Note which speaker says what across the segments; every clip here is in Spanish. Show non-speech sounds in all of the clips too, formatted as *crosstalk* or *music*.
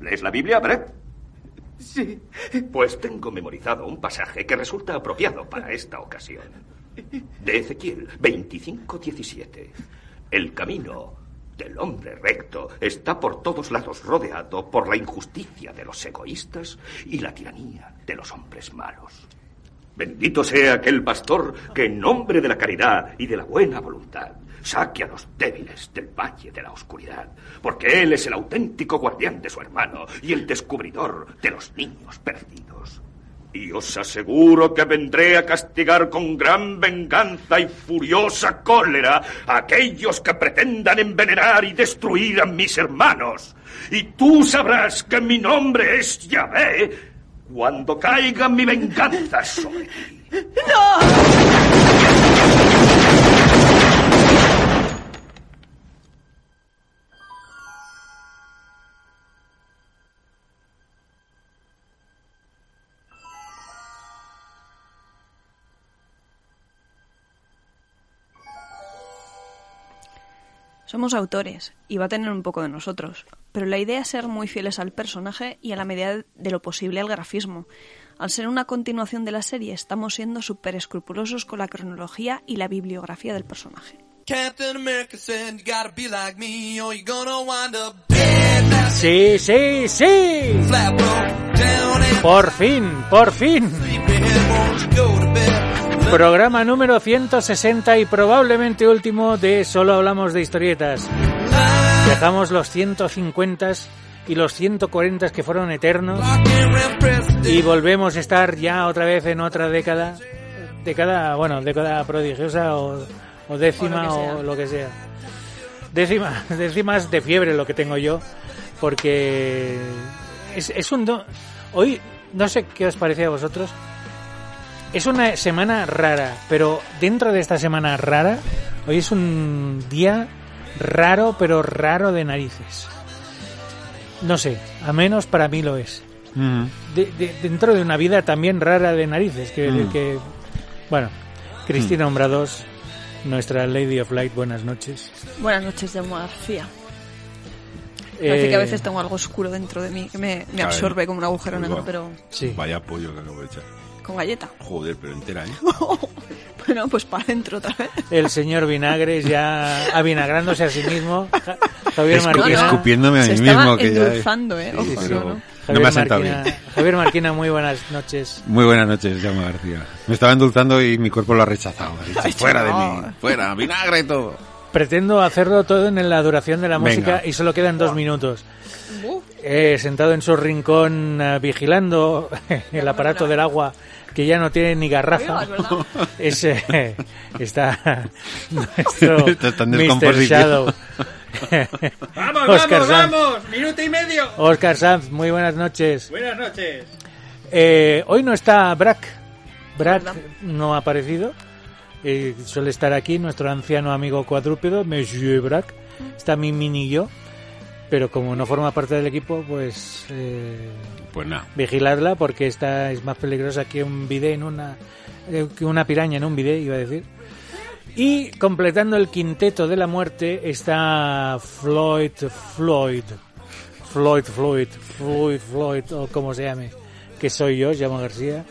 Speaker 1: ¿Lees la Biblia, Brett?
Speaker 2: Sí.
Speaker 1: Pues tengo memorizado un pasaje que resulta apropiado para esta ocasión. De Ezequiel 25:17. El camino del hombre recto está por todos lados rodeado por la injusticia de los egoístas y la tiranía de los hombres malos. Bendito sea aquel pastor que en nombre de la caridad y de la buena voluntad saque a los débiles del valle de la oscuridad, porque él es el auténtico guardián de su hermano y el descubridor de los niños perdidos. Y os aseguro que vendré a castigar con gran venganza y furiosa cólera a aquellos que pretendan envenenar y destruir a mis hermanos. Y tú sabrás que mi nombre es Yahvé cuando caiga mi venganza sobre ti.
Speaker 2: ¡No!
Speaker 3: Somos autores y va a tener un poco de nosotros, pero la idea es ser muy fieles al personaje y a la medida de lo posible al grafismo. Al ser una continuación de la serie, estamos siendo súper escrupulosos con la cronología y la bibliografía del personaje.
Speaker 4: Sí, sí, sí. Por fin, por fin. Programa número 160 y probablemente último de Solo Hablamos de Historietas. Dejamos los 150 y los 140 que fueron eternos y volvemos a estar ya otra vez en otra década, década, bueno, década prodigiosa o, o décima o lo que sea. Décima, *laughs* décimas de fiebre lo que tengo yo, porque es, es un... Do... Hoy, no sé qué os parece a vosotros, es una semana rara, pero dentro de esta semana rara, hoy es un día raro, pero raro de narices. No sé, a menos para mí lo es. Mm. De, de, dentro de una vida también rara de narices, que, mm. que bueno, Cristina Hombrados, mm. nuestra Lady of Light, buenas noches.
Speaker 3: Buenas noches, de García. Parece eh... que a veces tengo algo oscuro dentro de mí que me, me absorbe ver, como un agujero negro, pero...
Speaker 5: Sí. Vaya pollo que acabo de echar
Speaker 3: con galleta. *laughs*
Speaker 5: Joder, pero entera, ¿eh?
Speaker 3: bueno, pues para adentro otra vez.
Speaker 4: El señor Vinagres ya avinagrándose a sí mismo. Ja Javier
Speaker 5: Escu Marquina. Escupiéndome a mí
Speaker 3: se
Speaker 5: mismo.
Speaker 3: que endulzando, ya... ¿eh? Ojo, sí, pero...
Speaker 5: ¿no? Javier no me ha sentado
Speaker 4: Marquina,
Speaker 5: bien.
Speaker 4: Javier Marquina, muy buenas noches.
Speaker 5: Muy buenas noches, Llama García. Me estaba endulzando y mi cuerpo lo ha rechazado. Ha dicho, Ay, fuera no. de mí, fuera, vinagre y todo.
Speaker 4: Pretendo hacerlo todo en la duración de la Venga. música y solo quedan dos minutos. Eh, sentado en su rincón eh, vigilando *laughs* el aparato del agua que ya no tiene ni garrafa. Es, eh,
Speaker 5: *laughs*
Speaker 4: está nuestro está Mr. Shadow.
Speaker 6: vamos, Oscar vamos, Sanz. vamos, minuto y medio.
Speaker 4: Oscar Sanz, muy buenas noches.
Speaker 6: Buenas noches.
Speaker 4: Eh, hoy no está Brack. Brack no ha aparecido. Eh, suele estar aquí nuestro anciano amigo cuadrúpedo, Monsieur Brack. Está mi mini yo pero como no forma parte del equipo, pues. Eh,
Speaker 5: pues nada.
Speaker 4: Vigilarla porque esta es más peligrosa que un bidé en una. Eh, que una piraña en un bidé, iba a decir. Y completando el quinteto de la muerte está Floyd Floyd. Floyd Floyd. Floyd Floyd, o como se llame. Que soy yo, llamo García.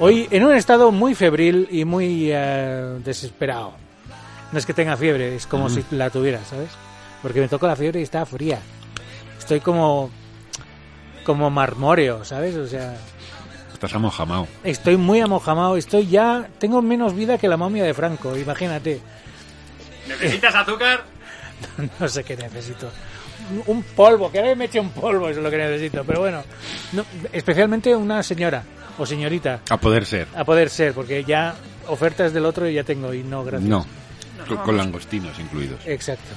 Speaker 4: Hoy en un estado muy febril y muy eh, desesperado. No es que tenga fiebre, es como uh -huh. si la tuviera, ¿sabes? porque me tocó la fiebre y estaba fría. Estoy como como marmóreo, ¿sabes? O sea,
Speaker 5: estás amojamao.
Speaker 4: Estoy muy amojamao, estoy ya tengo menos vida que la momia de Franco, imagínate. *laughs*
Speaker 6: ¿Necesitas azúcar?
Speaker 4: no sé qué necesito. Un polvo, que ahora me eche un polvo, eso es lo que necesito, pero bueno, no, especialmente una señora o señorita.
Speaker 5: A poder ser.
Speaker 4: A poder ser, porque ya ofertas del otro ya tengo y no gracias.
Speaker 5: No. no. Con, con langostinos incluidos.
Speaker 4: Exacto.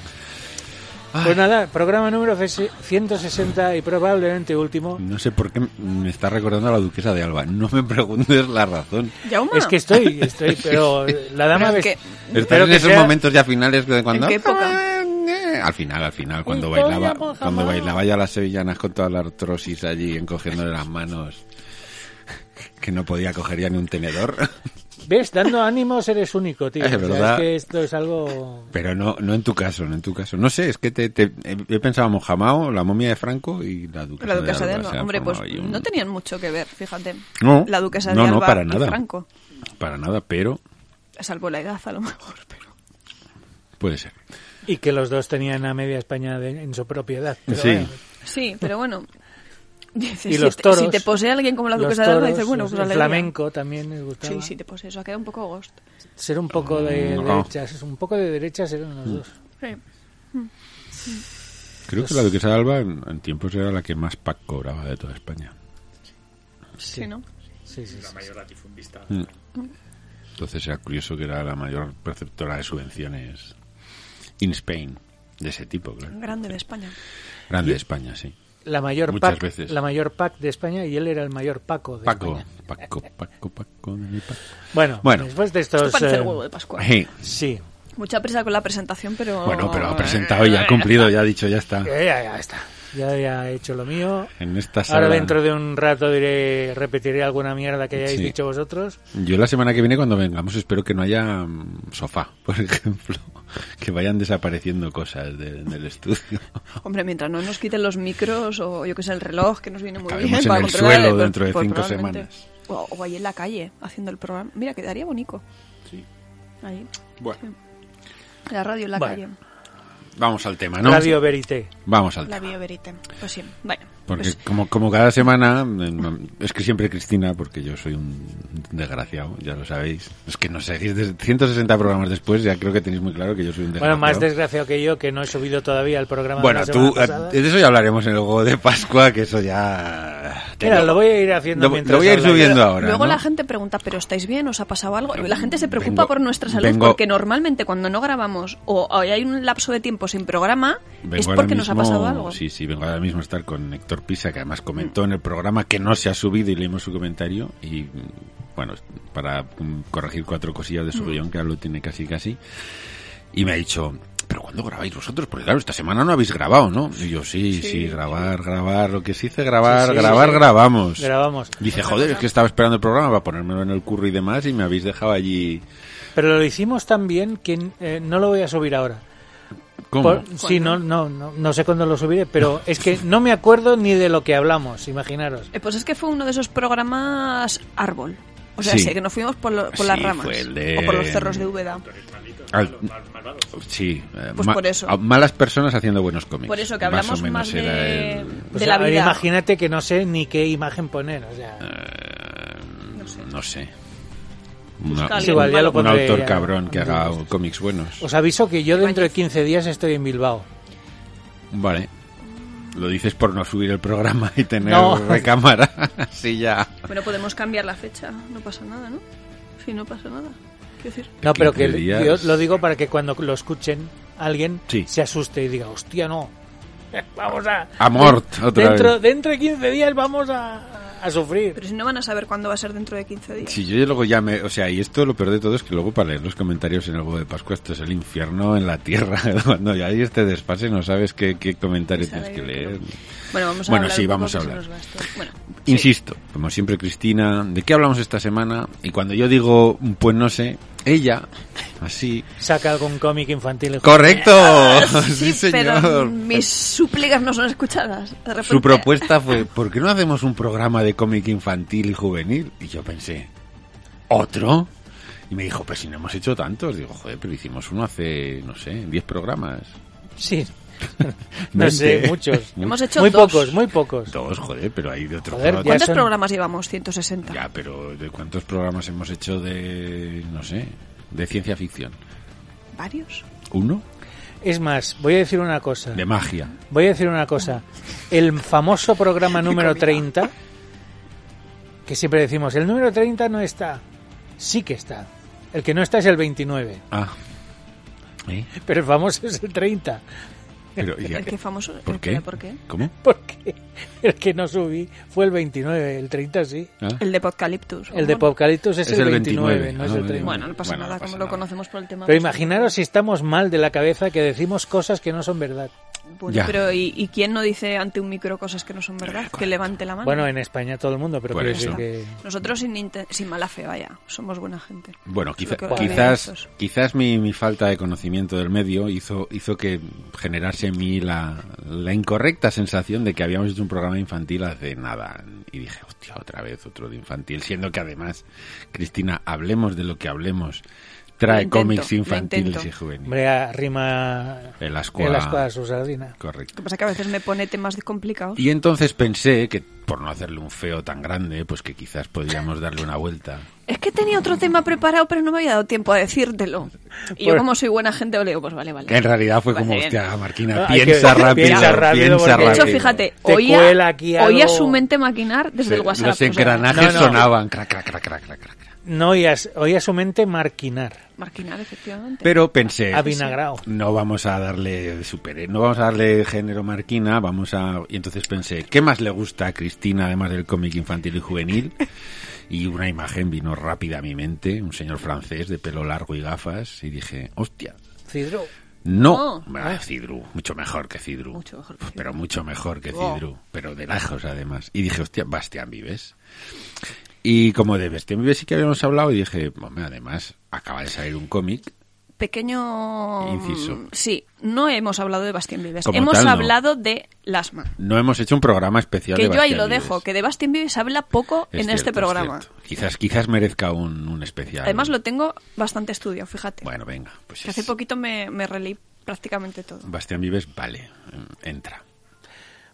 Speaker 4: Pues nada, programa número 160 y probablemente último.
Speaker 5: No sé por qué me está recordando a la duquesa de Alba. No me preguntes la razón.
Speaker 3: Yauma.
Speaker 4: Es que estoy, estoy, pero la dama...
Speaker 3: Pero
Speaker 4: ves-
Speaker 3: que-
Speaker 5: Estás
Speaker 4: espero
Speaker 5: en
Speaker 4: que
Speaker 5: esos
Speaker 4: sea-
Speaker 5: momentos ya finales de cuando... Ah, eh,
Speaker 3: ¿En qué época?
Speaker 5: Al final, al final, cuando bailaba, cuando bailaba ya las sevillanas con toda la artrosis allí, encogiendo de las manos, *laughs* que no podía coger ya ni un tenedor. *laughs*
Speaker 4: ¿Ves? Dando ánimos eres único, tío.
Speaker 5: Es
Speaker 4: O sea,
Speaker 5: verdad.
Speaker 4: que esto es algo...
Speaker 5: Pero no, no en tu caso, no en tu caso. No sé, es que te, te- he, he pensado en Mojamao, la momia de Franco y la duquesa,
Speaker 3: La duquesa de
Speaker 5: Alba, o
Speaker 3: Alba.
Speaker 5: sea,
Speaker 3: Hombre, pues
Speaker 5: formaba ahí un-
Speaker 3: no tenían mucho que ver, fíjate.
Speaker 5: No,
Speaker 3: la duquesa de
Speaker 5: no, no,
Speaker 3: Alba
Speaker 5: para
Speaker 3: y
Speaker 5: nada.
Speaker 3: Franco.
Speaker 5: Para nada, pero
Speaker 3: Salvo la edad, a lo mejor, pero...
Speaker 5: puede ser.
Speaker 4: Y que los dos tenían a media España de- en su propiedad. Pero
Speaker 5: Sí.
Speaker 4: bueno,
Speaker 3: Sí, pero bueno. Dices,
Speaker 4: Y los
Speaker 3: si te-
Speaker 4: toros.
Speaker 3: si te posee alguien como la
Speaker 4: los
Speaker 3: duquesa de Alba,
Speaker 4: toros,
Speaker 3: dices, bueno, pues
Speaker 4: el
Speaker 3: alegría.
Speaker 4: flamenco también les gustaba.
Speaker 3: Sí, sí, te posee eso. Ha quedado un poco ghost.
Speaker 4: Ser un poco de
Speaker 5: No.
Speaker 4: derechas, es un poco de derechas eran
Speaker 5: Mm.
Speaker 4: los dos.
Speaker 3: Sí.
Speaker 5: Creo que la duquesa de Alba en, en tiempos era la que más pack cobraba de toda España.
Speaker 3: Sí, ¿no?
Speaker 4: Sí, sí, sí.
Speaker 6: Mayor latifundista.
Speaker 5: Entonces era curioso que era la mayor perceptora de subvenciones in Spain, de ese tipo, claro.
Speaker 3: Grande de España.
Speaker 5: Grande de España, sí.
Speaker 4: La mayor
Speaker 5: Muchas
Speaker 4: pac,
Speaker 5: veces.
Speaker 4: la mayor pac de España y él era el mayor Paco de
Speaker 5: Paco,
Speaker 4: España.
Speaker 5: Paco, Paco, Paco, de mi Paco.
Speaker 4: Bueno,
Speaker 5: Bueno.
Speaker 4: después de
Speaker 3: Esto
Speaker 4: estos
Speaker 3: parece
Speaker 4: eh,
Speaker 3: el huevo de Pascua.
Speaker 5: Sí.
Speaker 4: Sí.
Speaker 3: Mucha prisa con la presentación, pero...
Speaker 5: Bueno, pero ha presentado ya ha cumplido, ya ha dicho, ya está.
Speaker 4: Ya, ya, ya está. Ya, ya he hecho lo mío.
Speaker 5: En esta
Speaker 4: Ahora
Speaker 5: sala.
Speaker 4: dentro de un rato diré, repetiré alguna mierda que hayáis
Speaker 5: Sí.
Speaker 4: dicho vosotros.
Speaker 5: Yo la semana que viene cuando vengamos espero que no haya mm, sofá, *laughs* por ejemplo, que vayan desapareciendo cosas de- del estudio.
Speaker 3: Hombre, mientras no nos quiten los micros o yo que sé, el reloj, que nos viene muy
Speaker 5: Cabemos
Speaker 3: bien.
Speaker 5: en
Speaker 3: para
Speaker 5: el
Speaker 3: controlar,
Speaker 5: suelo
Speaker 3: eh,
Speaker 5: dentro de cinco
Speaker 3: probablemente.
Speaker 5: semanas.
Speaker 3: O, o ahí en la calle, haciendo el programa. Mira, quedaría bonito. Sí. Ahí.
Speaker 5: Bueno,
Speaker 3: La radio en la
Speaker 4: Bueno.
Speaker 3: calle.
Speaker 5: vamos al tema, ¿no?
Speaker 4: Radio Verité.
Speaker 5: Vamos al
Speaker 3: La
Speaker 5: tema.
Speaker 3: vía verite. Pues sí. Bueno.
Speaker 5: Porque
Speaker 3: pues-
Speaker 5: como, como cada semana, mm, es que siempre Cristina, porque yo soy un desgraciado, ya lo sabéis. Es que no sé, desde 160 programas después ya creo que tenéis muy claro que yo soy un
Speaker 4: Bueno,
Speaker 5: desgraciado.
Speaker 4: más desgraciado que yo, que no he subido todavía el programa. de
Speaker 5: Bueno,
Speaker 4: la semana
Speaker 5: tú, eh,
Speaker 4: pasada.
Speaker 5: de eso ya hablaremos en el juego de Pascua, que eso ya...
Speaker 4: Mira, lo voy a ir haciendo
Speaker 5: Lo-
Speaker 4: mientras
Speaker 5: lo voy a ir
Speaker 4: habláis.
Speaker 5: subiendo ahora.
Speaker 3: Luego
Speaker 5: ¿no?
Speaker 3: la gente pregunta, ¿pero estáis bien? ¿Os ha pasado algo? Y La gente se preocupa
Speaker 5: Vengo-
Speaker 3: por nuestra salud
Speaker 5: vengo-
Speaker 3: porque normalmente cuando no grabamos o hay un lapso de tiempo sin programa
Speaker 5: Vengo
Speaker 3: es
Speaker 5: ahora
Speaker 3: porque nos ha
Speaker 5: mismo-
Speaker 3: pasado algo.
Speaker 5: Sí, sí, vengo ahora mismo a estar con Héctor Pisa, que además comentó en el programa que no se ha subido y leímos su comentario. Y mm, bueno, para mm, corregir cuatro cosillas de su guión, que ahora lo tiene casi casi. Y me ha dicho, ¿pero cuándo grabáis vosotros? Porque claro, esta semana no habéis grabado, ¿no? Y yo, sí, sí, grabar, grabar, lo que se dice grabar,
Speaker 4: Sí, sí,
Speaker 5: grabar,
Speaker 4: sí.
Speaker 5: grabamos.
Speaker 4: Grabamos.
Speaker 5: Dice, joder, es que estaba esperando el programa para ponérmelo en el curro y demás y me habéis dejado allí...
Speaker 4: Pero lo hicimos tan bien que eh, no lo voy a subir ahora.
Speaker 5: ¿Cómo?
Speaker 4: Por- sí, no, no, no, no sé cuándo lo subiré, pero es que no me acuerdo ni de lo que hablamos, imaginaros.
Speaker 3: Eh, Pues es que fue uno de esos programas árbol. O sea,
Speaker 5: Sí.
Speaker 3: sé que nos fuimos por, lo- por las
Speaker 5: Sí,
Speaker 3: ramas
Speaker 5: fue el de-
Speaker 3: o por los cerros de Úbeda.
Speaker 5: Al- Sí, eh,
Speaker 3: Pues por eso.
Speaker 5: malas personas haciendo buenos cómics.
Speaker 3: Por eso que
Speaker 5: Más o
Speaker 3: hablamos más,
Speaker 5: menos era
Speaker 3: de,
Speaker 5: el-
Speaker 4: Pues,
Speaker 3: de la
Speaker 4: ahora
Speaker 3: vida.
Speaker 4: Imagínate que no sé ni qué imagen poner. O sea,
Speaker 5: Ah. eh, no sé. Una-
Speaker 3: Busca
Speaker 4: Es igual, ya lo
Speaker 5: un
Speaker 4: pondré
Speaker 5: autor
Speaker 4: ya.
Speaker 5: cabrón que haga cómics buenos.
Speaker 4: os aviso que yo dentro de 15 días estoy en Bilbao.
Speaker 5: Vale. Lo dices por no subir el programa y tener
Speaker 4: No.
Speaker 5: recámara. *laughs* Así ya.
Speaker 3: Bueno, podemos cambiar la fecha, no pasa nada, ¿no? Sí, no pasa nada. Quiero decir,
Speaker 4: No, pero que
Speaker 5: 15 días.
Speaker 4: yo lo digo para que cuando lo escuchen alguien
Speaker 5: Sí.
Speaker 4: se asuste y diga, hostia, no. *laughs* Vamos a...
Speaker 5: A mort, otra
Speaker 4: dentro,
Speaker 5: vez.
Speaker 4: dentro de 15 días vamos a, a sufrir.
Speaker 3: pero si no van a saber cuándo va a ser dentro de 15 días.
Speaker 5: Si yo luego ya me... O sea, y esto lo peor de todo es que luego para leer los comentarios en el huevo de Pascua esto es el infierno en la tierra. *laughs* Cuando ya hay este desfase no sabes qué, qué comentario
Speaker 3: Saber
Speaker 5: tienes que
Speaker 3: qué
Speaker 5: leer.
Speaker 3: no. Bueno, vamos a
Speaker 5: Bueno,
Speaker 3: hablar
Speaker 5: sí,
Speaker 3: un poco
Speaker 5: vamos a
Speaker 3: que se
Speaker 5: hablar.
Speaker 3: nos va esto. Bueno,
Speaker 5: Insisto, como siempre Cristina, ¿de qué hablamos esta semana? Y cuando yo digo, pues no sé, ella, así.
Speaker 3: *laughs*
Speaker 4: Saca algún cómic infantil.
Speaker 5: ¡Correcto!
Speaker 3: sí,
Speaker 5: sí,
Speaker 3: pero
Speaker 5: señor.
Speaker 3: mis súplicas no son escuchadas. De repente-
Speaker 5: Su propuesta fue, ¿por qué no hacemos un programa de cómic infantil y juvenil? Y yo pensé, ¿otro? Y me dijo, pues si no hemos hecho tantos. Digo, joder, pero hicimos uno hace, no sé, 10 programas.
Speaker 4: Sí. No sé,
Speaker 5: Veinte. *laughs*
Speaker 4: muchos.
Speaker 3: Hemos hecho
Speaker 4: muy
Speaker 3: dos.
Speaker 4: pocos, muy pocos.
Speaker 5: Dos, joder, pero hay de otro.
Speaker 4: Joder,
Speaker 5: otro-
Speaker 4: ya
Speaker 3: ¿Cuántos
Speaker 4: son-
Speaker 3: programas llevamos? 160.
Speaker 5: ya, pero ¿de cuántos programas hemos hecho de, no sé, de ciencia ficción?
Speaker 3: ¿Varios?
Speaker 5: ¿Uno?
Speaker 4: Es más, voy a decir una cosa.
Speaker 5: De magia.
Speaker 4: Voy a decir una cosa. El famoso programa número 30, que siempre decimos, el número 30 no está. Sí que está. El que no está es el 29,
Speaker 5: Ah. ¿Eh?
Speaker 4: pero el famoso es el 30.
Speaker 5: Pero, y-
Speaker 3: El que famoso.
Speaker 5: ¿Por qué?
Speaker 3: espera, ¿Por qué?
Speaker 5: ¿Cómo?
Speaker 4: Porque el que no subí fue el 29, el 30 sí.
Speaker 5: Ah,
Speaker 3: El de Podcaliptus.
Speaker 4: El de Popcaliptus es,
Speaker 5: Es
Speaker 4: el
Speaker 5: el
Speaker 4: 29,
Speaker 5: 29,
Speaker 4: no es
Speaker 5: ah,
Speaker 4: el
Speaker 5: vale.
Speaker 4: 30.
Speaker 3: Bueno, no pasa
Speaker 5: Bueno, no
Speaker 3: nada,
Speaker 5: pasa
Speaker 3: como
Speaker 5: nada.
Speaker 3: lo conocemos por el tema.
Speaker 4: Pero
Speaker 3: pues,
Speaker 4: imaginaros si estamos mal de la cabeza que decimos cosas que no son verdad.
Speaker 3: Bueno,
Speaker 5: Ya.
Speaker 3: pero ¿y, y quién no dice ante un micro cosas que no son verdad? Que levante la mano.
Speaker 4: Bueno, en España todo el mundo, pero
Speaker 5: Por
Speaker 4: quiero
Speaker 5: eso.
Speaker 4: decir que...
Speaker 3: Nosotros sin, inte- sin mala fe, vaya, somos buena gente.
Speaker 5: Bueno, quizá-
Speaker 3: Lo que-
Speaker 5: quizás, quizás mi, mi falta de conocimiento del medio hizo, hizo que generase en mí la, la incorrecta sensación de que habíamos hecho un programa infantil hace nada. Y dije, hostia, otra vez otro de infantil. Siendo que además, Cristina, hablemos de lo que hablemos. Trae
Speaker 3: Lo intento,
Speaker 5: cómics
Speaker 3: lo
Speaker 5: infantiles
Speaker 3: intento.
Speaker 5: y juveniles.
Speaker 4: Hombre, arrima
Speaker 5: El ascua.
Speaker 4: el ascua a su sardina.
Speaker 5: Correcto.
Speaker 3: Lo que pasa es que a veces me pone temas de complicados.
Speaker 5: Y entonces pensé que, por no hacerle un feo tan grande, pues que quizás podríamos darle una vuelta.
Speaker 3: Es que tenía otro tema preparado, pero no me había dado tiempo a decírtelo. Y yo,
Speaker 4: Pues-
Speaker 3: como soy buena gente, le digo, pues vale, vale.
Speaker 5: Que en realidad fue
Speaker 3: Vale,
Speaker 5: como,
Speaker 3: Pues bien.
Speaker 5: hostia, Marquina,
Speaker 4: Ah, hay
Speaker 5: piensa
Speaker 4: que-
Speaker 5: rápido,
Speaker 4: piensa
Speaker 5: piensa
Speaker 4: rápido,
Speaker 5: rápido.
Speaker 4: porque-
Speaker 3: De hecho,
Speaker 4: rápido.
Speaker 3: fíjate,
Speaker 4: Te
Speaker 3: oía,
Speaker 4: cuela aquí algo.
Speaker 3: oía su mente maquinar desde
Speaker 5: Se-
Speaker 3: el WhatsApp.
Speaker 5: Los
Speaker 3: o sea,
Speaker 5: engranajes
Speaker 4: No, no.
Speaker 5: sonaban. crac, crac, crac, crac, crac, crac.
Speaker 4: No oías, oía su mente marquinar,
Speaker 3: maquinar, efectivamente.
Speaker 5: Pero pensé,
Speaker 4: avinagrado.
Speaker 5: no vamos a darle super, no vamos a darle género marquina, vamos a y entonces pensé, ¿qué más le gusta a Cristina además del cómic infantil y juvenil? Y una imagen vino rápida a mi mente, un señor francés de pelo largo y gafas y dije, hostia,
Speaker 4: Cidro.
Speaker 5: no,
Speaker 3: No.
Speaker 5: Ah, Cidru, mucho mejor que Cidru.
Speaker 3: Oh. Mucho mejor que
Speaker 5: Pues,
Speaker 3: Cidru.
Speaker 5: Pero mucho mejor que Cidru, pero de lajos además. Y dije, hostia, Bastián Vives. Y como de Bastián Vives sí que habíamos hablado y dije, hombre, además acaba de salir un cómic.
Speaker 3: Pequeño.
Speaker 5: Inciso.
Speaker 3: Sí, no hemos hablado de Bastien Vives.
Speaker 5: Como
Speaker 3: Hemos
Speaker 5: tal, no.
Speaker 3: hablado de Lasma.
Speaker 5: No hemos hecho un programa especial
Speaker 3: Que
Speaker 5: de
Speaker 3: yo ahí
Speaker 5: Bastián
Speaker 3: lo
Speaker 5: Vives.
Speaker 3: dejo, que de Bastien Vives habla poco en
Speaker 5: Es cierto,
Speaker 3: este
Speaker 5: es
Speaker 3: programa.
Speaker 5: cierto. Quizás, quizás merezca un, un especial.
Speaker 3: Además lo tengo bastante estudio, fíjate.
Speaker 5: Bueno, venga, pues
Speaker 3: que hace
Speaker 5: es-
Speaker 3: poquito me, me releí prácticamente todo.
Speaker 5: Bastián Vives, vale, entra.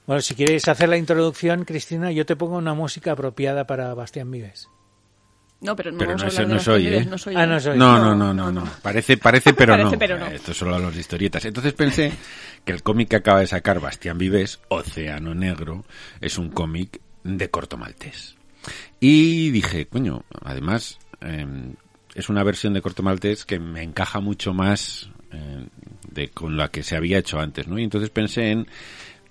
Speaker 4: Bueno, si quieres hacer la introducción, Cristina, yo te pongo una música apropiada para Bastián Vives.
Speaker 3: No, pero no,
Speaker 5: Pero
Speaker 3: vamos
Speaker 5: no
Speaker 3: a
Speaker 5: es-
Speaker 3: hablar de
Speaker 5: no
Speaker 3: Bastien
Speaker 5: soy,
Speaker 3: Vives,
Speaker 5: ¿eh?
Speaker 3: no soy
Speaker 4: Ah,
Speaker 3: yo.
Speaker 4: no soy.
Speaker 5: No, no, no, no, no. Parece,
Speaker 3: *laughs*
Speaker 5: parece, pero
Speaker 3: Parece,
Speaker 5: no.
Speaker 3: pero no.
Speaker 5: Esto es solo a los de historietas. Entonces pensé que el cómic que acaba de sacar Bastián Vives, Océano Negro, es un cómic de corto maltés. Y dije, coño, además eh, es una versión de corto maltés que me encaja mucho más eh, de con la que se había hecho antes, ¿no? Y entonces pensé en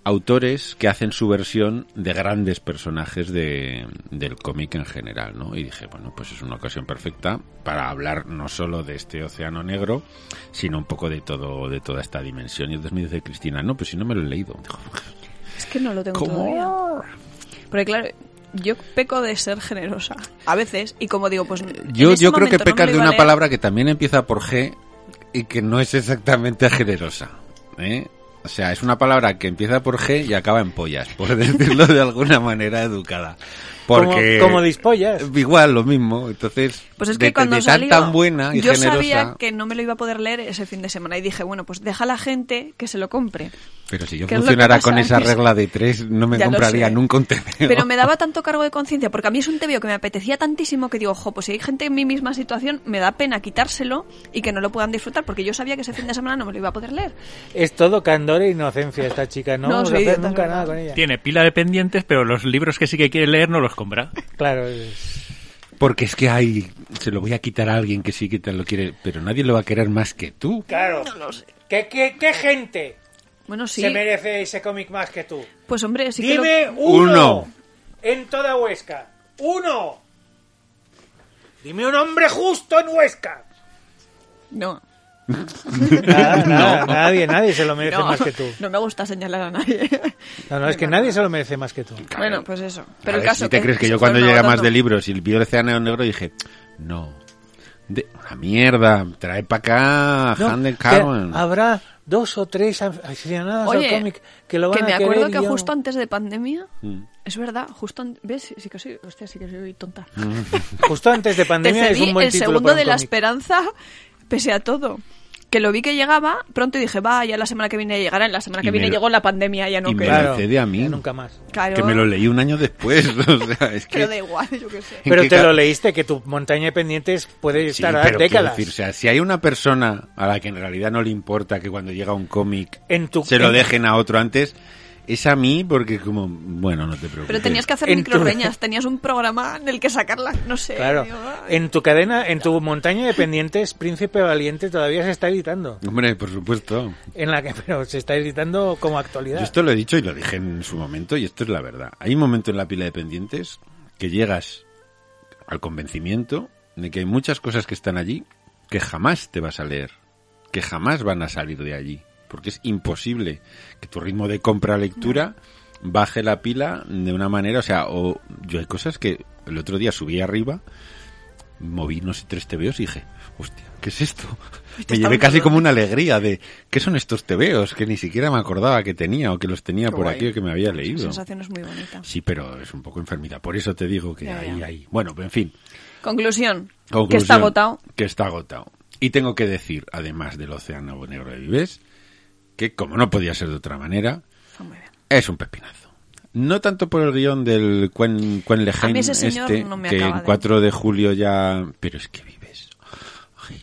Speaker 5: autores que hacen su versión de grandes personajes de, del cómic en general, ¿no? Y dije, bueno, pues es una ocasión perfecta para hablar no solo de este océano negro, sino un poco de todo, de toda esta dimensión. Y entonces me dice Cristina, no, pues si no me lo he leído. Dijo,
Speaker 3: Es que no lo tengo
Speaker 5: ¿Cómo?
Speaker 3: todavía. Porque claro, yo peco de ser generosa. A veces, y como digo, pues... en
Speaker 5: Yo,
Speaker 3: este
Speaker 5: yo creo
Speaker 3: momento no
Speaker 5: que
Speaker 3: me
Speaker 5: pecas
Speaker 3: lo
Speaker 5: de
Speaker 3: iba a
Speaker 5: una
Speaker 3: leer.
Speaker 5: palabra que también empieza por G y que no es exactamente generosa. ¿eh? O sea, es una palabra que empieza por G y acaba en pollas, por *laughs* decirlo de alguna manera educada. Porque
Speaker 4: Como, como dispollas.
Speaker 5: igual lo mismo. Entonces,
Speaker 3: Pues es
Speaker 5: de,
Speaker 3: que cuando
Speaker 5: de tan,
Speaker 3: salió,
Speaker 5: tan buena y
Speaker 3: yo
Speaker 5: generosa.
Speaker 3: sabía que no me lo iba a poder leer ese fin de semana y dije, bueno, pues deja a la gente que se lo compre.
Speaker 5: Pero si yo
Speaker 3: ¿Qué es lo que
Speaker 5: funcionara
Speaker 3: pasa?
Speaker 5: con esa regla de tres, no me
Speaker 3: Ya lo
Speaker 5: compraría
Speaker 3: sé.
Speaker 5: nunca un TVO.
Speaker 3: Pero me daba tanto cargo de conciencia, porque a mí es un tebeo que me apetecía tantísimo que digo, ojo, pues si hay gente en mi misma situación, me da pena quitárselo y que no lo puedan disfrutar, porque yo sabía que ese fin de semana no me lo iba a poder leer.
Speaker 4: Es todo candor e inocencia esta chica. No,
Speaker 3: No,
Speaker 4: vamos a
Speaker 3: soy
Speaker 4: hacer
Speaker 3: idiota,
Speaker 4: nunca
Speaker 3: es
Speaker 4: nada
Speaker 3: verdad.
Speaker 4: con ella.
Speaker 7: Tiene pila de pendientes, pero los libros que sí que quiere leer no los compra.
Speaker 4: Claro, es-
Speaker 5: Porque es que hay, se lo voy a quitar a alguien que sí que te lo quiere, pero nadie lo va a querer más que tú.
Speaker 4: claro. ¿Qué, qué, qué gente
Speaker 3: Bueno, sí,
Speaker 4: se merece ese cómic más que tú?
Speaker 3: pues hombre, sí que lo-
Speaker 4: Dime uno,
Speaker 5: Uno.
Speaker 4: en toda Huesca. Uno. Dime un hombre justo en Huesca.
Speaker 3: No,
Speaker 4: *laughs* Nada, nada, nadie, nadie se lo merece
Speaker 3: no,
Speaker 4: más que tú.
Speaker 3: *laughs* no me gusta señalar a nadie.
Speaker 4: No, no, es que nadie se lo merece más que tú.
Speaker 3: *laughs* bueno, pues eso.
Speaker 5: A
Speaker 3: Pero el
Speaker 5: ver,
Speaker 3: caso
Speaker 5: si te crees que yo cuando llegué a más de libros y vi el océano negro dije, no, de una mierda, trae para acá
Speaker 4: No,
Speaker 5: Handel
Speaker 4: que habrá dos o tres aficionados
Speaker 3: Oye,
Speaker 4: al cómic que lo van
Speaker 3: me
Speaker 4: a querer.
Speaker 3: acuerdo
Speaker 4: y
Speaker 3: que
Speaker 4: yo-
Speaker 3: justo antes de pandemia,
Speaker 4: Mm.
Speaker 3: es verdad, justo antes, ¿ves? Sí, sí que soy, hostia, sí que soy tonta.
Speaker 4: Justo antes
Speaker 3: *laughs*
Speaker 4: de
Speaker 3: Te
Speaker 4: Mm. pandemia es
Speaker 3: cedí
Speaker 4: un buen
Speaker 3: el
Speaker 4: título
Speaker 3: segundo
Speaker 4: para un
Speaker 3: de la
Speaker 4: cómic.
Speaker 3: esperanza, *laughs* pese a todo. Que lo vi que llegaba pronto y dije, va, ya la semana que viene llegará. En la semana
Speaker 5: Y
Speaker 3: que
Speaker 5: me
Speaker 3: viene
Speaker 5: lo-
Speaker 3: llegó la pandemia, ya no
Speaker 5: y me
Speaker 3: queda.
Speaker 4: Claro,
Speaker 5: cede a mí.
Speaker 4: ya Nunca más.
Speaker 3: Claro,
Speaker 5: que me lo leí un año después, *laughs* o sea, es
Speaker 3: pero
Speaker 5: que...
Speaker 3: da igual, yo qué
Speaker 4: *laughs*
Speaker 3: sé.
Speaker 5: ¿en
Speaker 4: Pero
Speaker 5: qué
Speaker 4: te
Speaker 5: ca-
Speaker 4: lo leíste, que tu montaña de pendientes puede
Speaker 5: Sí,
Speaker 4: estar
Speaker 5: pero
Speaker 4: a
Speaker 5: quiero
Speaker 4: décadas.
Speaker 5: decir, o sea, si hay una persona a la que en realidad no le importa que cuando llega un cómic
Speaker 4: En tu-
Speaker 5: se lo
Speaker 4: en-
Speaker 5: dejen a otro antes, Es a mí porque como, bueno, no te preocupes.
Speaker 3: Pero tenías que hacer
Speaker 4: En tu-
Speaker 3: microreñas, tenías un programa en el que sacarla, no sé.
Speaker 4: Claro.
Speaker 3: digo, ay.
Speaker 4: En tu cadena, en tu montaña de pendientes, Príncipe Valiente todavía se está editando.
Speaker 5: Hombre, por supuesto.
Speaker 4: En la que, *laughs* pero se está editando como
Speaker 5: Yo
Speaker 4: actualidad.
Speaker 5: esto lo he dicho y lo dije en su momento y esto es la verdad. Hay un momento en la pila de pendientes que llegas al convencimiento de que hay muchas cosas que están allí que jamás te vas a leer, que jamás van a salir de allí, porque es imposible que tu ritmo de compra-lectura baje la pila de una manera, o sea, o yo hay cosas que el otro día subí arriba, moví no sé tres tebeos y dije, hostia, ¿qué es esto? Me llevé casi como una alegría de ¿qué son estos tebeos? Que ni siquiera me acordaba que tenía o que los tenía
Speaker 3: Qué
Speaker 5: por
Speaker 3: guay.
Speaker 5: aquí o que me había
Speaker 3: La
Speaker 5: leído.
Speaker 3: sensación es muy bonita.
Speaker 5: Sí, pero es un poco enfermedad. Por eso te digo que
Speaker 3: Ya,
Speaker 5: ahí,
Speaker 3: ya.
Speaker 5: ahí. Bueno, en fin.
Speaker 3: Conclusión, que
Speaker 5: Conclusión,
Speaker 3: está agotado.
Speaker 5: Que está agotado. Y tengo que decir, además del Océano Negro de Vives, que como no podía ser de otra manera,
Speaker 3: Está muy bien.
Speaker 5: es un pepinazo. No tanto por el guión del Quen, Quen Lejeune
Speaker 3: A mí ese señor
Speaker 5: este,
Speaker 3: no me
Speaker 5: que
Speaker 3: acaba
Speaker 5: en
Speaker 3: de-
Speaker 5: 4 de julio ya... Pero es que vives. Ay,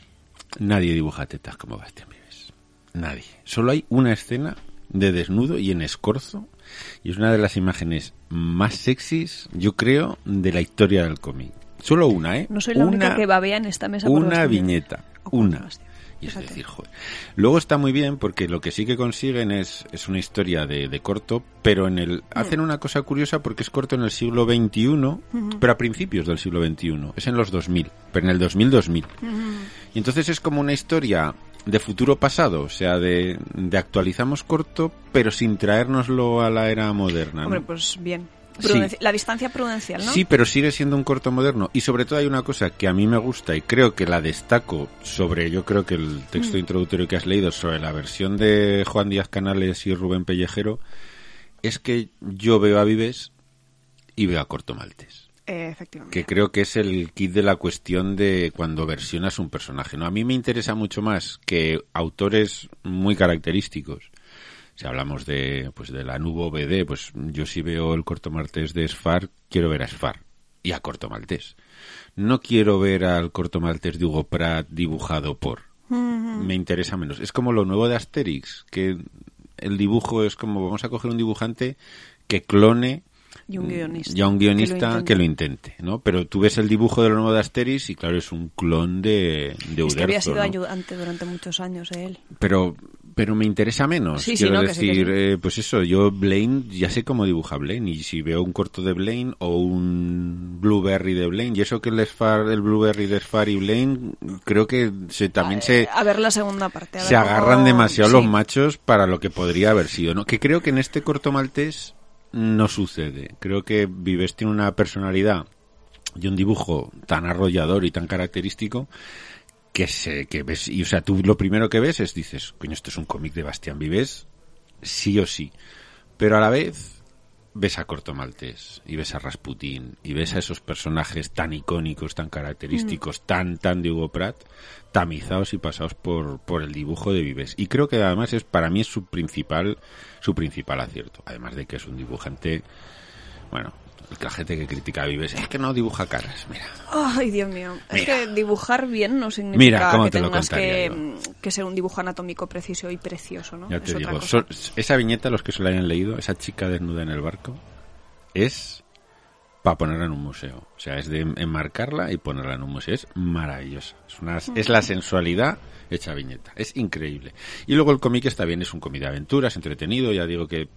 Speaker 5: nadie dibuja tetas como Bastián Vives. Nadie. Solo hay una escena de desnudo y en escorzo. Y es una de las imágenes más sexys, yo creo, de la historia del cómic. Solo una, ¿eh?
Speaker 3: No soy la
Speaker 5: una,
Speaker 3: única que babea en esta mesa. por
Speaker 5: Una
Speaker 3: Bastián Vives.
Speaker 5: viñeta.
Speaker 3: O por
Speaker 5: Una.
Speaker 3: Bastián.
Speaker 5: Y es
Speaker 3: Fíjate.
Speaker 5: decir, joder. Luego está muy bien porque lo que sí que consiguen es, es una historia de, de corto, pero en
Speaker 3: Hmm.
Speaker 5: el hacen una cosa curiosa porque es corto en el siglo XXI, pero a principios del siglo XXI. Es en los 2000, pero en el 2000-2000. Y entonces es como una historia de futuro pasado, o sea, de, de actualizamos corto, pero sin traérnoslo a la era moderna. Ah, ¿no?
Speaker 3: Hombre, pues bien.
Speaker 5: Sí.
Speaker 3: Prudenci- La distancia prudencial, ¿no?
Speaker 5: Sí, pero sigue siendo un corto moderno. Y sobre todo hay una cosa que a mí me gusta y creo que la destaco sobre, yo creo que el texto introductorio que has leído, sobre la versión de Juan Díaz Canales y Rubén Pellejero, es que yo veo a Vives y veo a Corto Maltés
Speaker 3: Eh, efectivamente.
Speaker 5: que creo que es el kit de la cuestión de cuando versionas un personaje. ¿no? A mí me interesa mucho más que autores muy característicos. Si hablamos de, pues, de la nube BD, pues yo si veo el corto maltés de Sfar, quiero ver a Sfar y a corto maltés. No quiero ver al corto maltés de Hugo Pratt dibujado por. Me interesa menos. Es como lo nuevo de Asterix, que el dibujo es como vamos a coger un dibujante que clone
Speaker 3: Y un guionista.
Speaker 5: ya un
Speaker 3: que lo
Speaker 5: guionista
Speaker 3: intente.
Speaker 5: que lo intente, ¿no? Pero tú ves el dibujo de lo nuevo de Asterix y claro, es un clon de, de
Speaker 3: Es que había
Speaker 5: Uderzo,
Speaker 3: sido
Speaker 5: ¿no?
Speaker 3: ayudante durante muchos años eh, él.
Speaker 5: Pero pero me interesa menos,
Speaker 3: Sí, sí,
Speaker 5: quiero
Speaker 3: no, que sí, que
Speaker 5: decir,
Speaker 3: sí.
Speaker 5: eh, pues eso, yo Blaine, ya sé cómo dibuja Blaine y si veo un corto de Blaine o un Blueberry de Blaine, y eso que el Sfar, el Blueberry de Sfar y Blaine, creo que se
Speaker 3: Ah,
Speaker 5: también se
Speaker 3: A ver la segunda parte. a ver
Speaker 5: Eh, se agarran
Speaker 3: cómo-
Speaker 5: demasiado
Speaker 3: sí.
Speaker 5: los machos para lo que podría haber sido, ¿no? Que creo que en este corto maltés no sucede. Creo que Vives tiene una personalidad y un dibujo tan arrollador y tan característico que se que ves y o sea, tú lo primero que ves es dices, coño, esto es un cómic de Bastián Vives, sí o sí. Pero a la vez ves a Corto Maltés y ves a Rasputín y ves a esos personajes tan icónicos, tan característicos, tan tan de Hugo Pratt, tamizados y pasados por, por el dibujo de Vives. Y creo que además es para mí es su principal su principal acierto, además de que es un dibujante bueno, la gente que critica a Vives es que no dibuja caras, mira.
Speaker 3: Ay, Dios mío. Es
Speaker 5: Mira.
Speaker 3: que dibujar bien no significa
Speaker 5: Mira, ¿cómo
Speaker 3: que
Speaker 5: te lo
Speaker 3: tengas
Speaker 5: contaría
Speaker 3: que, que ser un dibujo anatómico preciso y precioso, ¿no?
Speaker 5: Ya
Speaker 3: Es
Speaker 5: te
Speaker 3: otra
Speaker 5: digo,
Speaker 3: cosa.
Speaker 5: so- esa viñeta, los que se la hayan leído, esa chica desnuda en el barco, es para ponerla en un museo. O sea, es de enmarcarla y ponerla en un museo. Es maravillosa. Es, una, es la sensualidad hecha viñeta. Es increíble. Y luego el cómic está bien, es un cómic de aventuras, entretenido. Ya digo que,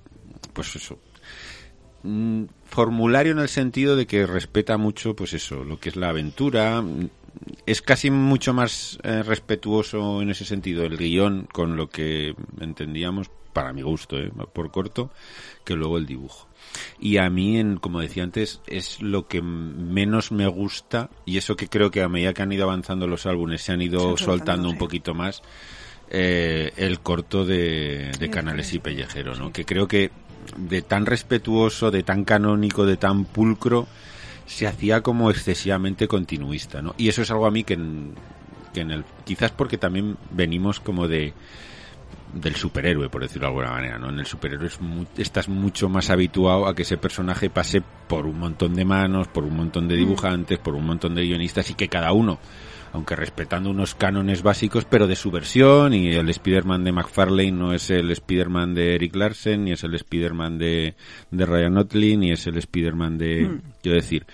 Speaker 5: pues eso. Mm, Formulario en el sentido de que respeta mucho, pues eso, lo que es la aventura. mm, Es casi mucho más eh, respetuoso en ese sentido el guión con lo que entendíamos, para mi gusto, ¿eh? por corto, que luego el dibujo. Y a mí, en, como decía antes, es lo que menos me gusta y eso que creo que a medida que han ido avanzando los álbumes se han ido
Speaker 3: Se han soltando,
Speaker 5: soltando un
Speaker 3: sí.
Speaker 5: poquito más. eh, el corto de, de Canales y Pellejero, ¿no? Que creo que de tan respetuoso, de tan canónico, de tan pulcro, se hacía como excesivamente continuista, ¿no? Y eso es algo a mí que en, que en el quizás porque también venimos como de del superhéroe, por decirlo de alguna manera, ¿no? En el superhéroe es mu- estás mucho más habituado a que ese personaje pase por un montón de manos, por un montón de dibujantes, por un montón de guionistas y que cada uno aunque respetando unos cánones básicos, pero de su versión, y el Spider-Man de McFarlane no es el Spider-Man de Eric Larsen, ni es el Spider-Man de, de Ryan Otley, ni es el Spider-Man de... Quiero decir,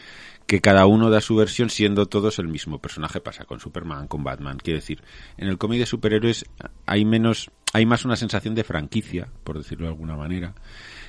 Speaker 5: que cada uno da su versión siendo todos el mismo personaje. Pasa con Superman, con Batman. Quiero decir, en el cómic de superhéroes hay menos, hay más una sensación de franquicia, por decirlo de alguna manera.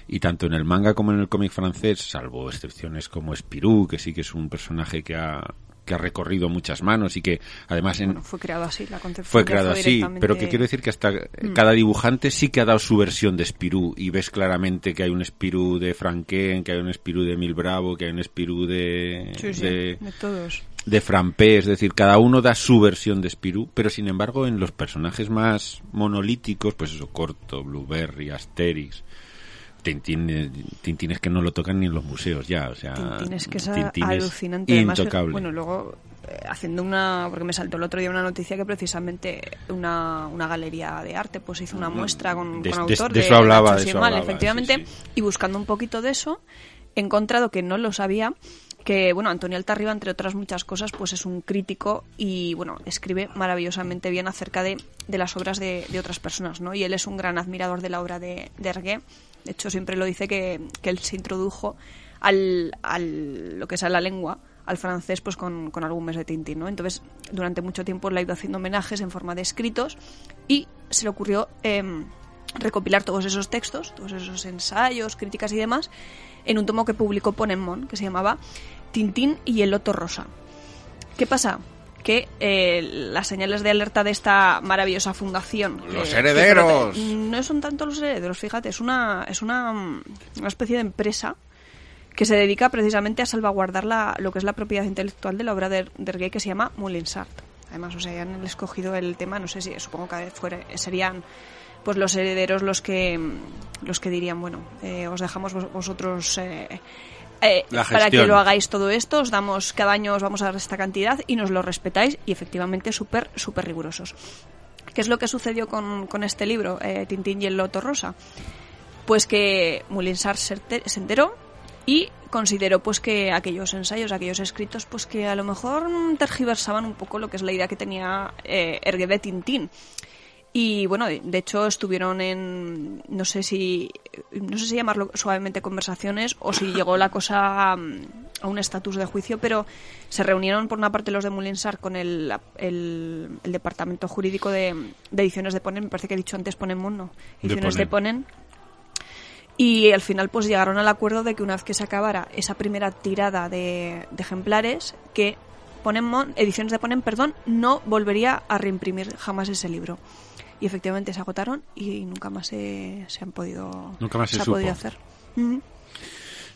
Speaker 5: Y tanto en el manga como en el cómic francés, salvo excepciones como Spirou, que sí que es un personaje que ha, que ha recorrido muchas manos y que además en,
Speaker 3: Bueno, fue creado así, la concepción.
Speaker 5: fue
Speaker 3: ya
Speaker 5: creado así,
Speaker 3: directamente- Mm.
Speaker 5: pero que quiero decir que hasta cada dibujante sí que ha dado su versión de Spirou y ves claramente que hay un Spirou de Franken, que hay un Spirou de Mil Bravo, que hay un Spirou de,
Speaker 3: Sí, sí,
Speaker 5: de,
Speaker 3: de todos.
Speaker 5: de Frampé, es decir, cada uno da su versión de Spirou, pero sin embargo en los personajes más monolíticos, pues eso, Corto, Blueberry, Asterix, Tintín, eh, Tintín es que no lo tocan ni en los museos ya, o sea,
Speaker 3: Tintín es que es
Speaker 5: Tintín es
Speaker 3: alucinante. Además,
Speaker 5: Intocable.
Speaker 3: bueno, luego eh, haciendo una porque me saltó el otro día una noticia que precisamente una, una galería de arte pues hizo una muestra con,
Speaker 5: De-
Speaker 3: con
Speaker 5: de-
Speaker 3: autor
Speaker 5: de eso hablaba,
Speaker 3: Nacho
Speaker 5: de eso
Speaker 3: Simal,
Speaker 5: hablaba,
Speaker 3: efectivamente
Speaker 5: sí, sí.
Speaker 3: y buscando un poquito de eso he encontrado que no lo sabía que bueno Antonio Altarriba entre otras muchas cosas pues es un crítico y bueno escribe maravillosamente bien acerca de, de las obras de, de otras personas no y él es un gran admirador de la obra de, de Hergé de hecho siempre lo dice que, que él se introdujo al, al- lo que es a la lengua al francés pues con, con álbumes de Tintín no entonces durante mucho tiempo le ha ido haciendo homenajes en forma de escritos y se le ocurrió em, recopilar todos esos textos, todos esos ensayos, críticas y demás, en un tomo que publicó Ponemon, que se llamaba Tintín y el Loto Rosa. ¿Qué pasa? Que eh, las señales de alerta de esta maravillosa fundación... eh,
Speaker 5: ¡Los
Speaker 3: que-
Speaker 5: herederos!
Speaker 3: que- no son tanto los herederos, fíjate, es una, es una, mm, una especie de empresa que se dedica precisamente a salvaguardar la- lo que es la propiedad intelectual de la obra de, de Hergé que se llama Moulinsart. Además, o sea, ya han escogido el tema, no sé si, supongo que fuera- serían pues los herederos los que mm, los que dirían, bueno, eh, os dejamos vos- vosotros eh, eh,
Speaker 5: La
Speaker 3: para que
Speaker 5: gestión.
Speaker 3: lo hagáis todo esto, os damos, cada año os vamos a dar esta cantidad y nos lo respetáis y efectivamente súper, súper rigurosos. ¿Qué es lo que sucedió con, con este libro, eh, Tintín y el Loto Rosa? Pues que Moulinsart se enter- se enteró y consideró pues que aquellos ensayos, aquellos escritos, pues que a lo mejor mm, tergiversaban un poco lo que es la idea que tenía eh, Hergé de Tintín. Y bueno, de de hecho estuvieron en, no sé si, no sé si llamarlo suavemente conversaciones o si llegó la cosa mm, a un estatus de juicio, pero se reunieron por una parte los de Moulinsart con el, el, el departamento jurídico de, de ediciones de Ponen, me parece que he dicho antes Ponen Mundo,
Speaker 5: De
Speaker 3: ediciones de
Speaker 5: Ponen.
Speaker 3: Ponen. Y al final pues llegaron al acuerdo de que una vez que se acabara esa primera tirada de, de ejemplares, que Ponen Mon- Ediciones de Ponen, perdón, no volvería a reimprimir jamás ese libro. Y efectivamente se agotaron y nunca más se, se han podido
Speaker 5: Nunca más se
Speaker 3: ha
Speaker 5: supo.
Speaker 3: podido hacer. Ujú.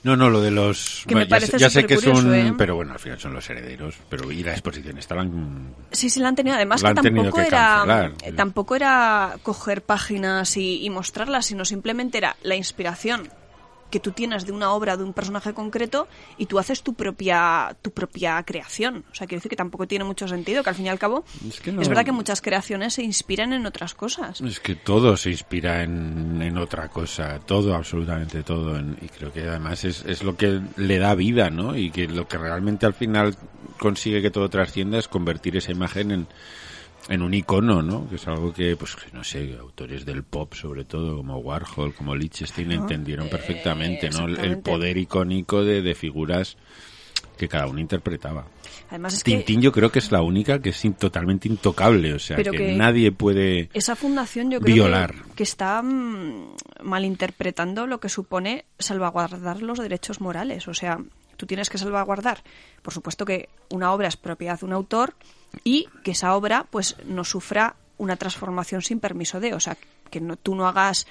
Speaker 5: No, no, lo de los...
Speaker 3: Que me
Speaker 5: ya sé-
Speaker 3: parece
Speaker 5: ya, sé que
Speaker 3: supercurioso,
Speaker 5: son...
Speaker 3: ¿eh?
Speaker 5: Pero bueno, al final son los herederos. Pero y la exposición estaban...
Speaker 3: Sí, sí, la han tenido. Además,
Speaker 5: La
Speaker 3: que
Speaker 5: han tenido
Speaker 3: tampoco
Speaker 5: que
Speaker 3: era,
Speaker 5: cancelar.
Speaker 3: eh, tampoco era coger páginas y, y mostrarlas, sino simplemente era la inspiración que tú tienes de una obra, de un personaje concreto, y tú haces tu propia, tu propia creación. O sea, quiero decir que tampoco tiene mucho sentido, que al fin y al cabo
Speaker 5: Es que no-
Speaker 3: verdad que muchas creaciones se inspiran en otras cosas.
Speaker 5: Es que todo se inspira en, en otra cosa, todo, absolutamente todo. en- y creo que además es, es lo que le da vida, ¿no? Y que lo que realmente al final consigue que todo trascienda es convertir esa imagen en, en un icono, ¿no? Que es algo que, pues, que no sé, autores del pop, sobre todo, como Warhol, como Lichtenstein, entendieron perfectamente, ¿no? El- El
Speaker 3: Ah, eh, exactamente.
Speaker 5: poder icónico de, de figuras que cada uno interpretaba.
Speaker 3: Además, es que
Speaker 5: Tintín yo creo que es la única que es in- totalmente intocable, o sea, que,
Speaker 3: Pero que-
Speaker 5: nadie puede...
Speaker 3: Esa fundación yo creo
Speaker 5: Violar.
Speaker 3: Que, que está mm, malinterpretando lo que supone salvaguardar los derechos morales. O sea, tú tienes que salvaguardar, por supuesto que una obra es propiedad de un autor y que esa obra pues no sufra una transformación sin permiso de, o sea, que no, tú no hagas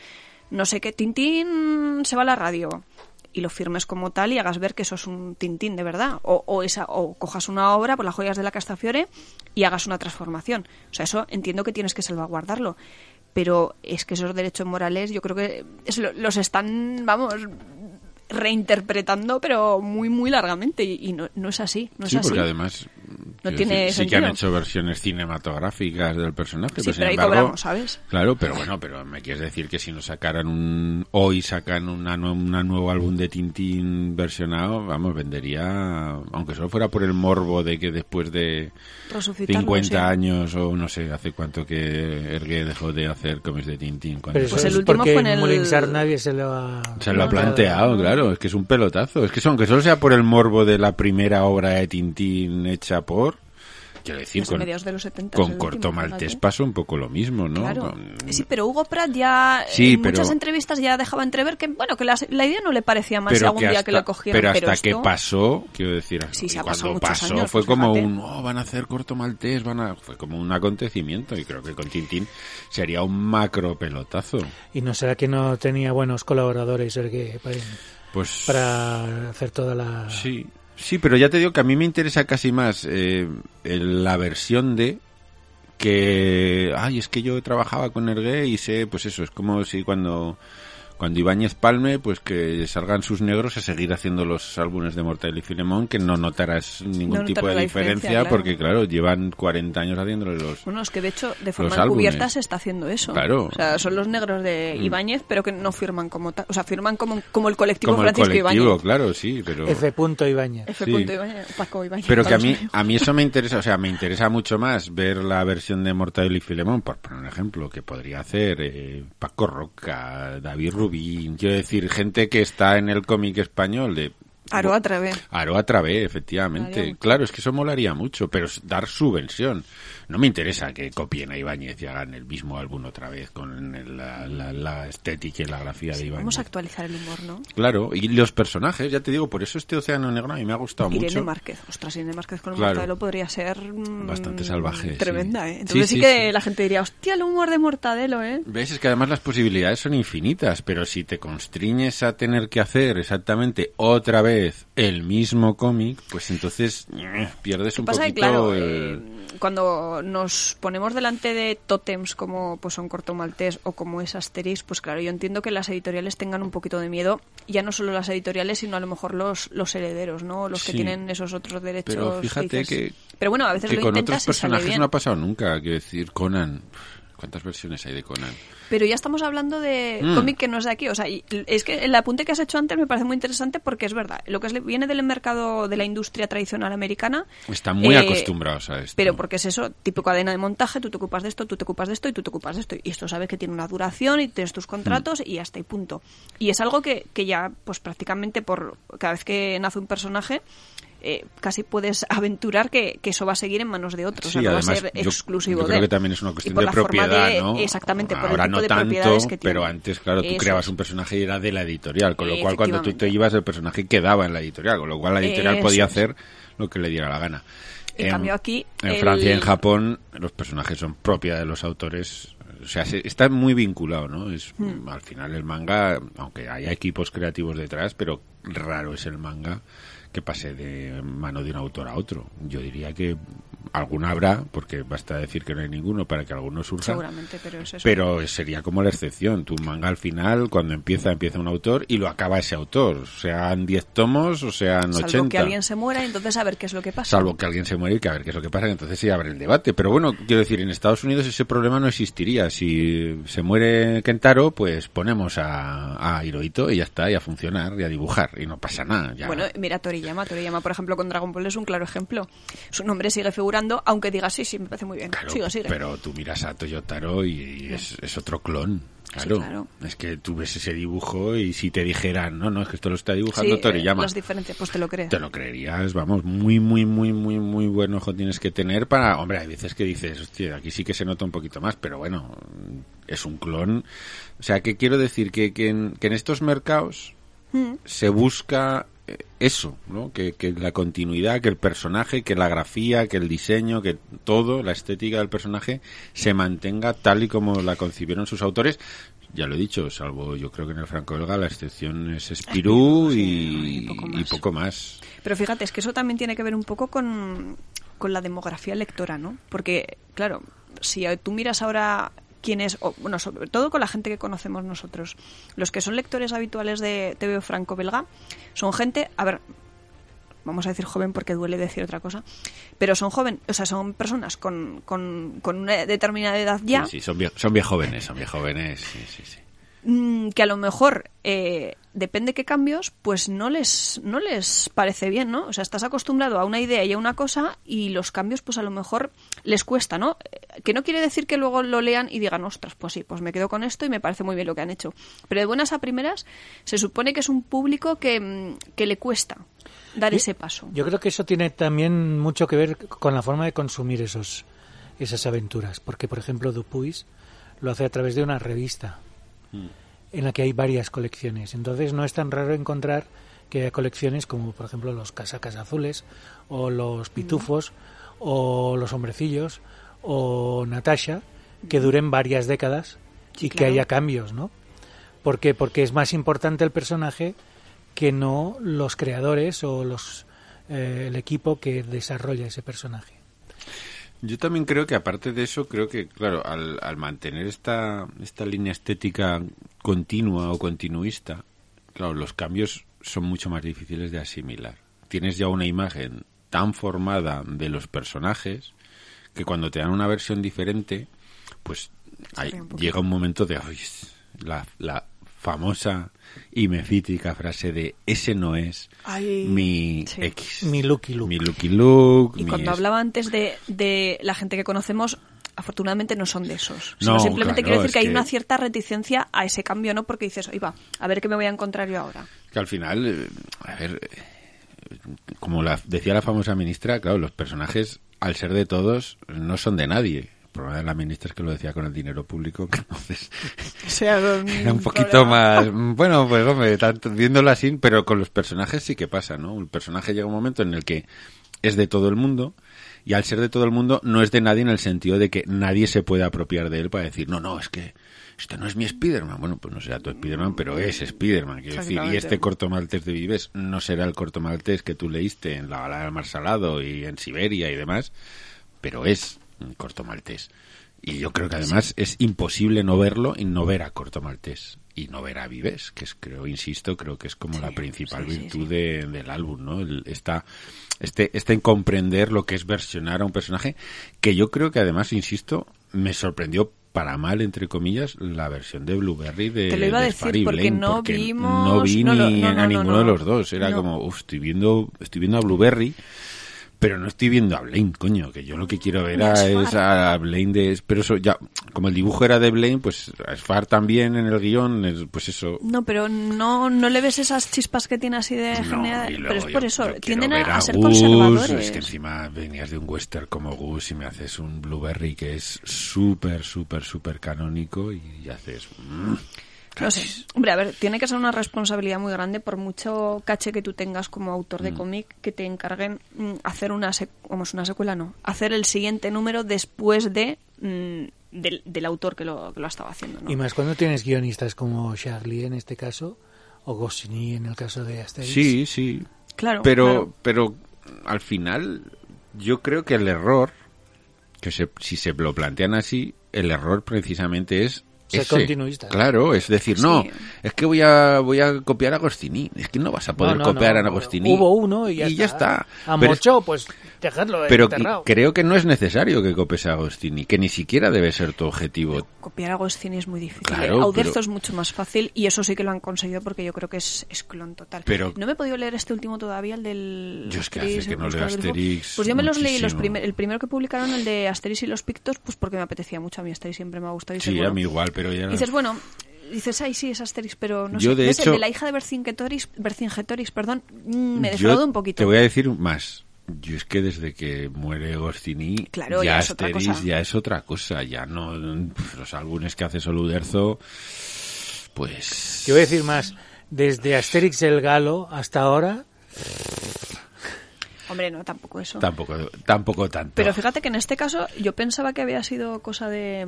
Speaker 3: no sé qué Tintín se va a la radio y lo firmes como tal y hagas ver que eso es un tintín de verdad. O, o, esa, o cojas una obra por las joyas de la Castafiore y hagas una transformación. O sea, eso entiendo que tienes que salvaguardarlo. Pero es que esos derechos morales yo creo que es lo- los están, vamos, reinterpretando, pero muy, muy largamente. Y, y no, no es así. No es
Speaker 5: sí,
Speaker 3: así.
Speaker 5: porque además mm,
Speaker 3: No
Speaker 5: Quiero
Speaker 3: tiene
Speaker 5: decir, sí que
Speaker 3: sentido.
Speaker 5: han hecho versiones cinematográficas del personaje,
Speaker 3: Sí,
Speaker 5: pero, sin
Speaker 3: pero ahí
Speaker 5: embargo,
Speaker 3: cobramos, ¿sabes?
Speaker 5: Claro, pero bueno, pero me quieres decir que si nos sacaran un hoy sacan una nue- una nuevo álbum de Tintín versionado, vamos, vendería aunque solo fuera por el morbo de que después de
Speaker 3: Resucitarlo,
Speaker 5: 50
Speaker 3: sí.
Speaker 5: años o no sé, hace cuánto que Ergue dejó de hacer cómics de Tintín. cuando
Speaker 4: Pero eso
Speaker 5: se-
Speaker 3: Pues el
Speaker 4: es
Speaker 3: último
Speaker 4: porque
Speaker 3: fue en el-
Speaker 4: Mulinsar nadie se lo ha...
Speaker 5: se lo ha planteado, claro, es que es un pelotazo. Es que son, que solo sea por el morbo de la primera obra de Tintín hecha por... Quiero decir,
Speaker 3: Desde
Speaker 5: con,
Speaker 3: mediados de los 70. es
Speaker 5: con
Speaker 3: el
Speaker 5: Corto
Speaker 3: último,
Speaker 5: Maltés
Speaker 3: fíjate.
Speaker 5: pasó un poco lo mismo, ¿no?
Speaker 3: Claro.
Speaker 5: Con-
Speaker 3: Sí, pero Hugo Pratt ya
Speaker 5: Sí,
Speaker 3: en
Speaker 5: pero-
Speaker 3: muchas entrevistas ya dejaba entrever que bueno que las- la, idea no le parecía mal si algún día que
Speaker 5: hasta-
Speaker 3: lo cogieran.
Speaker 5: pero hasta que
Speaker 3: esto-
Speaker 5: pasó, quiero decir,
Speaker 3: Sí, se
Speaker 5: y
Speaker 3: ha pasado
Speaker 5: cuando
Speaker 3: muchos
Speaker 5: pasó
Speaker 3: años,
Speaker 5: fue
Speaker 3: pues
Speaker 5: como
Speaker 3: fíjate.
Speaker 5: un, oh, van a hacer corto maltés, van a... Fue como un acontecimiento y creo que con Tintín sería un macro pelotazo.
Speaker 4: ¿Y no será que no tenía buenos colaboradores Sergei, para,
Speaker 5: Pues...
Speaker 4: para hacer toda la...
Speaker 5: Sí, sí, pero ya te digo que a mí me interesa casi más eh, el- la versión de que, ay, es que yo trabajaba con Ergué y sé, pues eso, es como si cuando cuando Ibáñez palme, pues que salgan sus negros a seguir haciendo los álbumes de Mortal y Filemón, que no notarás ningún
Speaker 3: No
Speaker 5: tipo
Speaker 3: notarás
Speaker 5: de
Speaker 3: la
Speaker 5: diferencia,
Speaker 3: diferencia, claro.
Speaker 5: porque claro, llevan 40 años haciéndole los...
Speaker 3: Bueno, es que de hecho de forma
Speaker 5: Los álbumes.
Speaker 3: encubierta se está haciendo eso.
Speaker 5: Claro. Mm.
Speaker 3: O sea, son los negros de Ibáñez, pero que no firman como tal. O sea, firman como, como el colectivo
Speaker 5: Como el
Speaker 3: Francisco
Speaker 5: colectivo,
Speaker 3: Ibáñez.
Speaker 5: claro, sí, pero...
Speaker 4: F. Ibáñez.
Speaker 3: F.
Speaker 5: Sí.
Speaker 3: Ibáñez, Paco Ibáñez.
Speaker 5: Pero que a
Speaker 3: vamos,
Speaker 5: mí,
Speaker 3: amigo.
Speaker 5: a mí eso me interesa, o sea, me interesa mucho más ver la versión de Mortadelo y Filemón, por poner un ejemplo, que podría hacer eh, Paco Roca, David Rubín, quiero decir, gente que está en el cómic español de...
Speaker 3: Aro a través.
Speaker 5: Aroa Travé, efectivamente.
Speaker 3: Molaría mucho.
Speaker 5: Claro, es que eso molaría mucho, pero es dar su versión. No me interesa que copien a Ibáñez y hagan el mismo álbum otra vez con el- la, la- la estética y la grafía de Ibáñez.
Speaker 3: Vamos a actualizar el humor, ¿no?
Speaker 5: Claro, y los personajes, ya te digo, por eso este Océano Negro a mí me ha gustado
Speaker 3: Irene
Speaker 5: mucho.
Speaker 3: Márquez. Ostras, Irene Márquez con el
Speaker 5: Claro.
Speaker 3: Mortadelo podría ser... mm,
Speaker 5: Bastante salvaje, sí.
Speaker 3: Tremenda, ¿eh?
Speaker 5: Sí,
Speaker 3: Entonces sí,
Speaker 5: sí,
Speaker 3: que
Speaker 5: sí.
Speaker 3: la gente diría, hostia, el humor de Mortadelo, ¿eh?
Speaker 5: ¿Ves? Es que además las posibilidades son infinitas, pero si te constriñes a tener que hacer exactamente otra vez el mismo cómic, pues entonces eh, pierdes un
Speaker 3: Pasa que,
Speaker 5: poquito
Speaker 3: claro,
Speaker 5: el-
Speaker 3: eh, cuando nos ponemos delante de tótems como pues son corto maltés o como es Asterix, pues claro, yo entiendo que las editoriales tengan un poquito de miedo, ya no solo las editoriales, sino a lo mejor los, los herederos, ¿no? Los que
Speaker 5: Sí.
Speaker 3: tienen esos otros derechos.
Speaker 5: Pero fíjate que-
Speaker 3: Pero bueno, a veces
Speaker 5: que
Speaker 3: lo
Speaker 5: con
Speaker 3: intentas
Speaker 5: otros
Speaker 3: y sale
Speaker 5: personajes
Speaker 3: bien.
Speaker 5: no ha pasado nunca. Quiero decir, Conan. ¿Cuántas versiones hay de Conan?
Speaker 3: Pero ya estamos hablando de
Speaker 5: Mm.
Speaker 3: cómic que no es de aquí. O sea, y es que el apunte que has hecho antes me parece muy interesante porque es verdad. Lo que es- viene del mercado de la industria tradicional americana.
Speaker 5: Están muy
Speaker 3: eh,
Speaker 5: acostumbrados a esto.
Speaker 3: Pero porque es eso, tipo cadena de montaje, tú te ocupas de esto, tú te ocupas de esto y tú te ocupas de esto. Y esto sabes que tiene una duración y tienes tus contratos
Speaker 5: Mm.
Speaker 3: y hasta y punto. Y es algo que, que ya, pues prácticamente por cada vez que nace un personaje, eh, casi puedes *laughs* aventurar que, que eso va a seguir en manos de otros.
Speaker 5: Sí,
Speaker 3: o sea, no va a
Speaker 5: además,
Speaker 3: ser
Speaker 5: yo-
Speaker 3: exclusivo
Speaker 5: yo creo
Speaker 3: de-
Speaker 5: que también es una
Speaker 3: y
Speaker 5: cuestión
Speaker 3: por
Speaker 5: de
Speaker 3: la forma
Speaker 5: propiedad,
Speaker 3: de-
Speaker 5: ¿no?
Speaker 3: Exactamente, por
Speaker 5: Ahora
Speaker 3: el tipo
Speaker 5: no
Speaker 3: de
Speaker 5: tanto,
Speaker 3: propiedades que tiene.
Speaker 5: pero antes, claro, tú
Speaker 3: Eso
Speaker 5: creabas
Speaker 3: es.
Speaker 5: un personaje y era de la editorial, con lo cual cuando tú te
Speaker 3: Efectivamente.
Speaker 5: ibas el personaje quedaba en la editorial, con lo cual la editorial
Speaker 3: Eso
Speaker 5: podía
Speaker 3: es.
Speaker 5: hacer lo que le diera la gana. Em,
Speaker 3: En cambio, aquí,
Speaker 5: en
Speaker 3: el-
Speaker 5: Francia y en Japón los personajes son propiedad de los autores, o sea, se- está muy vinculado, ¿no? Es
Speaker 3: Hmm.
Speaker 5: al final el manga, aunque haya equipos creativos detrás, pero raro es el manga que pase de mano de un autor a otro. Yo diría que alguna habrá, porque basta decir que no hay ninguno para que alguno surja.
Speaker 3: Seguramente, pero es eso.
Speaker 5: Pero sería como la excepción. Tu manga al final, cuando empieza, empieza un autor y lo acaba ese autor. Sean 10 tomos o sean
Speaker 3: Salvo
Speaker 5: 80.
Speaker 3: que alguien se muera y entonces a ver qué es lo que pasa.
Speaker 5: Salvo que alguien se muere y que a ver qué es lo que pasa, que entonces sí abre el debate. Pero bueno, quiero decir, en Estados Unidos ese problema no existiría. Si se muere Kentaro, pues ponemos a, a Hirohito y ya está, y a funcionar, y a dibujar, y no pasa nada. ya.
Speaker 3: Bueno, mira Toriyama. Toriyama, por ejemplo, con Dragon Ball es un claro ejemplo. Su nombre sigue figurando, aunque diga sí, sí, me parece muy bien.
Speaker 5: Claro,
Speaker 3: sigue, sigue.
Speaker 5: Pero tú miras a Toyotaro y, y es, es otro clon. Claro.
Speaker 3: claro.
Speaker 5: Es que tú ves ese dibujo y si te dijeran, no, no, es que esto lo está
Speaker 3: Sí,
Speaker 5: dibujando
Speaker 3: eh,
Speaker 5: Toriyama.
Speaker 3: las diferencias, pues te lo crees.
Speaker 5: Te lo creerías, vamos, muy, muy, muy, muy, muy buen ojo tienes que tener para... Hombre, hay veces que dices, hostia, aquí sí que se nota un poquito más, pero bueno, es un clon. O sea, que quiero decir que, que, en, que en estos mercados se busca eh, eso, ¿no? Que, que la continuidad, que el personaje, que la grafía, que el diseño, que todo, la estética del personaje se mantenga tal y como la concibieron sus autores. Ya lo he dicho, salvo yo creo que en el franco belga la excepción es Spirou y,
Speaker 3: sí, y poco
Speaker 5: y
Speaker 3: más.
Speaker 5: poco más.
Speaker 3: Pero fíjate, es que eso también tiene que ver un poco con, con la demografía lectora, ¿no? Porque, claro, si tú miras ahora quién es, o, bueno, sobre todo con la gente que conocemos nosotros, los que son lectores habituales de TVO franco-belga, son gente, a ver, vamos a decir joven porque duele decir otra cosa, pero son joven, o sea, son personas con, con, con una determinada edad ya,
Speaker 5: Sí, sí, son bien, son bien jóvenes, son bien jóvenes. Sí, sí, sí.
Speaker 3: mm, que a lo mejor eh, depende qué cambios, pues no les, no les parece bien, ¿no? O sea, estás acostumbrado a una idea y a una cosa y los cambios, pues a lo mejor les cuesta, ¿no? Eh, Que no quiere decir que luego lo lean y digan, ostras, pues sí, pues me quedo con esto y me parece muy bien lo que han hecho. Pero de buenas a primeras, se supone que es un público que, mm, que le cuesta dar ese paso.
Speaker 4: Yo creo que eso tiene también mucho que ver con la forma de consumir esos esas aventuras, porque por ejemplo Dupuis lo hace a través de una revista en la que hay varias colecciones. Entonces no es tan raro encontrar que haya colecciones como por ejemplo los casacas azules o
Speaker 3: Mm.
Speaker 4: los pitufos o los hombrecillos o Natasha que duren varias décadas y que
Speaker 3: claro.
Speaker 4: haya cambios, ¿no? ¿Por qué? Porque es más importante el personaje que no los creadores o los eh, el equipo que desarrolla ese personaje.
Speaker 5: Yo también creo que aparte de eso, creo que, claro, al, al mantener esta, esta línea estética continua o continuista, claro, los cambios son mucho más difíciles de asimilar. Tienes ya una imagen tan formada de los personajes que cuando te dan una versión diferente, pues ahí
Speaker 3: pierde un poquito.
Speaker 5: llega un momento de "Ay, la, la famosa y mefítica frase de ese no es
Speaker 3: Ay,
Speaker 5: mi
Speaker 3: sí.
Speaker 5: X.
Speaker 4: Mi Lucky Luke.
Speaker 5: Mi Lucky Luke.
Speaker 3: Y
Speaker 5: mi
Speaker 3: cuando
Speaker 5: es-
Speaker 3: hablaba antes de, de la gente que conocemos, afortunadamente no son de esos. Sino
Speaker 5: No,
Speaker 3: simplemente
Speaker 5: claro,
Speaker 3: quiero decir
Speaker 5: es
Speaker 3: que hay
Speaker 5: que-
Speaker 3: una cierta reticencia a ese cambio, ¿no? Porque dices, oiga, a ver qué me voy a encontrar yo ahora.
Speaker 5: Que al final, eh, a ver, eh, como la, decía la famosa ministra, claro, los personajes, al ser de todos, no son de nadie. El problema de la ministra es que lo decía con el dinero público, *laughs* que entonces era un poquito más... Bueno, pues hombre, tanto, viéndolo así, pero con los personajes sí que pasa, ¿no? Un personaje llega un momento en el que es de todo el mundo y al ser de todo el mundo no es de nadie en el sentido de que nadie se puede apropiar de él para decir, no, no, es que este no es mi Spiderman. Bueno, pues no será tu Spiderman, pero es Spiderman. Quiero decir, y
Speaker 3: Exactamente.
Speaker 5: este corto maltés de Vives no será el corto maltés que tú leíste en la balada del mar salado y en Siberia y demás, pero es un corto maltés. Y yo creo que además es imposible no verlo y no ver a corto maltés y no ver a Vives, que es, creo, insisto, creo que es como la principal
Speaker 3: sí, sí,
Speaker 5: virtud de- del álbum, ¿no? El- esta, este, este en comprender lo que es versionar a un personaje, que yo creo que además, insisto, me sorprendió para mal, entre comillas, la versión de Blueberry de,
Speaker 3: Te lo iba a
Speaker 5: de
Speaker 3: decir,
Speaker 5: Spary
Speaker 3: porque
Speaker 5: Blaine,
Speaker 3: no
Speaker 5: porque
Speaker 3: vimos-
Speaker 5: no vi
Speaker 3: no lo-
Speaker 5: ni
Speaker 3: no,
Speaker 5: a
Speaker 3: no, no,
Speaker 5: ninguno
Speaker 3: no.
Speaker 5: de los dos. Era
Speaker 3: No.
Speaker 5: como, "Uf, estoy viendo, estoy viendo a Blueberry, pero no estoy viendo a Blaine, coño, que yo lo que quiero ver a- es a Blaine de... Pero eso ya, como el dibujo era de Blaine, pues a Sfar también en el guión, es- pues eso...
Speaker 3: No, pero no, no le ves esas chispas que tiene así de
Speaker 5: No,
Speaker 3: genial.
Speaker 5: y luego
Speaker 3: Pero es
Speaker 5: yo-
Speaker 3: por eso,
Speaker 5: yo quiero
Speaker 3: tienden
Speaker 5: ver
Speaker 3: a, a ser
Speaker 5: Gus,
Speaker 3: conservadores.
Speaker 5: Es que encima venías de un western como Gus y me haces un blueberry que es súper, súper, súper canónico y haces... mm,
Speaker 3: No sé. Hombre, a ver, tiene que ser una responsabilidad muy grande por mucho caché que tú tengas como autor de cómic que te encarguen mm, hacer una, sec- vamos, una secuela, no, hacer el siguiente número después de mm, del, del autor que lo, que lo ha estado haciendo. ¿no?
Speaker 4: Y más cuando tienes guionistas como Charlie en este caso, o Goscinny en el caso de Asterix.
Speaker 5: Sí, sí.
Speaker 3: Claro,
Speaker 5: Pero,
Speaker 3: claro.
Speaker 5: pero al final yo creo que el error, que se- si se lo plantean así, el error precisamente es...
Speaker 4: Ser
Speaker 5: ese.
Speaker 4: continuista.
Speaker 5: Claro, es decir, no,
Speaker 3: Sí.
Speaker 5: es que voy a voy a copiar a Agostini, es que no vas a poder
Speaker 4: No, no,
Speaker 5: copiar
Speaker 4: no,
Speaker 5: a
Speaker 4: no.
Speaker 5: Agostini.
Speaker 4: Hubo uno y ya está. A
Speaker 5: Pero es-
Speaker 4: Mocho, pues dejarlo
Speaker 5: Pero
Speaker 4: enterrado.
Speaker 5: creo que no es necesario que copes a Agostini, que ni siquiera debe ser tu objetivo.
Speaker 3: Copiar a Goscinny es muy difícil.
Speaker 5: Claro,
Speaker 3: Auderzo
Speaker 5: pero-
Speaker 3: es mucho más fácil y eso sí que lo han conseguido porque yo creo que es, es clon total.
Speaker 5: Pero-
Speaker 3: no me he podido leer este último todavía, el del.
Speaker 5: Yo es que hace que no
Speaker 3: el
Speaker 5: leo
Speaker 3: Buscador del
Speaker 5: Asterix
Speaker 3: Grupo. Pues yo me los leí, los
Speaker 5: muchísimo.
Speaker 3: primer- el primero que publicaron, el de Asterix y los Pictos, pues porque me apetecía mucho. A mí Asterix siempre me ha gustado. Y
Speaker 5: Sí,
Speaker 3: dices,
Speaker 5: a mí
Speaker 3: bueno,
Speaker 5: igual, pero ya...
Speaker 3: Y dices, bueno, dices, ay, sí, es Asterix, pero no
Speaker 5: Yo,
Speaker 3: sé.
Speaker 5: de
Speaker 3: ¿Ves?
Speaker 5: hecho-
Speaker 3: el de la hija de Vercingetorix, Vercingetorix perdón, mm, me defraudó
Speaker 5: Yo
Speaker 3: un poquito.
Speaker 5: Te voy a decir más. Yo es que desde que muere Agostini,
Speaker 3: Claro,
Speaker 5: ya,
Speaker 3: ya es otra
Speaker 5: Asterix
Speaker 3: cosa.
Speaker 5: ya es otra cosa. Ya no... pf, Los álbumes que hace Soluderzo, pues...
Speaker 4: Yo voy a decir más. Desde Asterix el Galo hasta ahora,
Speaker 3: Hombre, no, tampoco eso.
Speaker 5: Tampoco, tampoco tanto.
Speaker 3: Pero fíjate que en este caso yo pensaba que había sido cosa de,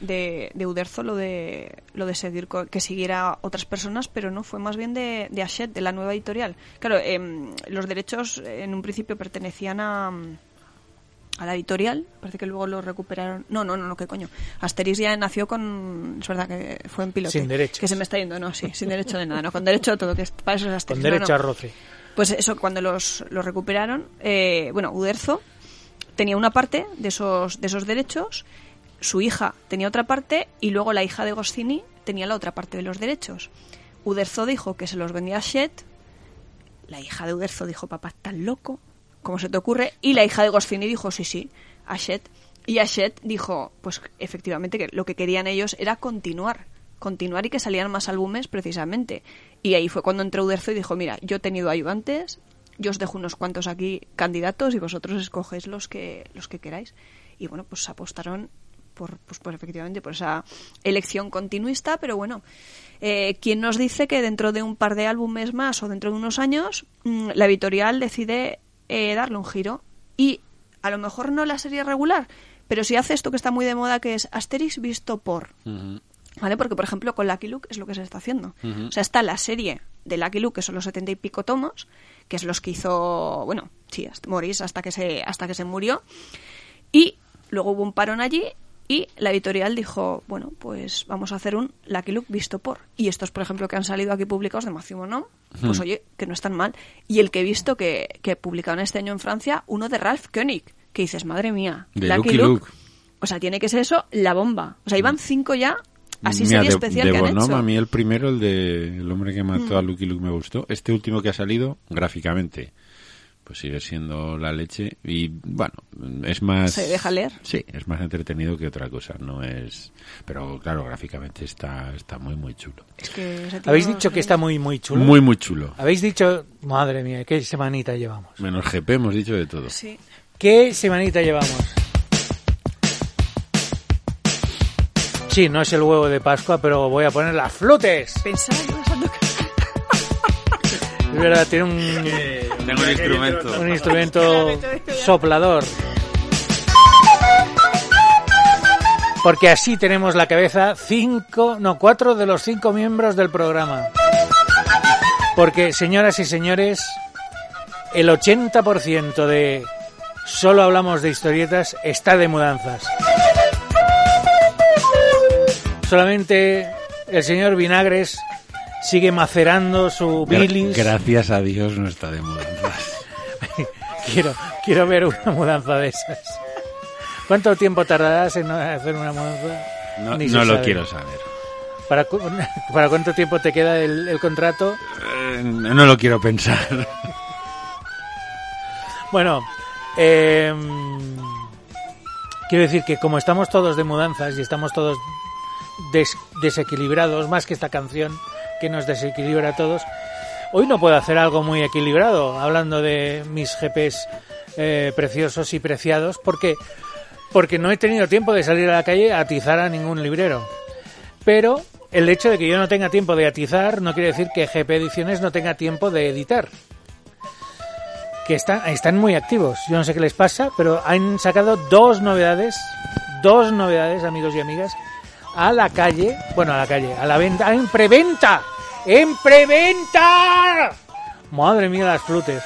Speaker 3: de, de Uderzo lo de, lo de seguir co- que siguiera otras personas, pero no, fue más bien de, de Hachette, de la nueva editorial. Claro, em, los derechos eh, en un principio pertenecían a, a la editorial, parece que luego lo recuperaron. No, no, no, no, qué coño. Asterix ya nació con. Es verdad que fue en piloto.
Speaker 4: Sin derechos.
Speaker 3: Que se me está yendo, no, sí, sin derecho de nada, no, con derecho a todo, que es- para eso es Asterix.
Speaker 4: con
Speaker 3: no,
Speaker 4: derecho
Speaker 3: no.
Speaker 4: a roce.
Speaker 3: Pues eso, cuando los, los recuperaron, eh, bueno, Uderzo tenía una parte de esos, de esos derechos, su hija tenía otra parte y luego la hija de Goscinny tenía la otra parte de los derechos. Uderzo dijo que se los vendía a Shed, la hija de Uderzo dijo, papá, estás loco, ¿cómo se te ocurre? Y la hija de Goscinny dijo, sí, sí, a Shed. Y Ashet dijo, pues efectivamente, que lo que querían ellos era continuar, continuar y que salieran más álbumes precisamente. Y ahí fue cuando entró Uderzo y dijo, mira, yo he tenido ayudantes, yo os dejo unos cuantos aquí candidatos y vosotros escogéis los que, los que queráis. Y bueno, pues apostaron por, pues, por efectivamente por esa elección continuista, pero bueno, eh, ¿quién nos dice que dentro de un par de álbumes más o dentro de unos años mm, la editorial decide eh, darle un giro? Y a lo mejor no la serie regular, pero si hace esto que está muy de moda, que es Asterix visto por. ¿Vale? Porque, por ejemplo, con Lucky Luke es lo que se está haciendo. O sea, está la serie de Lucky Luke, que son los setenta y pico tomos, que es los que hizo, bueno, sí, hasta, Morís hasta que, se, hasta que se murió. Y luego hubo un parón allí y la editorial dijo, bueno, pues vamos a hacer un Lucky Luke visto por. Y estos, por ejemplo, que han salido aquí publicados de Máximo No, pues oye, que no están mal. Y el que he visto que, que publicaron este año en Francia, uno de Ralph Koenig, que dices, madre mía,
Speaker 5: De
Speaker 3: Lucky,
Speaker 5: Lucky
Speaker 3: Luke.
Speaker 5: Luke.
Speaker 3: O sea, tiene que ser eso la bomba. O sea, iban cinco ya, así
Speaker 5: Mira,
Speaker 3: sería
Speaker 5: de-
Speaker 3: especial
Speaker 5: de
Speaker 3: que han
Speaker 5: Bonhomme,
Speaker 3: hecho. Mm.
Speaker 5: a mí el primero, el de El hombre que mató a Lucky Luke, me gustó. Este último que ha salido, gráficamente, pues sigue siendo la leche. Y bueno, es más.
Speaker 3: Se deja leer.
Speaker 5: Sí, es más entretenido que otra cosa. No es. Pero claro, gráficamente está, está muy, muy chulo.
Speaker 3: Es que ese tío
Speaker 4: Habéis
Speaker 3: no
Speaker 4: dicho
Speaker 3: sé.
Speaker 4: que está muy, muy chulo.
Speaker 5: Muy, muy chulo.
Speaker 4: Habéis dicho, madre mía, qué semanita llevamos.
Speaker 5: Menos GP, hemos dicho de todo.
Speaker 3: Sí.
Speaker 4: ¿Qué semanita llevamos? Sí, no es el huevo de Pascua, pero voy a poner las flutes.
Speaker 3: Pensaba que ibas a tocar.
Speaker 4: Es verdad, tiene un
Speaker 5: Tengo el instrumento.
Speaker 4: un instrumento soplador. Porque así tenemos la cabeza cinco, no, cuatro de los cinco miembros del programa. Porque, señoras y señores, el 80% de Solo hablamos de historietas está de mudanzas. Solamente el señor Vinagres sigue macerando su bilis.
Speaker 5: Gracias a Dios no está de mudanzas.
Speaker 4: Quiero, quiero ver una mudanza de esas. ¿Cuánto tiempo tardarás en hacer una mudanza?
Speaker 5: No,
Speaker 4: Ni se
Speaker 5: no lo
Speaker 4: sabe.
Speaker 5: quiero saber.
Speaker 4: ¿Para, cu- *laughs* para cuánto tiempo te queda el, el contrato?
Speaker 5: Eh, no lo quiero pensar.
Speaker 4: *laughs* Bueno, eh, quiero decir que como estamos todos de mudanzas y estamos todos des- desequilibrados, más que esta canción que nos desequilibra a todos, hoy no puedo hacer algo muy equilibrado, hablando de mis GPs eh, preciosos y preciados, porque, porque no he tenido tiempo de salir a la calle a atizar a ningún librero. Pero el hecho de que yo no tenga tiempo de atizar no quiere decir que GP Ediciones no tenga tiempo de editar. que están, están muy activos. Yo no sé qué les pasa, pero han sacado dos novedades, dos novedades, amigos y amigas, a la calle, bueno, a la calle, a la venta, en preventa, en preventa. Madre mía, las flutes.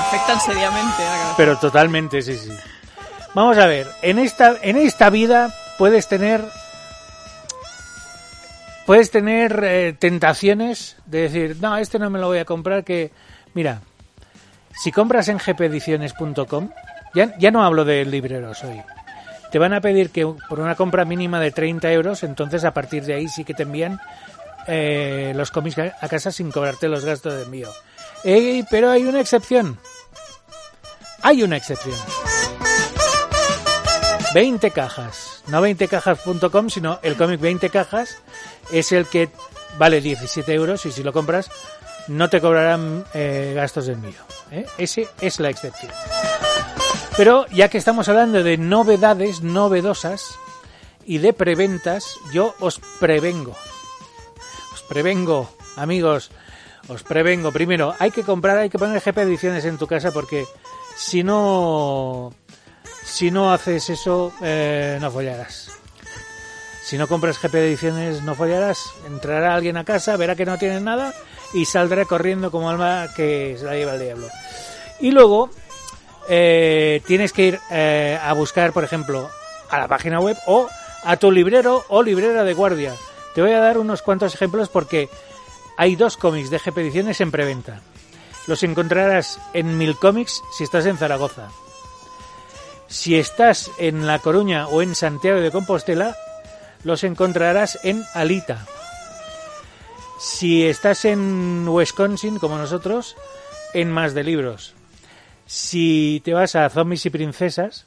Speaker 3: Afectan seriamente la cabeza.
Speaker 4: Pero totalmente, sí, sí. Vamos a ver, en esta, en esta vida puedes tener. Puedes tener eh, tentaciones de decir, no, este no me lo voy a comprar, que. Mira, si compras en gpediciones.com, ya, ya no hablo de libreros hoy. Te van a pedir que por una compra mínima de 30 euros, entonces a partir de ahí sí que te envían eh, los cómics a casa sin cobrarte los gastos de envío. Ey, pero hay una excepción. Hay una excepción. 20 cajas. No 20cajas.com, sino el cómic 20 cajas es el que vale 17 euros y si lo compras no te cobrarán eh, gastos de envío. ¿eh? Ese es la excepción. Pero ya que estamos hablando de novedades novedosas y de preventas, yo os prevengo. Os prevengo, amigos. Os prevengo. Primero, hay que comprar, hay que poner GP Ediciones en tu casa porque si no. Si no haces eso, eh, no follarás. Si no compras GP Ediciones, no follarás. Entrará alguien a casa, verá que no tienen nada y saldrá corriendo como alma que se la lleva el diablo. Y luego, eh, tienes que ir eh, a buscar, por ejemplo, a la página web o a tu librero o librera de guardia. Te voy a dar unos cuantos ejemplos porque hay dos cómics de GP Ediciones en preventa. Los encontrarás en Mil Comics si estás en Zaragoza. Si estás en La Coruña o en Santiago de Compostela, los encontrarás en Alita. Si estás en Wisconsin, como nosotros, en Más de Libros. Si te vas a Zombies y Princesas,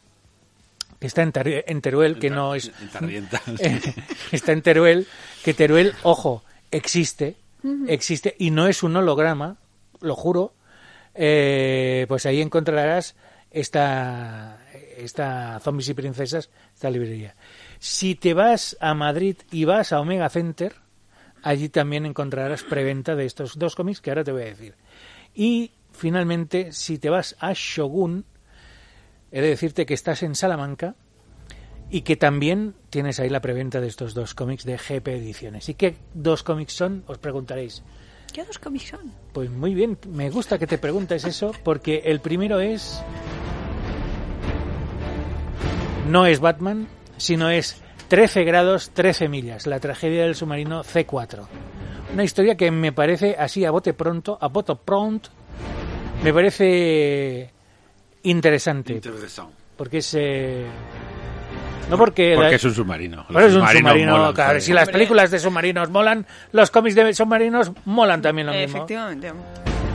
Speaker 4: que está en, Tar- en Teruel, que no es...
Speaker 5: En Tarrienta.
Speaker 4: Eh. *laughs* está en Teruel, que Teruel, ojo, existe, existe, y no es un holograma, lo juro, eh, pues ahí encontrarás esta, esta Zombies y Princesas, esta librería. Si te vas a Madrid y vas a Omega Center, allí también encontrarás preventa de estos dos cómics que ahora te voy a decir. Y finalmente, si te vas a Shogun, he de decirte que estás en Salamanca y que también tienes ahí la preventa de estos dos cómics de GP Ediciones. ¿Y qué dos cómics son? Os preguntaréis.
Speaker 3: ¿Qué dos comisión?
Speaker 4: Pues muy bien, me gusta que te preguntes eso porque el primero es... No es Batman, sino es 13 grados, 13 millas, la tragedia del submarino C4. Una historia que me parece así a bote pronto, a bote pronto, me parece interesante.
Speaker 5: Interesante.
Speaker 4: Porque es... eh, No porque...
Speaker 5: Porque es un submarino.
Speaker 4: ¿eh? Pero es un
Speaker 5: Submarino
Speaker 4: submarino,
Speaker 5: mola,
Speaker 4: claro.
Speaker 5: joder.
Speaker 4: Si las
Speaker 3: Hombre.
Speaker 4: películas de submarinos molan, los cómics de submarinos molan también lo mismo.
Speaker 3: Efectivamente.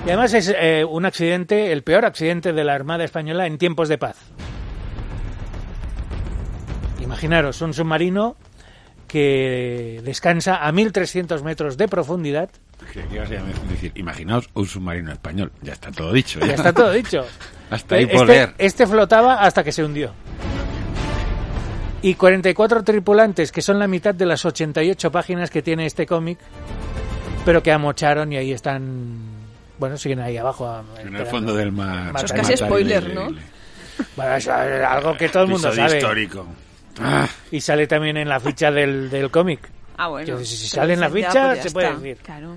Speaker 4: Y además es eh, un accidente, el peor accidente de la Armada Española en tiempos de paz. Imaginaros un submarino que descansa a 1.300 metros de profundidad.
Speaker 5: Creía que ibas a decir, imaginaos un submarino español. Ya está todo dicho. ¿eh?
Speaker 4: Ya está todo dicho.
Speaker 5: *laughs* Hasta ahí
Speaker 4: este,
Speaker 5: por leer.
Speaker 4: este flotaba hasta que se hundió. Y 44 tripulantes, que son la mitad de las 88 páginas que tiene este cómic, pero que amocharon y ahí están... Bueno, siguen ahí abajo. a-
Speaker 5: En el
Speaker 4: esperando.
Speaker 5: fondo del mar.
Speaker 4: Eso es
Speaker 3: casi
Speaker 5: Matar
Speaker 3: spoiler,
Speaker 5: inelegible.
Speaker 3: ¿no?
Speaker 4: Bueno, eso es algo que todo el mundo
Speaker 5: Episodio
Speaker 4: sabe.
Speaker 5: histórico. Ah,
Speaker 4: Y sale también en la ficha del, del cómic.
Speaker 3: Ah, bueno.
Speaker 4: Que si- si
Speaker 3: Pero
Speaker 4: sale en la
Speaker 3: dices, ya,
Speaker 4: ficha,
Speaker 3: pues ya
Speaker 4: se puede
Speaker 3: está.
Speaker 4: decir.
Speaker 3: Claro.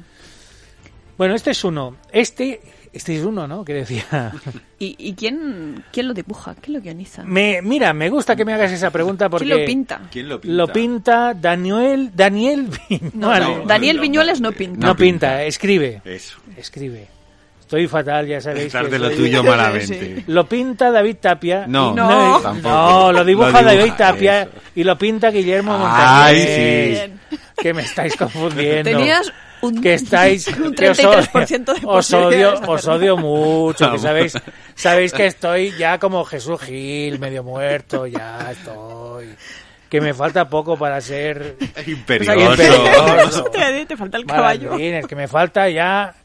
Speaker 4: Bueno, este es uno. Este, este es uno, ¿no? Que
Speaker 5: *laughs*
Speaker 4: decía.
Speaker 3: ¿Y, y quién, quién lo dibuja? ¿Quién lo guioniza?
Speaker 4: Me, mira, me gusta que me hagas esa pregunta porque.
Speaker 3: ¿Quién lo pinta?
Speaker 5: ¿Quién lo pinta?
Speaker 4: Lo pinta Daniel. Daniel Viñuales.
Speaker 5: No,
Speaker 4: No,
Speaker 3: Daniel Viñuales no pinta.
Speaker 5: no
Speaker 4: pinta,
Speaker 5: pinta.
Speaker 4: escribe.
Speaker 5: Eso.
Speaker 4: Escribe. Estoy fatal, ya sabéis.
Speaker 5: Estás
Speaker 4: que
Speaker 5: de lo
Speaker 4: soy-
Speaker 5: tuyo malamente.
Speaker 4: Lo pinta David Tapia.
Speaker 5: No,
Speaker 4: Y-
Speaker 3: No.
Speaker 5: tampoco.
Speaker 4: No, lo dibuja,
Speaker 5: Lo dibuja,
Speaker 4: David Tapia
Speaker 5: eso.
Speaker 4: y lo pinta Guillermo
Speaker 5: Ay,
Speaker 4: Montañés.
Speaker 5: sí.
Speaker 4: Que me estáis confundiendo.
Speaker 3: Tenías un,
Speaker 4: que estáis
Speaker 3: un
Speaker 4: que os
Speaker 3: 33%
Speaker 4: odio,
Speaker 3: de
Speaker 4: os odio,
Speaker 3: posibilidades de
Speaker 4: os
Speaker 3: hacerlo.
Speaker 4: odio mucho, que
Speaker 5: Vamos.
Speaker 4: sabéis, sabéis que estoy ya como Jesús Gil, medio muerto, ya estoy. Que me falta poco para ser Pues
Speaker 5: *laughs* Imperioso.
Speaker 3: *laughs* te, te falta el caballo.
Speaker 4: malandrines, que me falta ya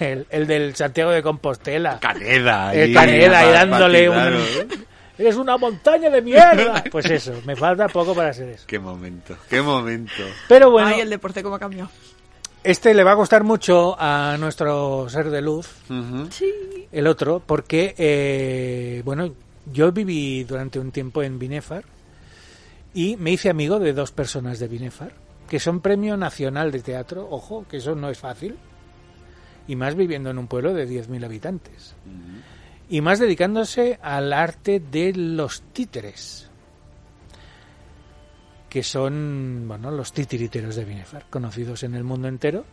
Speaker 4: el, el del Santiago de Compostela.
Speaker 5: Caneda. ahí,
Speaker 4: El Eh, Caneda ahí
Speaker 5: pa-
Speaker 4: dándole
Speaker 5: patinado.
Speaker 4: un Eres una montaña de
Speaker 5: *laughs*
Speaker 4: mierda. Pues eso, me falta poco para ser eso.
Speaker 5: Qué momento, qué momento.
Speaker 4: Pero bueno,
Speaker 3: Ay, el deporte cómo ha cambiado.
Speaker 4: este le va a gustar mucho a nuestro ser de luz.
Speaker 5: Ujú.
Speaker 4: el otro, porque, eh, bueno, yo viví durante un tiempo en Binefar y me hice amigo de dos personas de Binefar, que son premio nacional de teatro, ojo, que eso no es fácil, y más viviendo en un pueblo de 10.000 habitantes, y más dedicándose al arte de los títeres, que son, bueno, los titiriteros de Binefar, conocidos en el mundo entero,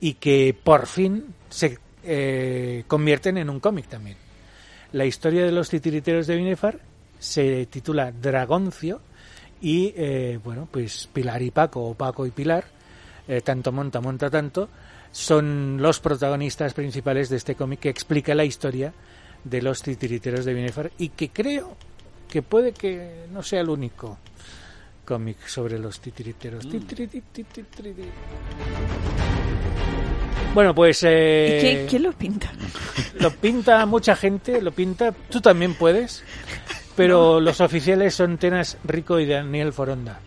Speaker 4: y que por fin se eh, convierten en un cómic también. La historia de los titiriteros de Binefar se titula Dragoncio y, eh, bueno, pues Pilar y Paco, o Paco y Pilar, eh, tanto monta, monta tanto, son los protagonistas principales de este cómic que explica la historia de los titiriteros de Binefar y que creo que puede que no sea el único cómic sobre los titiriteros. Titiriti, titiriti. Bueno, pues...
Speaker 3: ¿Y
Speaker 4: Eh,
Speaker 3: quién, quién lo pinta?
Speaker 4: lo pinta mucha gente, lo pinta. Tú también puedes. Pero los oficiales son Tenas Rico y Daniel Foronda.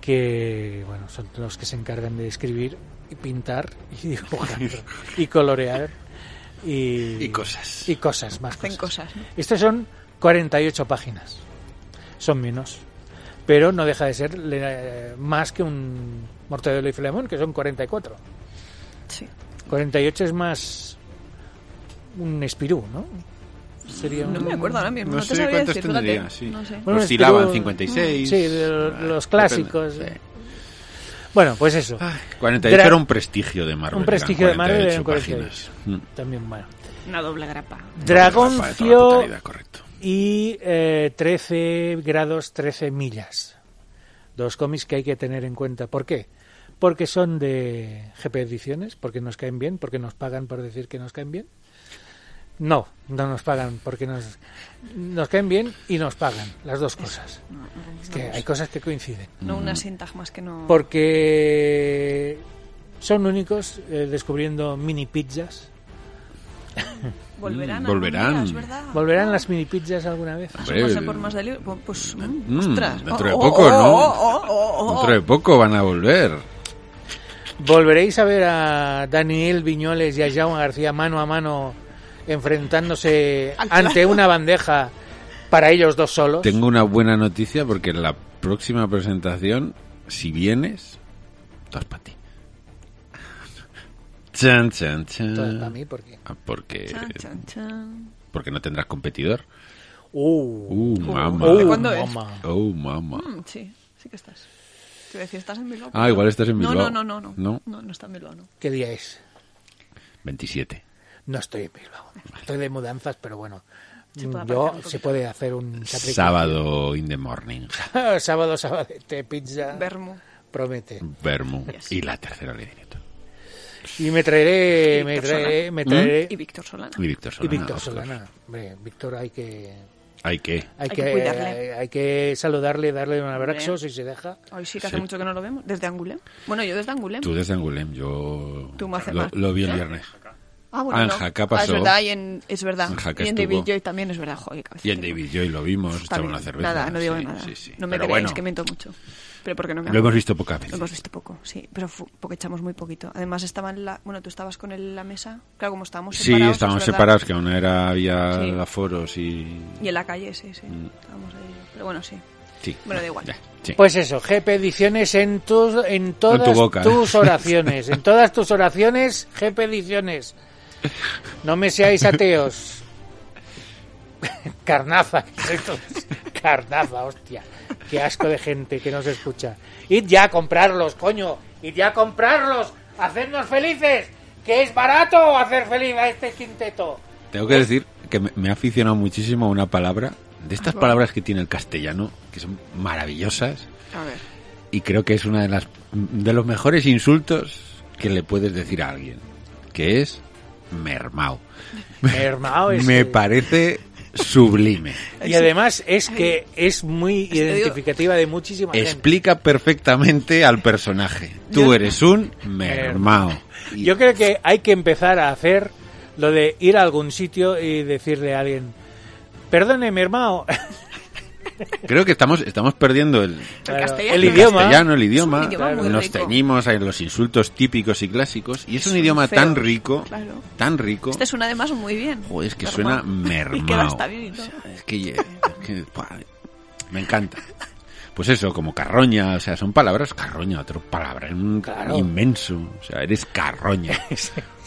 Speaker 4: Que, bueno, son los que se encargan de escribir y pintar y dibujar y colorear y,
Speaker 5: Y cosas.
Speaker 4: Y cosas, más
Speaker 3: Hacen cosas. ¿no?
Speaker 4: Estas son 48 páginas. Son menos. Pero no deja de ser eh, más que un Mortadelo y Filemón, que son 44.
Speaker 3: Sí.
Speaker 4: 48 es más un espirú, ¿no? Sería
Speaker 3: No
Speaker 4: un-
Speaker 3: me acuerdo ahora mismo. No,
Speaker 5: No
Speaker 3: te
Speaker 5: sé
Speaker 3: sabía
Speaker 5: cuántos
Speaker 3: decir. fíjate.
Speaker 5: tendría, sí.
Speaker 3: No sé.
Speaker 4: Bueno,
Speaker 5: Oscilaban
Speaker 4: espirú-
Speaker 5: 56.
Speaker 4: Sí, de
Speaker 5: Ah,
Speaker 4: los eh.
Speaker 5: depende.
Speaker 4: clásicos.
Speaker 3: ¿eh?
Speaker 5: Sí.
Speaker 4: Bueno, pues eso.
Speaker 3: Ah.
Speaker 5: 48
Speaker 4: Dra-
Speaker 5: era un prestigio de Marvel.
Speaker 4: Un prestigio de
Speaker 5: eran
Speaker 4: Marvel en
Speaker 5: 48
Speaker 4: 48.
Speaker 5: páginas.
Speaker 4: También bueno.
Speaker 3: Una doble grapa.
Speaker 5: Mm. Para toda la
Speaker 4: Dragoncio
Speaker 5: totalidad, correcto.
Speaker 4: y eh, 13 grados, 13 millas. Dos cómics que hay que tener en cuenta. ¿Por qué? Porque son de GP Ediciones, porque nos caen bien, porque nos pagan por decir que nos caen bien. No, no nos pagan porque nos, nos caen bien y nos pagan, las dos cosas. Es que hay cosas que coinciden.
Speaker 3: No unas sintagmas que no.
Speaker 4: Porque son únicos eh, descubriendo mini pizzas.
Speaker 3: Volverán.
Speaker 5: Mm,
Speaker 3: algún
Speaker 5: volverán.
Speaker 3: día, es verdad.
Speaker 4: ¿Volverán las mini pizzas alguna vez?
Speaker 3: Eso pasa por más de libro. Pues. mm,
Speaker 5: Mm,
Speaker 3: ostras.
Speaker 5: dentro de
Speaker 3: Oh,
Speaker 5: poco,
Speaker 3: oh,
Speaker 5: ¿no?
Speaker 3: oh, oh, oh, oh, oh.
Speaker 5: Dentro de poco van a volver.
Speaker 4: ¿Volveréis a ver a Daniel Viñoles y a Jaume García mano a mano enfrentándose ante una bandeja para ellos dos solos?
Speaker 5: Tengo una buena noticia porque en la próxima presentación, si vienes, todas
Speaker 4: *laughs*
Speaker 5: para ti. Chan, chan, chan.
Speaker 4: Todo para mí, porque...
Speaker 5: Ah, Porque,
Speaker 3: Chan, chan, chan.
Speaker 5: porque no tendrás competidor.
Speaker 4: Uh,
Speaker 5: Uh, mamá.
Speaker 3: ¿De cuándo
Speaker 4: uh,
Speaker 3: es?
Speaker 4: mamá.
Speaker 5: Oh, mamá.
Speaker 3: Mm, sí, sí que estás. Te decía, ¿estás en Bilbao?
Speaker 5: Ah, igual estás en
Speaker 3: No,
Speaker 5: Bilbao.
Speaker 3: No, no, no. No,
Speaker 5: No.
Speaker 3: no, no está en Bilbao, no.
Speaker 4: ¿Qué día es?
Speaker 5: 27.
Speaker 4: No estoy en Bilbao. Estoy de mudanzas, pero bueno.
Speaker 3: Se puede aparcar
Speaker 4: Yo,
Speaker 3: un poquito.
Speaker 4: se puede hacer un sacrificio.
Speaker 5: Sábado in the morning.
Speaker 4: *laughs* sábado, sabadete, pizza.
Speaker 3: Bermo.
Speaker 4: Promete.
Speaker 5: Vermo.
Speaker 3: Yes.
Speaker 5: Y la tercera ley de Newton.
Speaker 4: Y me traeré,
Speaker 3: Y
Speaker 4: me
Speaker 3: Víctor
Speaker 4: traeré,
Speaker 3: Solana.
Speaker 4: me traeré.
Speaker 3: Y Víctor Solana.
Speaker 5: Y Víctor
Speaker 4: Y
Speaker 5: Solana.
Speaker 4: Víctor
Speaker 5: of course.
Speaker 4: Solana. Hombre, Víctor hay que,
Speaker 5: Hay que.
Speaker 4: hay
Speaker 3: Hay
Speaker 4: que,
Speaker 3: que cuidarle.
Speaker 4: hay, hay que saludarle, darle un abrazo
Speaker 3: Hombre.
Speaker 4: si se deja.
Speaker 3: Hoy sí que hace
Speaker 5: Sí.
Speaker 3: mucho que no lo vemos. Desde Angulem. Bueno, yo desde Angulem.
Speaker 5: Tú desde Angulem, yo
Speaker 3: Tú me haces
Speaker 5: lo,
Speaker 3: mal.
Speaker 5: lo vi el viernes.
Speaker 3: Ah, bueno.
Speaker 5: Ah, en
Speaker 3: no.
Speaker 5: Jaca
Speaker 3: Ah, es
Speaker 5: pasó.
Speaker 3: verdad, y en, es verdad.
Speaker 5: En Jaca
Speaker 3: y en
Speaker 5: estuvo.
Speaker 3: David Joy también es verdad. Joder, qué cabeza
Speaker 5: Y en
Speaker 3: tengo.
Speaker 5: David Joy lo vimos,
Speaker 3: Está
Speaker 5: echamos
Speaker 3: bien.
Speaker 5: una cerveza.
Speaker 3: Nada, no digo
Speaker 5: Sí,
Speaker 3: nada.
Speaker 5: sí, sí.
Speaker 3: No me
Speaker 5: Pero
Speaker 3: creáis
Speaker 5: bueno,
Speaker 3: que miento mucho. Pero porque no me
Speaker 5: Lo hemos
Speaker 3: acuerdo.
Speaker 5: visto pocas
Speaker 3: Lo
Speaker 5: veces.
Speaker 3: hemos visto poco, sí, pero fu- porque echamos muy poquito. Además, estaba en la. Bueno, tú estabas con él en la mesa. Claro, como estábamos
Speaker 5: Sí,
Speaker 3: separados.
Speaker 5: estábamos
Speaker 3: es verdad.
Speaker 5: separados, que aún era, había
Speaker 3: Sí.
Speaker 5: aforos y...
Speaker 3: Y en la calle, sí, sí.
Speaker 5: Mm.
Speaker 3: Estábamos ahí. Pero bueno, sí.
Speaker 5: Sí.
Speaker 3: Bueno, da igual.
Speaker 5: Ya, sí.
Speaker 4: *laughs* Pues eso, GP Ediciones en tus, en todas
Speaker 5: En tu boca. ¿eh?
Speaker 4: tus oraciones, en todas tus oraciones, GP Ediciones. No me seáis ateos. *laughs* Carnaza, *laughs* ¿qué es esto? carnaza, hostia. Qué asco de gente que nos escucha. Id ya a comprarlos, coño. Id ya a comprarlos. Hacednos felices. Que es barato hacer feliz a este quinteto.
Speaker 5: Tengo que decir que me, me ha aficionado muchísimo a una palabra,
Speaker 3: Ah,
Speaker 5: de estas palabras que tiene el castellano, que son maravillosas,
Speaker 3: A ver.
Speaker 5: y creo que es una de las de los mejores insultos que le puedes decir a alguien, que es mermao.
Speaker 4: Mermao es
Speaker 5: *laughs* Me
Speaker 4: que-
Speaker 5: parece sublime.
Speaker 4: Y además es que es muy
Speaker 3: que digo-
Speaker 4: identificativa de muchísima gente.
Speaker 5: Explica perfectamente al personaje. Tú eres un mermao.
Speaker 3: Eh,
Speaker 5: Y-
Speaker 4: Yo creo que hay que empezar a hacer lo de ir a algún sitio y decirle a alguien, perdone, mi hermano, *laughs*
Speaker 5: Creo que estamos, estamos perdiendo el,
Speaker 3: El
Speaker 4: Claro,
Speaker 3: castellano.
Speaker 4: el idioma.
Speaker 5: castellano, el idioma.
Speaker 3: Es un idioma muy
Speaker 5: Nos
Speaker 3: rico.
Speaker 5: teñimos a los insultos típicos y clásicos. Y es, un
Speaker 3: un
Speaker 5: idioma
Speaker 3: feo,
Speaker 5: tan rico,
Speaker 3: claro.
Speaker 5: tan rico.
Speaker 3: Este suena además muy bien.
Speaker 5: Joder, es que
Speaker 3: Normal. *laughs*
Speaker 5: suena
Speaker 3: Y queda
Speaker 5: mermao.
Speaker 3: hasta bien y todo.
Speaker 5: O sea, es que, eh, es que, buah, me encanta. Pues eso, como carroña, o sea, son palabras carroña, otro palabra un
Speaker 4: Claro.
Speaker 5: inmenso. O sea, eres
Speaker 3: *laughs*
Speaker 5: carroña.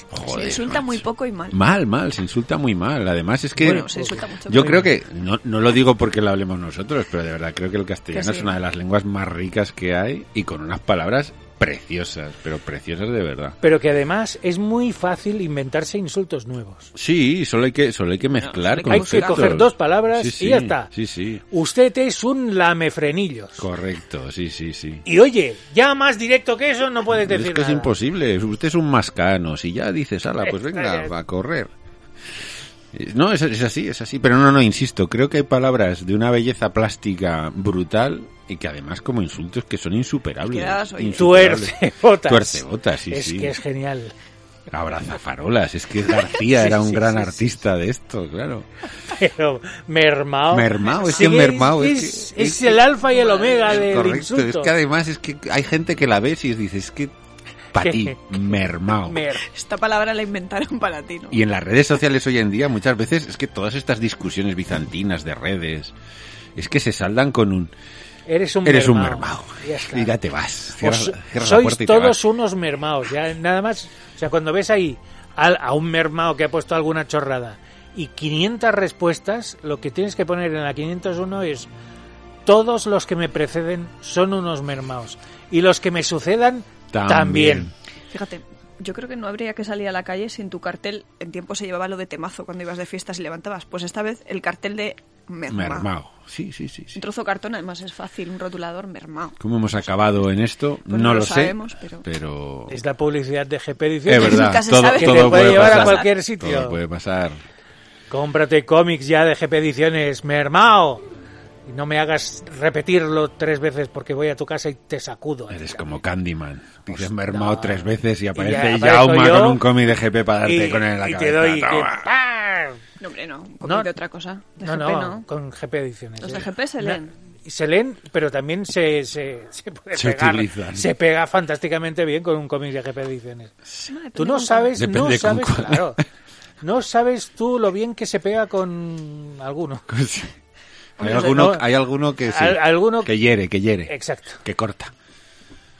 Speaker 5: Joder,
Speaker 3: se insulta
Speaker 5: macho.
Speaker 3: muy poco y mal.
Speaker 5: Mal, mal, se insulta muy mal. Además es que
Speaker 3: Bueno, se insulta mucho.
Speaker 5: yo
Speaker 3: pero-
Speaker 5: creo que, no, no lo digo porque lo hablemos nosotros, pero de verdad creo que el castellano
Speaker 3: Que sí.
Speaker 5: es una de las lenguas más ricas que hay y con unas palabras preciosas, pero preciosas de verdad.
Speaker 4: Pero que además es muy fácil inventarse insultos nuevos.
Speaker 5: Sí, solo hay que, solo hay que
Speaker 3: solo
Speaker 5: mezclar
Speaker 3: hay
Speaker 5: con
Speaker 4: hay que
Speaker 5: conceptos.
Speaker 4: coger dos palabras
Speaker 5: Sí, sí,
Speaker 4: y ya está.
Speaker 5: Sí, sí,
Speaker 4: Usted es un lamefrenillos.
Speaker 5: correcto, sí, sí, sí.
Speaker 4: y oye, ya más directo que eso no puedes
Speaker 5: Pero
Speaker 4: decir
Speaker 5: es que es
Speaker 4: nada.
Speaker 5: imposible, usted es un mascano, si ya dices, ala, pues venga, va a correr. Eh, No, es, es así, es así, pero no, no, insisto, creo que hay palabras de una belleza plástica brutal y que además como insultos que son insuperables.
Speaker 3: Quedadas, oye.
Speaker 5: insuperables.
Speaker 4: Tuercebotas.
Speaker 5: Tuercebotas, sí,
Speaker 4: es
Speaker 5: sí.
Speaker 4: que es genial. *laughs*
Speaker 5: Abrazafarolas, es que García
Speaker 4: Sí,
Speaker 5: era un
Speaker 4: sí,
Speaker 5: gran
Speaker 4: sí, sí.
Speaker 5: artista de esto, claro.
Speaker 4: Pero mermao.
Speaker 5: Mermao, es que
Speaker 4: Sigue-
Speaker 5: mermao es
Speaker 4: Es,
Speaker 5: que-
Speaker 4: es
Speaker 5: es que-
Speaker 4: el alfa y el omega
Speaker 5: Es
Speaker 4: del
Speaker 5: correcto,
Speaker 4: insulto.
Speaker 5: es que además es que hay gente que la ves y dices, es que
Speaker 4: *laughs*
Speaker 5: para ti, mermao.
Speaker 4: Mer-
Speaker 3: Esta palabra la inventaron para ti, ¿no?
Speaker 5: Y en las redes sociales hoy en día muchas veces es que todas estas discusiones bizantinas de redes es que se saldan con un
Speaker 4: Eres un
Speaker 5: eres un mermao.
Speaker 4: mermao. Ya está.
Speaker 5: Y ya te vas.
Speaker 4: Os-
Speaker 5: Cierras, cierras la
Speaker 4: sois
Speaker 5: puerta y te
Speaker 4: todos
Speaker 5: vas.
Speaker 4: unos mermaos, ya nada más. O sea, cuando ves ahí al- a, un mermao que ha puesto alguna chorrada y 500 respuestas, lo que tienes que poner en la 501 es todos los que me preceden son unos mermaos. y los que me sucedan también.
Speaker 3: Fíjate, yo creo que no habría que salir a la calle sin tu cartel. En tiempo se llevaba lo de temazo cuando ibas de fiestas y levantabas. Pues esta vez el cartel de merma.
Speaker 5: Mermao. Sí, sí, sí. sí.
Speaker 3: Un trozo de cartón además es fácil, un rotulador mermao.
Speaker 5: ¿Cómo hemos acabado en esto?
Speaker 3: Pues
Speaker 5: no
Speaker 3: no
Speaker 5: lo,
Speaker 3: lo
Speaker 5: sé.
Speaker 3: sabemos, pero-
Speaker 5: pero...
Speaker 4: Es la publicidad de GP
Speaker 5: Es
Speaker 4: Ediciones.
Speaker 5: verdad,
Speaker 3: Nunca se
Speaker 5: todo,
Speaker 3: sabe.
Speaker 5: todo
Speaker 4: Que te puede llevar a
Speaker 5: pasar.
Speaker 4: cualquier sitio.
Speaker 5: Todo puede pasar.
Speaker 4: *laughs* Cómprate cómics ya de GP Ediciones, mermao. Y no me hagas repetirlo tres veces porque voy a tu casa y te sacudo.
Speaker 5: Eres como Candyman.
Speaker 4: Pues
Speaker 5: Dices mermao tres veces y aparece
Speaker 4: aparezco
Speaker 5: Yauma
Speaker 4: yo
Speaker 5: con un cómic de GP para darte
Speaker 4: Y,
Speaker 5: con él en la
Speaker 4: y
Speaker 5: cabeza.
Speaker 4: te doy... que-
Speaker 5: Toma.
Speaker 4: ¡Pam!
Speaker 3: No, hombre, no. Un
Speaker 4: No.
Speaker 3: de otra cosa. De
Speaker 4: No,
Speaker 3: GP,
Speaker 4: no,
Speaker 3: no.
Speaker 4: con GP Ediciones.
Speaker 3: Los
Speaker 4: sí.
Speaker 3: de GP se
Speaker 4: No,
Speaker 3: leen.
Speaker 4: se leen, pero también se, se, se puede
Speaker 5: Se
Speaker 4: pegar.
Speaker 5: utilizan.
Speaker 4: Se pega fantásticamente bien con un cómic de GP Ediciones.
Speaker 3: depende
Speaker 4: Tú no
Speaker 3: con
Speaker 4: sabes, no
Speaker 5: Depende con
Speaker 4: sabes,
Speaker 5: *laughs* cuál.
Speaker 4: claro. No sabes tú lo bien que se pega con alguno.
Speaker 5: *laughs* Hay
Speaker 4: Hombre,
Speaker 5: alguno,
Speaker 4: no.
Speaker 5: hay alguno que sí,
Speaker 4: Al- alguno-
Speaker 5: que hiere, que hiere,
Speaker 4: Exacto.
Speaker 5: que corta.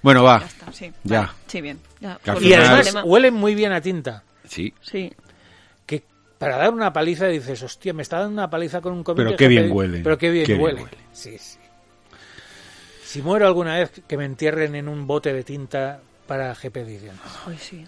Speaker 5: Bueno, va.
Speaker 3: Ya está, sí.
Speaker 5: Ya.
Speaker 3: Vale, Sí, bien. Ya.
Speaker 5: Que al
Speaker 4: Y
Speaker 3: Volvemos al
Speaker 4: además
Speaker 3: tema.
Speaker 4: huelen muy bien a tinta.
Speaker 5: Sí,
Speaker 3: Sí.
Speaker 4: Que para dar una paliza dices, hostia, me está dando una paliza con un cómic.
Speaker 5: Pero
Speaker 4: de
Speaker 5: qué
Speaker 4: GP,
Speaker 5: bien huelen.
Speaker 4: Pero qué bien
Speaker 5: Qué bien
Speaker 4: huelen.
Speaker 5: huelen.
Speaker 4: Sí, sí. Si muero alguna vez, que me entierren en un bote de tinta para GP Ediciones.
Speaker 3: Ay, sí.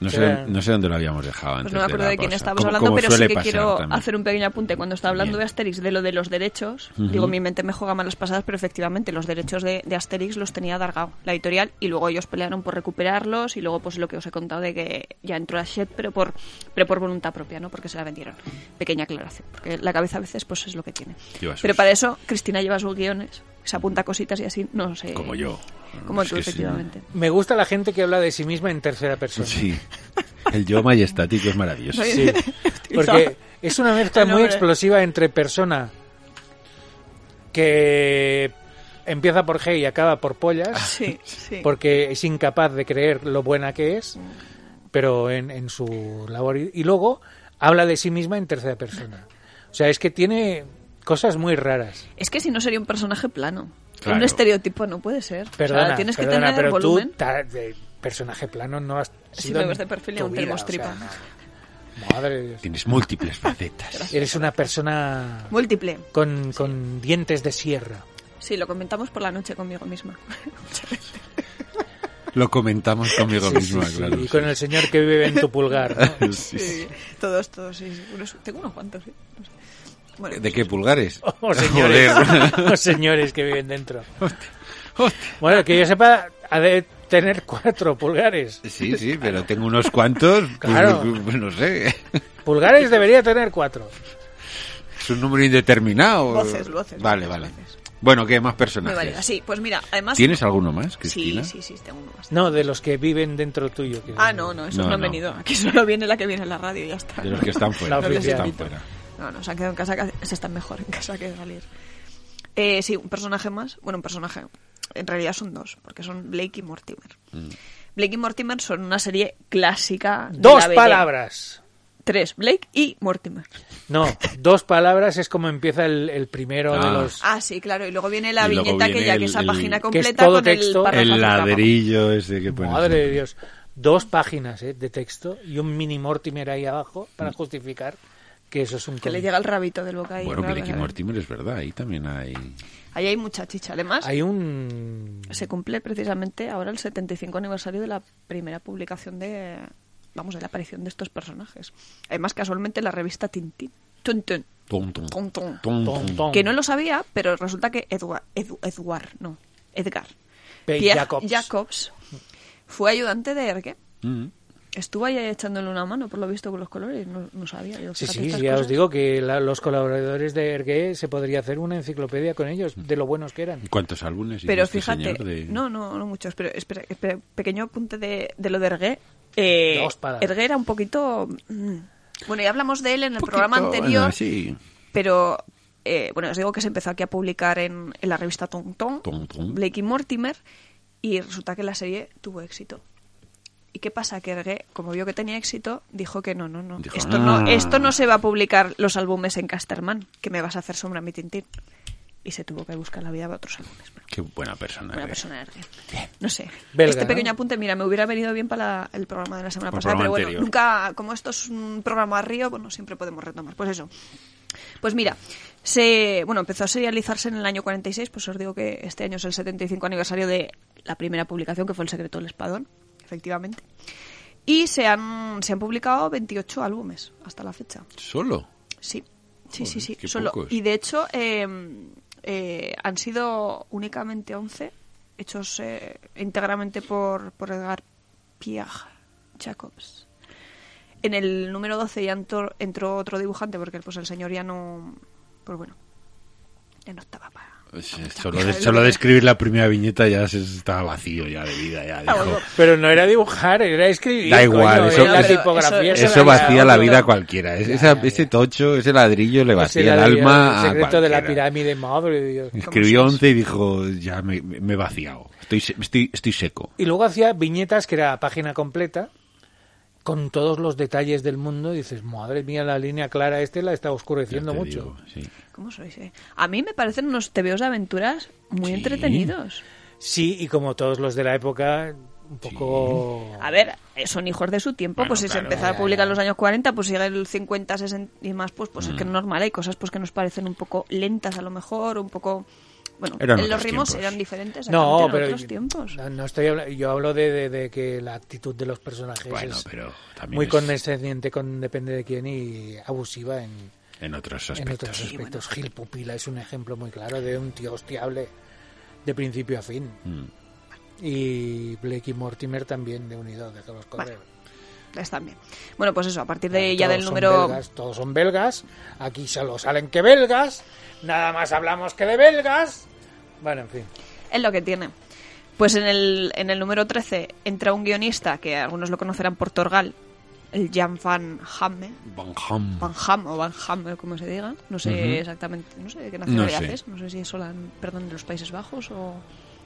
Speaker 5: no sé,
Speaker 4: Era-
Speaker 5: no sé dónde lo habíamos dejado antes.
Speaker 3: Pues no me acuerdo
Speaker 5: la
Speaker 3: de quién
Speaker 5: pausa.
Speaker 3: estábamos
Speaker 5: Como-
Speaker 3: hablando,
Speaker 5: como
Speaker 3: pero sí
Speaker 5: suele
Speaker 3: que
Speaker 5: pasar
Speaker 3: quiero
Speaker 5: también.
Speaker 3: hacer un pequeño apunte. Cuando estaba hablando
Speaker 5: Bien.
Speaker 3: de Asterix, de lo de los derechos, digo, mi mente me juega malas pasadas, pero efectivamente los derechos de, de Asterix los tenía Dargao, la editorial, y luego ellos pelearon por recuperarlos y luego pues lo que os he contado de que ya entró la Shed, pero por, pero por voluntad propia, ¿no? Porque se la vendieron. Pequeña aclaración, porque la cabeza a veces pues es lo que tiene.
Speaker 5: Lleva sus-
Speaker 3: Pero para eso Cristina lleva sus guiones, se apunta cositas y así, no sé.
Speaker 5: Como yo.
Speaker 3: Como
Speaker 5: Es
Speaker 3: tú,
Speaker 5: que sí.
Speaker 3: efectivamente.
Speaker 4: Me gusta la gente que habla de sí misma en tercera persona.
Speaker 5: Sí. El yo majestático es maravilloso.
Speaker 3: Soy-
Speaker 4: Sí. Porque es una mezcla
Speaker 3: El
Speaker 4: muy
Speaker 3: hombre.
Speaker 4: explosiva entre persona que empieza por G y acaba por
Speaker 5: Ah,
Speaker 4: pollas,
Speaker 3: *laughs* Sí, sí.
Speaker 4: porque es incapaz de creer lo buena que es,
Speaker 3: Mm.
Speaker 4: pero en, en su labor. Y y luego habla de sí misma en tercera persona. O sea, es que tiene cosas muy raras.
Speaker 3: Es que si no sería un personaje plano.
Speaker 5: Claro.
Speaker 3: Un estereotipo no puede ser. O sea,
Speaker 4: Perdona,
Speaker 3: tienes que
Speaker 4: perdona,
Speaker 3: tener
Speaker 4: pero
Speaker 3: volumen.
Speaker 4: tú, ta- de personaje plano, no has
Speaker 3: Si
Speaker 4: sido
Speaker 3: lo ves
Speaker 4: en
Speaker 3: de perfil,
Speaker 4: tu
Speaker 3: aún
Speaker 4: vida,
Speaker 3: tenemos
Speaker 4: o sea,
Speaker 3: tripa.
Speaker 4: no. Madre de Dios.
Speaker 5: Tienes múltiples facetas.
Speaker 4: Eres una persona
Speaker 3: Múltiple.
Speaker 4: con, con dientes de sierra.
Speaker 3: Sí, lo comentamos por la noche conmigo
Speaker 5: *laughs*
Speaker 3: misma.
Speaker 5: Lo comentamos conmigo
Speaker 4: Sí,
Speaker 5: misma,
Speaker 4: sí, sí,
Speaker 5: claro.
Speaker 4: Y con el señor que vive en tu pulgar.
Speaker 5: *laughs*
Speaker 4: ¿no?
Speaker 5: Sí, sí.
Speaker 3: Sí, todos, todos. sí, sí. Unos- tengo unos cuantos. ¿eh? No sé. Bueno, pues,
Speaker 5: ¿De qué pulgares?
Speaker 4: *laughs* O Oh, señores, *laughs* o señores que viven dentro. Bueno, que yo sepa, ha de tener cuatro pulgares.
Speaker 5: Sí, sí, pero tengo unos cuantos. pues,
Speaker 4: Claro.
Speaker 5: pues, no sé.
Speaker 4: Pulgares debería tener cuatro.
Speaker 5: Es un número indeterminado.
Speaker 3: Voces, voces,
Speaker 5: Vale,
Speaker 3: voces,
Speaker 5: vale.
Speaker 3: voces.
Speaker 5: Bueno, ¿qué más
Speaker 3: me vale.
Speaker 5: personajes?
Speaker 3: Así, pues mira, además.
Speaker 5: ¿Tienes alguno más,
Speaker 3: Sí,
Speaker 5: Cristina?
Speaker 3: sí, sí, tengo uno más.
Speaker 4: No, de los que viven dentro tuyo. que-
Speaker 3: Ah, no, no, esos
Speaker 5: No,
Speaker 3: no, han
Speaker 5: no.
Speaker 3: venido. Aquí solo viene la que viene en la radio y ya está.
Speaker 5: De los que están fuera.
Speaker 4: La
Speaker 5: de los que
Speaker 4: oficial.
Speaker 5: están fuera.
Speaker 3: No, no, se han quedado en casa, que se están mejor en casa que salir. Eh, sí, un personaje más. Bueno, un personaje. En realidad son dos, porque son Blake y Mortimer.
Speaker 5: Mm.
Speaker 3: Blake y Mortimer son una serie clásica. de
Speaker 4: Dos
Speaker 3: la BD.
Speaker 4: palabras.
Speaker 3: Tres, Blake y Mortimer.
Speaker 4: No, dos palabras es como empieza el, el primero de
Speaker 5: Ah.
Speaker 4: los...
Speaker 3: Ah, sí, claro. Y luego viene la
Speaker 5: Y luego
Speaker 3: viñeta que
Speaker 5: viene
Speaker 3: ya
Speaker 5: el-
Speaker 3: que es la
Speaker 5: el- que
Speaker 3: página
Speaker 5: es
Speaker 3: completa
Speaker 4: todo
Speaker 3: con
Speaker 4: texto.
Speaker 3: el párrafo
Speaker 5: El
Speaker 3: de abajo.
Speaker 5: ladrillo ese que pones.
Speaker 4: Madre de Dios. Dos páginas eh, de texto y un mini Mortimer ahí abajo para justificar que eso es un
Speaker 3: Que le
Speaker 4: cómic.
Speaker 3: llega el rabito del bocadillo.
Speaker 5: Bueno,
Speaker 3: claro,
Speaker 5: Blake y
Speaker 3: claro.
Speaker 5: Mortimer es verdad, ahí también hay...
Speaker 3: Ahí hay mucha chicha. Además,
Speaker 4: Hay un...
Speaker 3: se cumple precisamente ahora el 75 aniversario de la primera publicación de vamos de la aparición de estos personajes. Además, casualmente la revista Tintín. Tun, tun.
Speaker 5: Tum, tum,
Speaker 3: Tum, tum.
Speaker 4: Tom,
Speaker 5: tum, tum.
Speaker 4: tom.
Speaker 3: Que no lo sabía, pero resulta que Edward, Edward no, Edgar.
Speaker 4: Pe-
Speaker 3: Pierre
Speaker 4: Jacobs.
Speaker 3: Jacobs fue ayudante de Ergue.
Speaker 5: Mm.
Speaker 3: Estuvo ahí echándole una mano, por lo visto, con los colores. No, no sabía. Digo,
Speaker 4: Sí,
Speaker 3: fíjate
Speaker 4: sí, ya
Speaker 3: estas
Speaker 4: os
Speaker 3: cosas.
Speaker 4: digo que la- los colaboradores de Ergue se podría hacer una enciclopedia con ellos, de lo buenos que eran.
Speaker 5: ¿Y ¿Cuántos álbumes? hizo
Speaker 3: Pero
Speaker 5: este
Speaker 3: fíjate,
Speaker 5: señor de-
Speaker 3: no, no, no muchos, pero espera, espera, pequeño apunte de, de lo de Ergué. Eh,
Speaker 4: Dos palabras.
Speaker 3: Ergué era un poquito... mm, Bueno, ya hablamos de él en el
Speaker 5: Poquito,
Speaker 3: programa anterior,
Speaker 5: bueno, sí.
Speaker 3: pero eh, bueno, os digo que se empezó aquí a publicar en, en la revista Tom Tom,
Speaker 5: Tom Tom.
Speaker 3: Blake y Mortimer, y resulta que la serie tuvo éxito. ¿Y qué pasa? Que Ergué, como vio que tenía éxito, dijo que no, no, no.
Speaker 5: Dijo,
Speaker 3: esto, no
Speaker 5: "Ah".
Speaker 3: esto no se va a publicar los álbumes en Casterman, que me vas a hacer sombra a mi tintín. Y se tuvo que buscar la vida para otros álbumes.
Speaker 5: Qué buena persona.
Speaker 3: Una
Speaker 5: que-
Speaker 3: persona de No sé.
Speaker 4: Belga,
Speaker 3: este pequeño
Speaker 4: ¿no?
Speaker 3: apunte, mira, me hubiera venido bien para la- el programa de la semana
Speaker 5: Para el
Speaker 3: pasada,
Speaker 5: programa
Speaker 3: pero bueno,
Speaker 5: anterior.
Speaker 3: nunca, como esto es un programa a río, bueno, siempre podemos retomar. Pues eso. Pues mira, se, bueno, empezó a serializarse en el año 46, pues os digo que este año es el 75 aniversario de la primera publicación, que fue El secreto del espadón, efectivamente. Y se han, se han publicado 28 álbumes hasta la fecha.
Speaker 5: ¿Solo?
Speaker 3: Sí, sí, sí,
Speaker 5: Joder,
Speaker 3: sí.
Speaker 5: qué
Speaker 3: Solo.
Speaker 5: pocos.
Speaker 3: Y de hecho, eh, eh, han sido únicamente 11 hechos eh, íntegramente por, por Edgar Pierre Jacobs. En el número 12 ya entró, entró otro dibujante porque pues el señor ya no. Pues bueno, ya no estaba para.
Speaker 5: Sí, Solo de, solo de escribir la primera viñeta ya se estaba vacío ya de vida. Ya dijo,
Speaker 3: bueno.
Speaker 4: Pero no era dibujar, era escribir.
Speaker 5: Da igual,
Speaker 4: coño,
Speaker 5: eso-
Speaker 4: era la
Speaker 3: eso-
Speaker 4: tipografía,
Speaker 3: eso
Speaker 4: era
Speaker 5: eso vacía la
Speaker 4: otro.
Speaker 5: vida a cualquiera. Es- esa- Ese tocho, ese ladrillo le
Speaker 4: Ese
Speaker 5: vacía el
Speaker 4: era
Speaker 5: alma
Speaker 4: El
Speaker 5: a
Speaker 4: secreto de la
Speaker 5: cualquiera.
Speaker 4: pirámide, madre de Dios.
Speaker 5: Escribió 11 y dijo, ya me, me he vaciado. Estoy, se- estoy, estoy seco.
Speaker 4: Y luego hacía viñetas que era página completa con todos los detalles del mundo. Y dices, madre mía, la línea clara este la está
Speaker 5: Ya
Speaker 4: oscureciendo
Speaker 5: te
Speaker 4: mucho.
Speaker 5: digo, sí.
Speaker 3: ¿Cómo sois? eh? A mí me parecen unos tebeos de aventuras muy
Speaker 5: Sí.
Speaker 3: entretenidos.
Speaker 4: Sí, y como todos los de la época, un poco.
Speaker 3: A ver, eh, son hijos de su tiempo,
Speaker 5: Bueno,
Speaker 3: pues si se
Speaker 5: claro,
Speaker 3: empezaba
Speaker 4: ya,
Speaker 3: a publicar
Speaker 4: ya.
Speaker 3: en los años 40, pues llega el 50, 60 y más, pues pues es
Speaker 5: Mm.
Speaker 3: que es normal, hay cosas pues que nos parecen un poco lentas a lo mejor, un poco bueno,
Speaker 5: Eran
Speaker 3: en los
Speaker 5: otros
Speaker 3: ritmos
Speaker 5: tiempos.
Speaker 3: eran diferentes,
Speaker 4: No,
Speaker 3: exactamente,
Speaker 4: pero
Speaker 3: eran otros
Speaker 4: yo-
Speaker 3: tiempos.
Speaker 4: no, no estoy habla- yo hablo de, de- de que la actitud de los personajes
Speaker 5: Bueno,
Speaker 4: es
Speaker 5: pero también
Speaker 4: muy
Speaker 5: es
Speaker 4: condescendiente con depende de quién y abusiva en,
Speaker 5: en otros
Speaker 4: en otros
Speaker 5: aspectos.
Speaker 4: aspectos. Gil Pupila es un ejemplo muy claro de un tío hostiable de principio a fin.
Speaker 5: Mm.
Speaker 4: Y Blake y Mortimer también de unido de Carlos Correa.
Speaker 3: Están bien. Bueno, pues eso, a partir de
Speaker 4: Claro,
Speaker 3: ya
Speaker 4: todos
Speaker 3: del
Speaker 4: son
Speaker 3: número
Speaker 4: belgas, todos son belgas. Aquí solo salen que belgas. Nada más hablamos que de belgas. Bueno, en fin.
Speaker 3: Es lo que tiene. Pues en el, en el número 13 entra un guionista que algunos lo conocerán por Torgal, el Jan Van Hamme,
Speaker 5: Van Ham.
Speaker 3: Van Ham o Van Ham, o como se diga. No sé exactamente, no sé de qué nacionalidad
Speaker 5: sé.
Speaker 3: es. No sé si es holan- perdón, de los Países Bajos o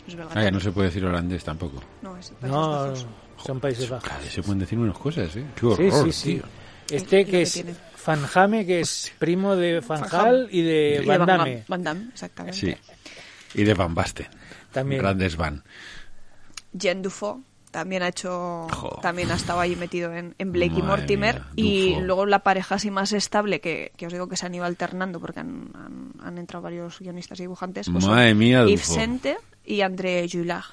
Speaker 3: es belga.
Speaker 5: Ah, ya no se puede decir holandés tampoco.
Speaker 3: No, es de Países
Speaker 4: No,
Speaker 3: Bajos.
Speaker 4: son Países Bajos.
Speaker 5: Cada vez se pueden decir menos cosas, ¿eh? Qué
Speaker 4: Sí,
Speaker 5: horror,
Speaker 4: sí, sí.
Speaker 5: tío.
Speaker 4: Este
Speaker 3: Es lo
Speaker 4: que
Speaker 3: que
Speaker 4: es
Speaker 3: tiene.
Speaker 4: Fanjame, que es primo de Fanjal y de
Speaker 3: Y de
Speaker 4: eh, Van
Speaker 3: Van Damme.
Speaker 4: Damme.
Speaker 3: Van Damme, exactamente.
Speaker 5: Sí. Y de Van Basten.
Speaker 4: También.
Speaker 5: Grandes Van.
Speaker 3: Jean Dufault también ha hecho
Speaker 5: Jo.
Speaker 3: también ha estado ahí metido en, en Blake y
Speaker 5: Madre
Speaker 3: Mortimer
Speaker 5: mía,
Speaker 3: y
Speaker 5: Dufault.
Speaker 3: luego la pareja así más estable que, que os digo que se han ido alternando porque han, han- han entrado varios guionistas y dibujantes pues son
Speaker 5: Madre mía,
Speaker 3: Yves
Speaker 5: Dufault.
Speaker 3: Sente y André Juillard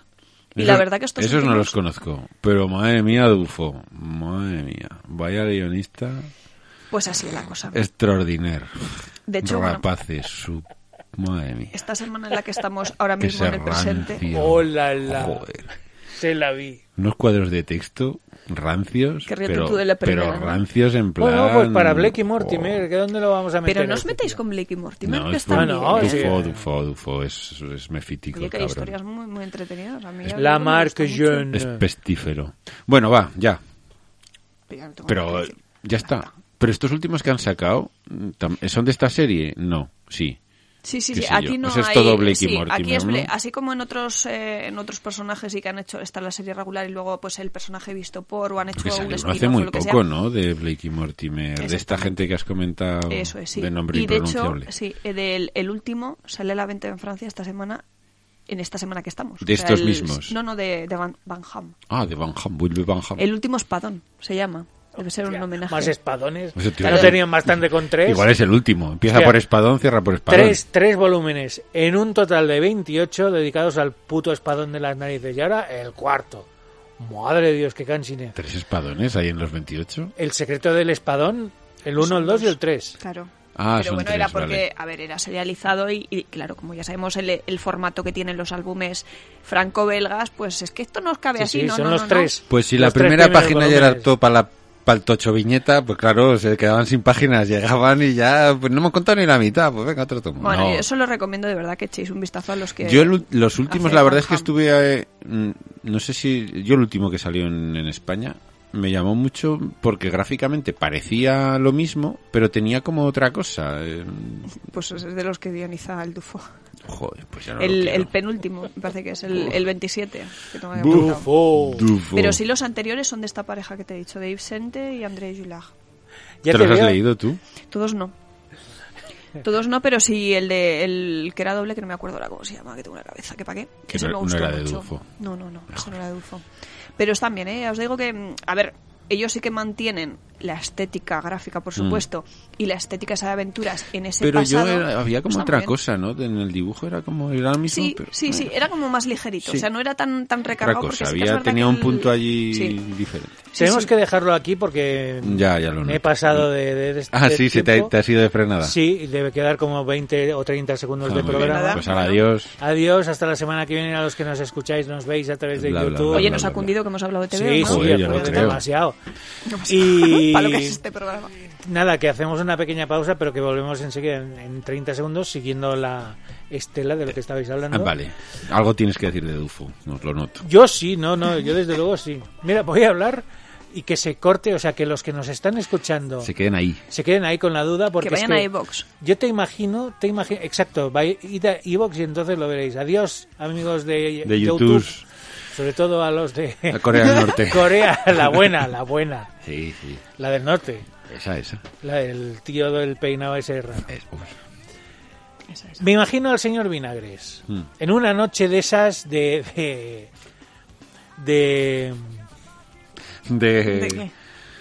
Speaker 3: y
Speaker 5: Esos-
Speaker 3: la verdad que estos
Speaker 5: Esos no
Speaker 3: últimos-
Speaker 5: los conozco. Pero madre mía, Dufo. Madre mía. Vaya guionista
Speaker 3: pues así es la cosa
Speaker 5: extraordinario.
Speaker 3: De hecho, bueno-
Speaker 5: Rapaces. Su... Madre mía.
Speaker 3: esta semana en la que estamos ahora
Speaker 5: Que
Speaker 3: mismo
Speaker 5: se
Speaker 3: en el presente
Speaker 5: rancio.
Speaker 4: Oh, la, la.
Speaker 5: Joder.
Speaker 4: Se la vi.
Speaker 5: Unos cuadros de texto rancios,
Speaker 3: Que ríete
Speaker 5: pero,
Speaker 3: tú de la
Speaker 5: pero
Speaker 3: primera, ¿no?
Speaker 5: rancios en plan...
Speaker 4: Bueno, pues para Blake y Mortimer,
Speaker 5: Joder.
Speaker 4: ¿que dónde lo vamos a meter?
Speaker 3: pero
Speaker 4: a
Speaker 3: no os
Speaker 4: este
Speaker 3: metéis
Speaker 4: tío?
Speaker 3: con Blake y Mortimer
Speaker 5: No,
Speaker 3: que
Speaker 5: es
Speaker 3: están
Speaker 4: Bueno,
Speaker 3: bien
Speaker 4: sí.
Speaker 3: ¿eh?
Speaker 5: Dufo, Dufo, Dufo, es, es mefítico,
Speaker 3: Oye, que hay
Speaker 5: cabrón.
Speaker 3: historias muy, muy entretenidas a mí la verdad
Speaker 4: La
Speaker 3: que me gusta
Speaker 4: Marque
Speaker 3: mucho.
Speaker 4: Jeune.
Speaker 5: Es pestífero. Bueno, va, ya.
Speaker 3: ya no tengo nada
Speaker 5: Pero
Speaker 3: que
Speaker 5: eh,
Speaker 3: decir.
Speaker 5: ya está. Pero estos últimos que han sacado, mm, tam- ¿son de esta serie? No, sí.
Speaker 3: Sí, sí,
Speaker 5: qué
Speaker 3: sí.
Speaker 5: sé yo.
Speaker 3: Aquí no
Speaker 5: Pues es
Speaker 3: hay.
Speaker 5: todo Blake y
Speaker 3: sí,
Speaker 5: Mortimer,
Speaker 3: aquí es
Speaker 5: ¿no?
Speaker 3: Bla- Así como en otros eh, en otros personajes sí que han hecho está la serie regular y luego pues el personaje visto por o han hecho
Speaker 5: Porque
Speaker 3: un
Speaker 5: salió uno hace
Speaker 3: spin-off o
Speaker 5: muy
Speaker 3: lo que
Speaker 5: poco,
Speaker 3: sea.
Speaker 5: ¿no? De Blake y Mortimer, de esta gente que has comentado
Speaker 3: Eso es, sí.
Speaker 5: de nombre
Speaker 3: y de hecho,
Speaker 5: impronunciable.
Speaker 3: sí, eh, del, el último sale a la venta en Francia esta semana, en esta semana que estamos.
Speaker 5: De estos
Speaker 3: el-
Speaker 5: mismos.
Speaker 3: No, no, de, de Van, Van Ham.
Speaker 5: Ah, de Van Ham, vuelve Van Ham.
Speaker 3: El último espadón se llama. Debe ser un homenaje.
Speaker 4: Más espadones.
Speaker 5: Eso te iba
Speaker 4: Ya
Speaker 5: a
Speaker 4: no
Speaker 5: decir.
Speaker 4: tenían bastante con tres.
Speaker 5: Igual es el último. Empieza
Speaker 4: Hostia.
Speaker 5: por Espadón, cierra por Espadón.
Speaker 4: Tres, tres volúmenes en un total de 28 dedicados al puto espadón de las narices. Y ahora el cuarto. Madre de Dios, qué cansine.
Speaker 5: ¿Tres Espadones ahí en los 28.
Speaker 4: El secreto del espadón, el 1, el 2 y el 3.
Speaker 3: Claro.
Speaker 5: Ah,
Speaker 3: Pero
Speaker 5: son
Speaker 3: bueno,
Speaker 5: tres,
Speaker 3: era porque,
Speaker 5: vale.
Speaker 3: a ver, era serializado y, y, claro, como ya sabemos el, el formato que tienen los álbumes franco-belgas, pues es que esto no os cabe
Speaker 4: Sí,
Speaker 3: así,
Speaker 4: sí,
Speaker 3: ¿no?
Speaker 4: son
Speaker 3: no,
Speaker 4: los
Speaker 3: no, no.
Speaker 4: tres.
Speaker 5: Pues si
Speaker 4: Los
Speaker 5: la
Speaker 4: tres
Speaker 5: primera
Speaker 4: primeros
Speaker 5: página ya era
Speaker 4: volúmenes.
Speaker 5: todo para la para el tocho viñeta, pues claro, se quedaban sin páginas, *laughs* llegaban y ya, pues no hemos contado ni la mitad, pues venga, otro tomo.
Speaker 3: Bueno,
Speaker 5: No.
Speaker 3: yo eso lo recomiendo de verdad que echéis un vistazo a los que...
Speaker 5: Yo el ul- los últimos,
Speaker 3: hace
Speaker 5: la verdad es que
Speaker 3: Van Ham.
Speaker 5: estuve, eh, mm, no sé si, yo el último que salió en, en España me llamó mucho porque gráficamente parecía lo mismo, pero tenía como otra cosa. eh,
Speaker 3: Pues es de los que guioniza el Dufo.
Speaker 5: joder, pues ya no
Speaker 3: el,
Speaker 5: lo
Speaker 3: el
Speaker 5: quiero.
Speaker 3: penúltimo, me parece que es el, el 27. que tengo aquí apuntado.
Speaker 4: Bufo.
Speaker 5: Dufo.
Speaker 3: Pero sí los anteriores son de esta pareja que te he dicho, de Yves Sente y André Juillard.
Speaker 4: Ya
Speaker 5: ¿Te los has
Speaker 4: veo.
Speaker 5: leído tú?
Speaker 3: Todos no. Todos no, pero sí el de el que era doble, que no me acuerdo ahora cómo se llama, que tengo una cabeza, que pa' qué.
Speaker 5: Que
Speaker 3: Ese
Speaker 5: no-
Speaker 3: me
Speaker 5: no
Speaker 3: gustó
Speaker 5: era de
Speaker 3: mucho.
Speaker 5: Dufo.
Speaker 3: No, no, no, ese no era de Dufo. Pero están bien, ¿eh? Os digo que, mm, a ver, ellos sí que mantienen la estética gráfica, por supuesto, y la estética esa de aventuras en ese
Speaker 5: Mm. Pero yo
Speaker 3: pasado.
Speaker 5: era- había como
Speaker 3: está muy
Speaker 5: otra
Speaker 3: bien.
Speaker 5: cosa, ¿no? En el dibujo era como era lo mismo.
Speaker 3: Sí,
Speaker 5: pero-
Speaker 3: sí, sí, era como más ligerito,
Speaker 5: Sí.
Speaker 3: o sea, no era tan, tan
Speaker 5: otra
Speaker 3: recargado.
Speaker 5: cosa.
Speaker 3: porque sí que es
Speaker 5: Había,
Speaker 3: verdad
Speaker 5: tenía
Speaker 3: que
Speaker 5: un
Speaker 3: el-
Speaker 5: punto allí
Speaker 3: Sí.
Speaker 5: diferente.
Speaker 3: Sí,
Speaker 4: Tenemos
Speaker 3: sí.
Speaker 4: que dejarlo aquí porque
Speaker 5: Ya, ya lo
Speaker 4: me he
Speaker 5: noto.
Speaker 4: pasado de, de- de
Speaker 5: Ah,
Speaker 4: de
Speaker 5: sí, se te, ha-
Speaker 4: tiempo.
Speaker 5: te has ido de frenada.
Speaker 4: Sí, debe quedar como 20 o 30
Speaker 5: Ah,
Speaker 4: segundos
Speaker 5: muy
Speaker 4: de
Speaker 5: bien.
Speaker 4: programa.
Speaker 3: Nada.
Speaker 5: Pues ahora adiós.
Speaker 4: Adiós, hasta la semana que viene a los que nos escucháis, nos veis a través de
Speaker 5: Bla, bla,
Speaker 4: YouTube.
Speaker 5: bla,
Speaker 3: Oye,
Speaker 5: bla,
Speaker 3: nos
Speaker 5: bla.
Speaker 3: ha cundido que hemos hablado de
Speaker 4: Sí,
Speaker 3: TV,
Speaker 4: sí,
Speaker 3: ¿no?
Speaker 5: Joder, ya lo
Speaker 4: pues,
Speaker 5: creo.
Speaker 4: demasiado.
Speaker 3: No pasa
Speaker 4: Y-
Speaker 3: nada, *laughs* Para lo que es este programa.
Speaker 4: Nada, que hacemos una pequeña pausa, pero que volvemos enseguida en, en 30 segundos siguiendo la estela de lo que estabais hablando.
Speaker 5: Ah, vale. Algo tienes que decir de Dufo, nos lo noto.
Speaker 4: Yo sí, no, no, yo desde luego sí. Mira, voy a hablar y que se corte, o sea, que los que nos están escuchando
Speaker 5: Se queden ahí.
Speaker 4: se queden ahí con la duda porque
Speaker 3: Que vayan
Speaker 4: es
Speaker 3: a
Speaker 4: que
Speaker 3: iVox.
Speaker 4: yo te imagino, te imagino, exacto, va- id a iVoox y entonces lo veréis. Adiós, amigos de,
Speaker 5: De
Speaker 4: YouTube,
Speaker 5: YouTube.
Speaker 4: sobre todo a los
Speaker 5: *laughs*
Speaker 4: de
Speaker 5: A Corea del Norte.
Speaker 4: *laughs* Corea, la buena, la buena,
Speaker 5: Sí, sí.
Speaker 4: la del norte,
Speaker 5: Esa, esa.
Speaker 4: la del tío del peinado ese raro.
Speaker 5: Es- uf.
Speaker 4: Me imagino al señor Vinagres
Speaker 5: Mm.
Speaker 4: en una noche de esas de de, de
Speaker 5: De...
Speaker 3: ¿De qué?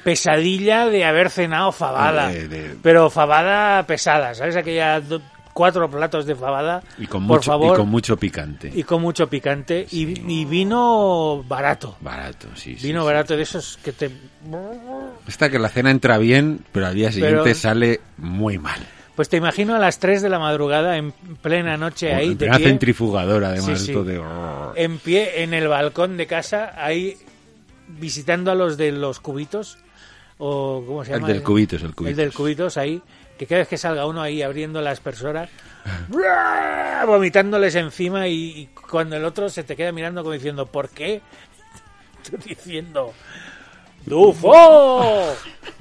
Speaker 4: pesadilla de haber cenado fabada,
Speaker 5: De- de-
Speaker 4: pero fabada pesada, ¿sabes? Aquella do- cuatro platos de fabada,
Speaker 5: Y con
Speaker 4: por
Speaker 5: mucho,
Speaker 4: favor,
Speaker 5: y con mucho picante.
Speaker 4: y con mucho picante y, y vino barato,
Speaker 5: Barato, sí. sí,
Speaker 4: vino
Speaker 5: sí.
Speaker 4: barato de esos que te
Speaker 5: Hasta que la cena entra bien, pero al día siguiente
Speaker 4: Pero-
Speaker 5: sale muy mal.
Speaker 4: pues te imagino a las 3 de la madrugada en plena noche ahí de
Speaker 5: una
Speaker 4: pie.
Speaker 5: centrifugadora, además.
Speaker 4: Sí, sí.
Speaker 5: esto de- oh.
Speaker 4: en pie en el balcón de casa, ahí visitando a los de los cubitos, o cómo se
Speaker 5: El
Speaker 4: llama.
Speaker 5: del cubitos, el cubitos.
Speaker 4: El del cubitos, ahí, que cada vez que salga uno ahí abriendo la aspersora, ¡bra! vomitándoles encima y, y cuando el otro se te queda mirando como diciendo, ¿por qué? *laughs* Tú diciendo, ¡Dufo!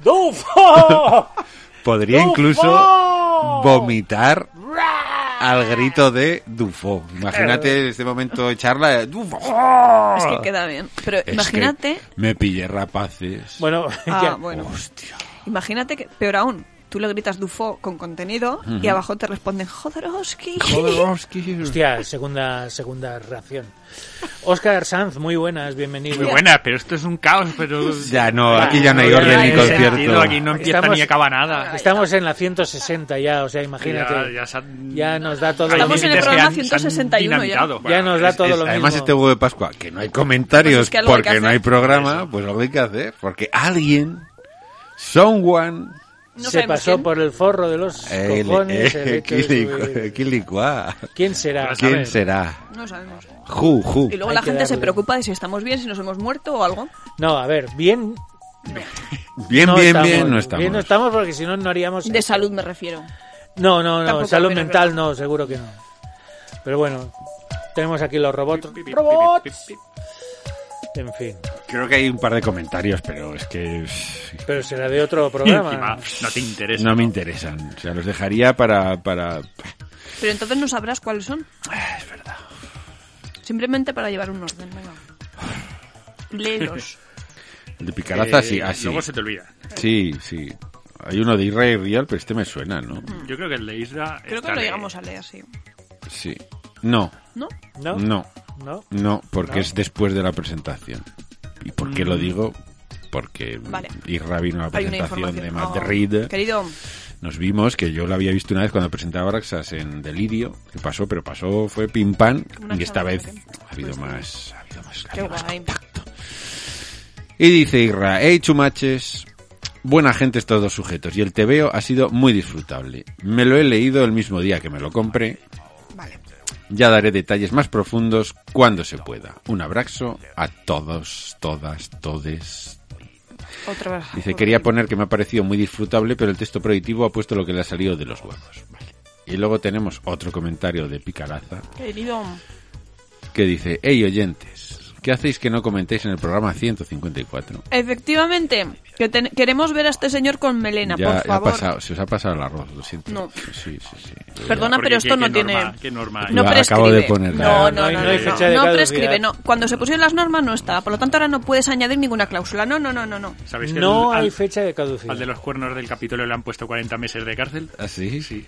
Speaker 4: ¡Dufo!
Speaker 7: *laughs*
Speaker 5: Podría
Speaker 4: ¡Dufo!
Speaker 5: incluso vomitar al grito de Dufo. Imagínate este momento de charla. ¡Dufo!
Speaker 3: Es que queda bien. Pero
Speaker 5: Es que
Speaker 3: imagínate,
Speaker 5: me pillé rapaces.
Speaker 4: Bueno,
Speaker 3: Ah,
Speaker 4: *laughs* ya.
Speaker 3: bueno. imagínate que, peor aún, tú le gritas Dufo con contenido y abajo te responden
Speaker 4: *laughs*
Speaker 3: Jodorowsky.
Speaker 5: Jodorowsky.
Speaker 4: Hostia, segunda, segunda reacción. Oscar Sanz, muy buenas, bienvenido.
Speaker 7: Muy buena, pero esto es un caos, pero...
Speaker 5: Ya no, aquí ya no hay
Speaker 4: Ya,
Speaker 5: orden ni
Speaker 4: ya, ya,
Speaker 5: concierto.
Speaker 7: sentido, Aquí no empieza
Speaker 4: Estamos-
Speaker 7: ni acaba nada.
Speaker 4: Estamos en la 160 ya, o sea, imagínate.
Speaker 7: Ya- ya se han-
Speaker 4: Ya nos da todo
Speaker 3: Estamos
Speaker 4: lo
Speaker 3: en el
Speaker 4: mismo.
Speaker 3: programa
Speaker 7: Se han- se han
Speaker 3: 161 ya.
Speaker 7: dinamitado.
Speaker 4: Ya nos da
Speaker 5: Es-
Speaker 4: todo
Speaker 5: es-
Speaker 4: lo
Speaker 5: además,
Speaker 4: mismo.
Speaker 5: este huevo de Pascua, que no hay comentarios
Speaker 3: Pues es que algo hay
Speaker 5: porque
Speaker 3: que
Speaker 5: no hay
Speaker 3: hacer.
Speaker 5: programa, pues lo hay que hacer. Porque alguien, someone,
Speaker 3: No
Speaker 4: se
Speaker 3: sabemos
Speaker 4: pasó
Speaker 3: quién.
Speaker 4: por el forro de los
Speaker 5: eh,
Speaker 4: cojones.
Speaker 5: eh,
Speaker 4: el
Speaker 5: *laughs*
Speaker 4: hecho de subir.
Speaker 5: Kili- Kilicua.
Speaker 4: ¿Quién será?
Speaker 5: ¿Quién será?
Speaker 3: No sabemos.
Speaker 5: Ju, ju.
Speaker 3: Y luego
Speaker 4: Hay
Speaker 3: la
Speaker 4: que
Speaker 3: gente se
Speaker 4: darle.
Speaker 3: preocupa de si estamos bien, si nos hemos muerto o algo.
Speaker 4: No, a ver, bien.
Speaker 5: Bien,
Speaker 4: no
Speaker 5: bien,
Speaker 4: estamos,
Speaker 5: bien, no estamos.
Speaker 4: Bien no estamos porque si no, no haríamos.
Speaker 3: De
Speaker 4: esto.
Speaker 3: salud me refiero.
Speaker 4: No, no, no.
Speaker 3: Tampoco,
Speaker 4: salud
Speaker 3: pero-
Speaker 4: mental no, seguro que no. Pero bueno, tenemos aquí los robots. ¡Robots! En fin.
Speaker 5: Creo que hay un par de comentarios, pero es que pff,
Speaker 4: Pero será de otro
Speaker 7: Y encima,
Speaker 4: programa.
Speaker 7: no te interesa.
Speaker 5: no me interesan. O sea, los dejaría para... para...
Speaker 3: Pero entonces no sabrás cuáles son. Es
Speaker 4: Ah,
Speaker 3: verdad. Simplemente para llevar un orden. Venga.
Speaker 4: *laughs*
Speaker 3: Léelos.
Speaker 5: El de Picaraza,
Speaker 7: Eh,
Speaker 5: sí, así.
Speaker 7: Luego se te olvida.
Speaker 5: Sí, sí. Hay uno de Israel Real, pero este me suena, ¿no?
Speaker 7: Yo creo que el de Isra...
Speaker 3: Creo que
Speaker 7: está
Speaker 3: lo
Speaker 7: de-
Speaker 3: llegamos a leer, sí.
Speaker 5: Sí. No,
Speaker 3: ¿No?
Speaker 4: ¿No?
Speaker 5: no, no,
Speaker 4: ¿No?
Speaker 5: porque
Speaker 4: No.
Speaker 5: es después de la presentación. ¿Y por qué lo digo? Porque
Speaker 3: Mm. Vale.
Speaker 5: Israel vino a la
Speaker 3: Hay una
Speaker 5: presentación
Speaker 3: información.
Speaker 5: de
Speaker 3: Oh,
Speaker 5: Madrid.
Speaker 3: Querido,
Speaker 5: Nos vimos, que yo lo había visto una vez cuando presentaba Raxas en Delirio, que pasó, pero pasó, fue pim pam,
Speaker 3: Una
Speaker 5: y esta
Speaker 3: charla,
Speaker 5: vez
Speaker 3: ¿qué?
Speaker 5: ha habido
Speaker 3: Pues sí.
Speaker 5: más, ha habido más, ha
Speaker 3: qué
Speaker 5: habido más
Speaker 3: guay.
Speaker 5: Y dice Irra, hey chumaches, buena gente estos dos sujetos y el tebeo ha sido muy disfrutable. Me lo he leído el mismo día que me lo compré.
Speaker 3: Vale.
Speaker 5: Ya daré detalles más profundos cuando se pueda. Un abrazo a todos, todas, todes.
Speaker 3: Otra vez.
Speaker 5: Dice, quería poner que me ha parecido muy disfrutable, pero el texto prohibitivo ha puesto lo que le ha salido de los huevos. Vale. Y luego tenemos otro comentario de Picaraza
Speaker 3: Querido,
Speaker 5: que dice, hey oyentes, ¿qué hacéis que no comentéis en el programa 154?
Speaker 3: efectivamente, que ten- queremos ver a este señor con melena,
Speaker 5: ya,
Speaker 3: por
Speaker 5: ya ha
Speaker 3: favor.
Speaker 5: pasado, se os ha pasado el arroz, lo siento.
Speaker 3: No.
Speaker 5: Sí, sí, sí.
Speaker 3: Perdona,
Speaker 7: Porque
Speaker 3: pero esto
Speaker 7: qué-
Speaker 3: no
Speaker 7: qué
Speaker 3: tiene.
Speaker 7: norma, qué norma.
Speaker 3: No
Speaker 5: Lo acabo
Speaker 3: prescribe.
Speaker 5: de poner, la
Speaker 3: no,
Speaker 5: verdad.
Speaker 3: no, no,
Speaker 4: No
Speaker 3: no,
Speaker 4: hay
Speaker 3: no,
Speaker 4: fecha de
Speaker 3: no
Speaker 4: caducidad.
Speaker 3: prescribe, no. Cuando se pusieron las normas no estaba, por lo tanto ahora no puedes añadir ninguna cláusula. No, no, no, no, no.
Speaker 7: ¿Sabéis que
Speaker 4: No
Speaker 7: el- al-
Speaker 4: hay fecha de caducidad.
Speaker 7: Al de los cuernos del Capitolio le han puesto 40 meses de cárcel.
Speaker 5: ¿Ah, sí?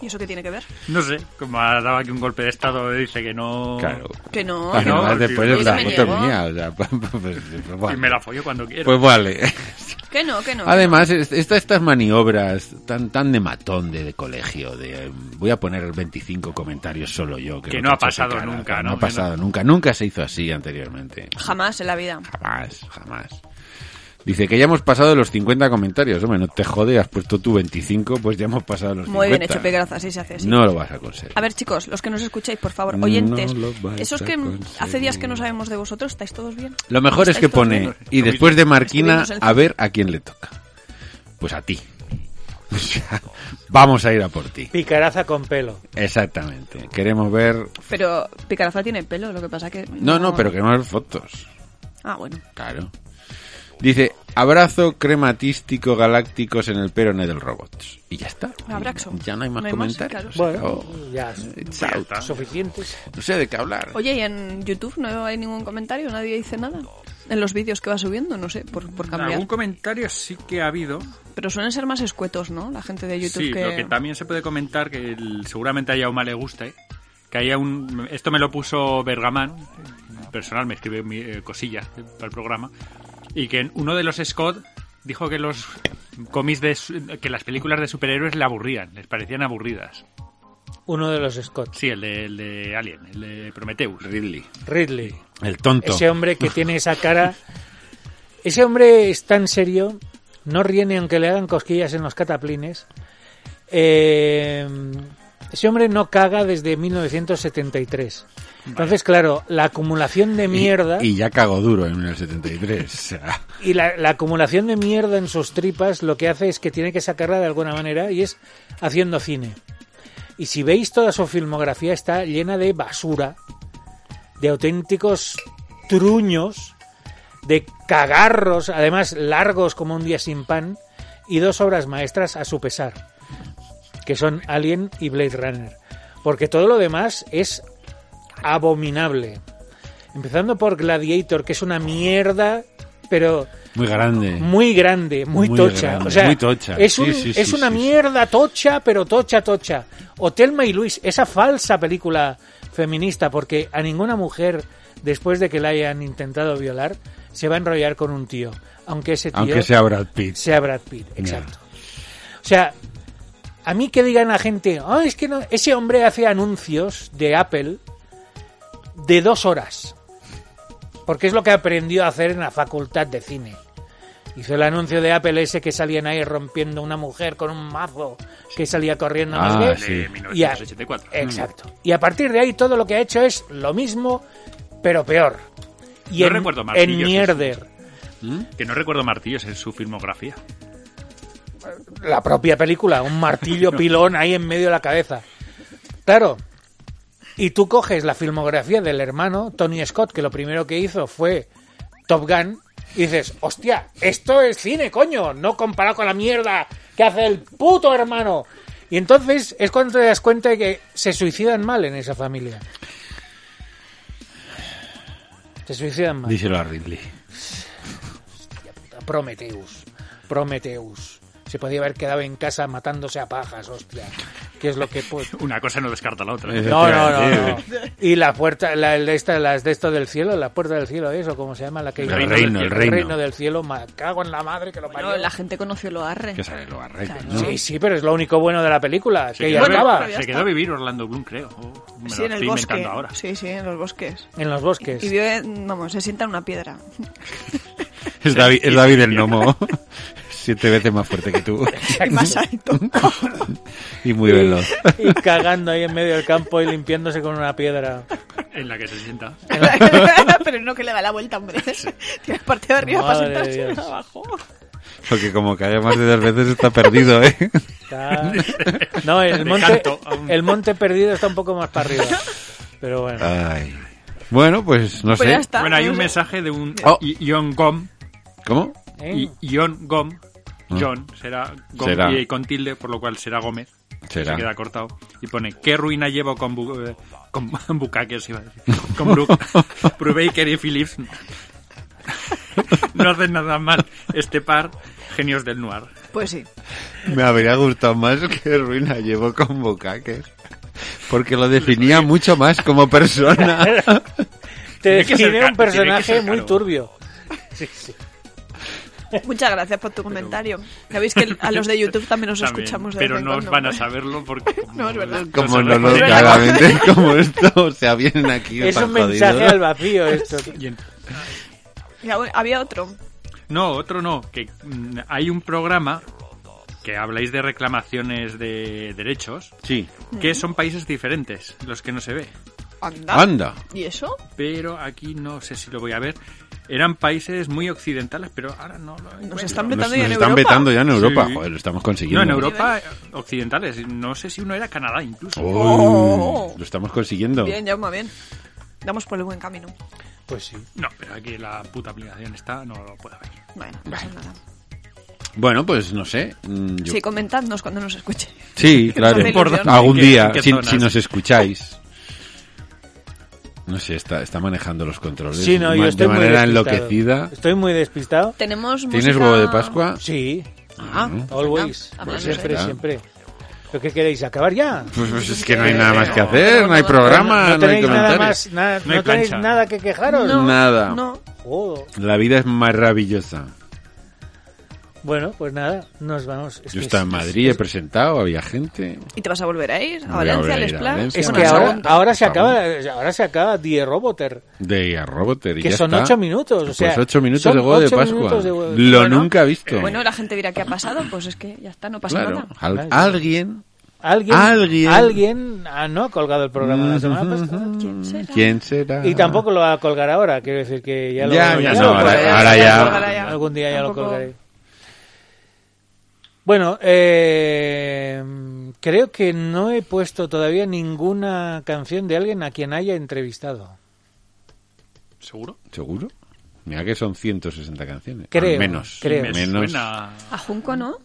Speaker 3: ¿Y eso qué tiene que ver?
Speaker 7: No sé, como ha dado aquí un golpe de estado, dice que no.
Speaker 5: Claro.
Speaker 3: Que no.
Speaker 5: Además,
Speaker 7: no,
Speaker 5: después
Speaker 7: tío,
Speaker 5: es
Speaker 3: yo
Speaker 5: la
Speaker 3: me
Speaker 5: foto *laughs*
Speaker 3: niego.
Speaker 5: mía. o sea, pues, pues, pues,
Speaker 7: Y
Speaker 5: vale.
Speaker 7: me la follo cuando quiero.
Speaker 5: Pues vale.
Speaker 3: Que no, que no.
Speaker 5: Además, es- esta- estas maniobras tan, tan de matón de, de colegio, de eh, voy a poner 25 comentarios solo yo.
Speaker 7: Que
Speaker 5: lo
Speaker 7: no ha
Speaker 5: te echa
Speaker 7: pasado
Speaker 5: cara,
Speaker 7: nunca,
Speaker 5: que
Speaker 7: ¿no?
Speaker 5: No ha pasado nunca, nunca se hizo así anteriormente.
Speaker 3: Jamás en la vida.
Speaker 5: Jamás, jamás. Dice que ya hemos pasado los 50 comentarios. Hombre, no te jode, has puesto tú 25, pues ya hemos pasado los
Speaker 3: Muy
Speaker 5: 50.
Speaker 3: bien hecho, Pegaraz, así se hace así.
Speaker 5: No lo vas a conseguir.
Speaker 3: A ver, chicos, los que nos escucháis, por favor,
Speaker 5: No
Speaker 3: oyentes,
Speaker 5: lo vais
Speaker 3: esos
Speaker 5: a
Speaker 3: que
Speaker 5: conseguir.
Speaker 3: hace días que no sabemos de vosotros, ¿estáis todos bien?
Speaker 5: Lo mejor es
Speaker 3: ¿Estáis
Speaker 5: que
Speaker 3: todos
Speaker 5: pone,
Speaker 3: bien?
Speaker 5: y después de Marquina,
Speaker 3: Estuvimos en el-
Speaker 5: a ver a quién le toca. Pues a ti. *laughs* O sea, Vamos a ir a por ti.
Speaker 4: Picaraza con pelo.
Speaker 5: Exactamente. Queremos ver...
Speaker 3: Pero Picaraza tiene pelo, lo que pasa que...
Speaker 5: No, no, pero queremos ver fotos.
Speaker 3: Ah, bueno.
Speaker 5: Claro. Dice, abrazo crematístico galácticos en el perone del robot. Y ya está.
Speaker 3: Abraxo.
Speaker 5: Ya no hay más
Speaker 3: No hay más,
Speaker 5: comentarios.
Speaker 3: claro.
Speaker 5: Se
Speaker 4: Bueno,
Speaker 5: acabó.
Speaker 4: ya.
Speaker 5: Chao.
Speaker 4: Suficientes.
Speaker 5: No sé de qué hablar.
Speaker 3: Oye, ¿y en YouTube no hay ningún comentario? ¿Nadie dice nada? En los vídeos que va subiendo, no sé, por, por cambiar.
Speaker 7: Algún comentario sí que ha habido.
Speaker 3: Pero suelen ser más escuetos, ¿no? La gente de YouTube
Speaker 7: sí,
Speaker 3: que...
Speaker 7: lo que también se puede comentar, que el- seguramente a Yauma le guste, que haya un... Esto me lo puso Bergamán, el personal, me escribe mi, eh, cosillas eh, para el programa, y que en uno de los Scott dijo que los cómics de... su- que las películas de superhéroes le aburrían, les parecían aburridas.
Speaker 4: Uno de los Scott.
Speaker 7: Sí, el de, el de Alien, el de Prometheus.
Speaker 5: Ridley.
Speaker 4: Ridley.
Speaker 5: El tonto.
Speaker 4: Ese hombre que tiene esa cara. Ese hombre es tan serio, no ríe ni aunque le hagan cosquillas en los cataplines. Eh, ese hombre no caga desde 1973. Entonces, claro, la acumulación de mierda
Speaker 5: Y, y ya cagó duro en el 73. o sea.
Speaker 4: y la, la acumulación de mierda en sus tripas lo que hace es que tiene que sacarla de alguna manera y es haciendo cine. Y si veis toda su filmografía está llena de basura, de auténticos truños, de cagarros, además largos como un día sin pan, y dos obras maestras a su pesar, que son Alien y Blade Runner. Porque todo lo demás es abominable. Empezando por Gladiator, que es una mierda, pero
Speaker 5: Muy grande.
Speaker 4: muy grande, muy,
Speaker 5: Muy
Speaker 4: tocha.
Speaker 5: grande,
Speaker 4: o sea,
Speaker 5: muy tocha.
Speaker 4: Es,
Speaker 5: Sí,
Speaker 4: un-
Speaker 5: sí,
Speaker 4: es
Speaker 5: sí,
Speaker 4: una
Speaker 5: sí, sí.
Speaker 4: mierda tocha, pero tocha, tocha. Otelma y Luis, esa falsa película feminista, porque a ninguna mujer, después de que la hayan intentado violar, se va a enrollar con un tío. Aunque ese tío
Speaker 5: Aunque sea Brad Pitt.
Speaker 4: sea Brad Pitt, exacto. O sea, a mí que digan la gente, "Ah, es que no, ese hombre hace anuncios de Apple de dos horas, porque es lo que aprendió a hacer en la facultad de cine. Hizo el anuncio de Apple ese que salían ahí rompiendo una mujer con un mazo que salía corriendo.
Speaker 5: Ah,
Speaker 4: más
Speaker 5: sí.
Speaker 7: De 1984.
Speaker 4: Exacto. Y a partir de ahí todo lo que ha hecho es lo mismo, pero peor. Y
Speaker 7: No
Speaker 4: en,
Speaker 7: recuerdo más
Speaker 4: en
Speaker 7: vídeos de
Speaker 4: mierder.
Speaker 7: Que no recuerdo martillos en su filmografía.
Speaker 4: la propia película, un martillo pilón ahí en medio de la cabeza. Claro. Y tú coges la filmografía del hermano Tony Scott, que lo primero que hizo fue Top Gun, y dices, hostia, esto es cine, coño, no comparado con la mierda que hace el puto hermano. Y entonces es cuando te das cuenta de que se suicidan mal en esa familia. Se suicidan mal.
Speaker 5: Díselo a Ridley.
Speaker 4: Prometeus. Prometeus. Se podía haber quedado en casa matándose a pajas, hostia. ¿Qué es lo que puede?
Speaker 7: Una cosa no descarta la otra.
Speaker 5: Eso
Speaker 4: No,
Speaker 5: te
Speaker 4: no,
Speaker 5: iba a
Speaker 4: no, no.
Speaker 5: decir.
Speaker 4: Y la puerta, la, el de esta, las de esto del cielo, la puerta del cielo, eso, ¿cómo se llama? La que
Speaker 5: El
Speaker 7: reino, el
Speaker 5: reino.
Speaker 4: del cielo, me cago en la madre que lo parió.
Speaker 3: Bueno, la gente conoció lo arre.
Speaker 5: Que sale lo arreglo,
Speaker 3: Claro.
Speaker 5: ¿no?
Speaker 4: Sí, sí, pero es lo único bueno de la película, que
Speaker 7: quedó
Speaker 4: ya
Speaker 7: a vivir-
Speaker 4: acaba
Speaker 3: pero ya
Speaker 7: se
Speaker 3: está.
Speaker 7: quedó a vivir Orlando Bloom, creo. O me
Speaker 3: Sí,
Speaker 7: lo
Speaker 3: en el
Speaker 7: estoy
Speaker 3: bosque.
Speaker 7: inventando ahora.
Speaker 3: Sí, sí, en los bosques.
Speaker 4: en los bosques.
Speaker 3: Y vive, vamos, se sienta en una piedra.
Speaker 5: Es David, es David el gnomo. *laughs* Siete veces más fuerte que tú.
Speaker 3: Y más alto. *laughs*
Speaker 5: Y muy veloz.
Speaker 4: Y cagando ahí en medio del campo y limpiándose con una piedra.
Speaker 7: En la que se
Speaker 3: *laughs*
Speaker 7: sienta.
Speaker 3: Pero no que le da la vuelta, hombre. *laughs* Tiene parte de arriba
Speaker 4: Madre
Speaker 3: para
Speaker 4: de
Speaker 3: sentarse
Speaker 4: Dios.
Speaker 3: abajo.
Speaker 5: Porque como cae más de dos veces está perdido, ¿eh?
Speaker 7: *laughs*
Speaker 4: Está- No, el
Speaker 7: De
Speaker 4: monte,
Speaker 7: canto, aún.
Speaker 4: el monte perdido está un poco más para arriba. Pero bueno.
Speaker 5: Ay. Bueno, pues no
Speaker 3: Pues ya
Speaker 5: sé.
Speaker 3: está.
Speaker 7: Bueno, hay
Speaker 3: no
Speaker 7: un
Speaker 3: sé.
Speaker 7: mensaje de un
Speaker 5: Oh.
Speaker 7: I- Ion Gom.
Speaker 5: ¿Cómo?
Speaker 4: ¿eh?
Speaker 7: I- Ion Gom.
Speaker 5: Ah.
Speaker 7: John será Gom
Speaker 5: Será.
Speaker 7: y con tilde, por lo cual será Gómez.
Speaker 5: Será.
Speaker 7: Se queda cortado. Y pone, ¿qué ruina llevo con, bu- eh, con *laughs* bucaques? Iba a
Speaker 5: *laughs*
Speaker 7: decir. Con Brook, *laughs* Brubaker y Phillips. No hacen nada mal este par, genios del noir.
Speaker 3: Pues sí.
Speaker 5: Me habría gustado más que Ruina llevó con bocaques. Porque lo definía mucho más como
Speaker 7: *laughs*
Speaker 5: persona.
Speaker 4: Te
Speaker 7: Tiene que ser
Speaker 4: define
Speaker 7: ca-
Speaker 4: un
Speaker 7: tiene que ser
Speaker 4: personaje muy
Speaker 7: caro.
Speaker 4: turbio.
Speaker 3: Muchas gracias por tu comentario. Ya veis que a
Speaker 7: *laughs*
Speaker 3: los de YouTube también nos
Speaker 7: También,
Speaker 3: escuchamos de
Speaker 7: Pero
Speaker 3: vez en
Speaker 7: no os
Speaker 3: cuando.
Speaker 7: van a saberlo porque...
Speaker 3: *laughs* No, es verdad.
Speaker 5: Como
Speaker 7: se
Speaker 5: no
Speaker 7: lo-
Speaker 5: lo claramente, como esto, o sea, vienen aquí
Speaker 4: Es
Speaker 5: tan
Speaker 4: un mensaje
Speaker 5: jodidos.
Speaker 4: al vacío esto.
Speaker 7: Y en-
Speaker 3: Ya, bueno, Había otro.
Speaker 7: No, otro no. Que mm, hay un programa que habláis de reclamaciones de derechos,
Speaker 5: Sí.
Speaker 7: que son países diferentes los que no se ve.
Speaker 3: Anda.
Speaker 5: Anda.
Speaker 3: ¿Y eso?
Speaker 7: Pero aquí no sé si lo voy a ver. Eran países muy occidentales, pero ahora no lo encuentro.
Speaker 3: Nos están
Speaker 5: Nos,
Speaker 3: vetando
Speaker 5: nos
Speaker 3: ya en
Speaker 5: están
Speaker 3: Europa.
Speaker 5: vetando ya en Europa.
Speaker 7: Sí.
Speaker 5: Joder, lo estamos consiguiendo.
Speaker 7: No, en Europa eh, occidentales. No sé si uno era Canadá incluso.
Speaker 5: Uy,
Speaker 3: Oh.
Speaker 5: Lo estamos consiguiendo.
Speaker 3: Bien, Jaume, bien. Vamos por el buen camino.
Speaker 4: Pues sí.
Speaker 7: No, pero aquí la puta aplicación está, no lo puedo ver.
Speaker 3: Bueno, no pasa nada.
Speaker 5: Bueno, pues no sé. mm, yo-
Speaker 3: Sí, comentadnos cuando nos escuche.
Speaker 5: Sí, claro.
Speaker 3: hace ilusión.
Speaker 5: Algún
Speaker 7: ¿En qué-
Speaker 5: día,
Speaker 7: en qué
Speaker 5: si,
Speaker 7: zonas?
Speaker 5: si nos escucháis. No sé, está, está manejando los controles
Speaker 4: Sí, no,
Speaker 5: Pues ma-
Speaker 4: yo estoy
Speaker 5: de
Speaker 4: muy
Speaker 5: manera
Speaker 4: despistado.
Speaker 5: enloquecida.
Speaker 4: Estoy muy despistado.
Speaker 3: Tenemos
Speaker 5: ¿Tienes
Speaker 3: música-
Speaker 5: huevo de Pascua?
Speaker 4: Sí,
Speaker 3: Ah,
Speaker 4: always. Pues
Speaker 3: Hablando de
Speaker 4: siempre,
Speaker 5: eso.
Speaker 4: siempre. ¿Pero qué queréis? ¿Acabar ya?
Speaker 5: Pues, pues es que no hay nada más que
Speaker 3: No,
Speaker 5: hacer, no hay
Speaker 3: no,
Speaker 5: programa, no,
Speaker 4: no tenéis
Speaker 5: hay
Speaker 4: nada
Speaker 5: comentarios.
Speaker 4: más, nada-
Speaker 7: No hay
Speaker 4: no tenéis
Speaker 7: plancha.
Speaker 4: nada que quejaros. Oh,
Speaker 3: No,
Speaker 5: Nada.
Speaker 3: No.
Speaker 4: Joder.
Speaker 5: La vida es maravillosa.
Speaker 4: Bueno, pues nada, nos vamos. Es
Speaker 5: Yo
Speaker 4: que
Speaker 5: estaba en
Speaker 4: es-
Speaker 5: Madrid, he presentado, había gente.
Speaker 3: ¿Y te vas a volver a ir?
Speaker 5: Voy
Speaker 3: ¿A
Speaker 5: a
Speaker 3: Valencia,
Speaker 5: volver a
Speaker 3: al
Speaker 5: ir a
Speaker 3: Splash?
Speaker 5: Valencia.
Speaker 4: Es
Speaker 5: Sí,
Speaker 4: que
Speaker 5: por
Speaker 4: ahora,
Speaker 5: favor.
Speaker 4: ahora se
Speaker 5: Por favor.
Speaker 4: acaba, ahora se acaba Die Roboter,
Speaker 5: De a Roboter. y
Speaker 4: que
Speaker 5: ya
Speaker 4: son
Speaker 5: está.
Speaker 4: ocho minutos. O sea,
Speaker 5: pues ocho minutos
Speaker 4: son
Speaker 5: de huevo de
Speaker 4: ocho
Speaker 5: Pascua.
Speaker 4: minutos de huevo de-
Speaker 5: Lo
Speaker 3: Bueno,
Speaker 5: nunca visto.
Speaker 3: Bueno, la gente dirá qué ha pasado, pues es que ya está, no pasa
Speaker 5: claro,
Speaker 3: nada.
Speaker 5: al- alguien.
Speaker 4: Alguien, alguien,
Speaker 5: Alguien.
Speaker 4: ah, no ha colgado el programa la semana pasada.
Speaker 3: ¿Quién será?
Speaker 5: ¿Quién será?
Speaker 4: Y tampoco lo va a colgar ahora, quiero decir que ya lo
Speaker 5: Ah. Ya, ya
Speaker 4: lo
Speaker 5: no, ahora-
Speaker 4: colgaré.
Speaker 5: ahora ya-
Speaker 3: Ahora ya.
Speaker 4: Algún día ya
Speaker 3: Tampoco-
Speaker 4: lo colgaré. Bueno, eh, creo que no he puesto todavía ninguna canción de alguien a quien haya entrevistado.
Speaker 7: ¿Seguro?
Speaker 5: ¿Seguro? Mira que son 160 canciones.
Speaker 4: Creo,
Speaker 5: Al menos.
Speaker 4: creo.
Speaker 7: Me
Speaker 5: Menos.
Speaker 7: suena-
Speaker 3: A Junco no,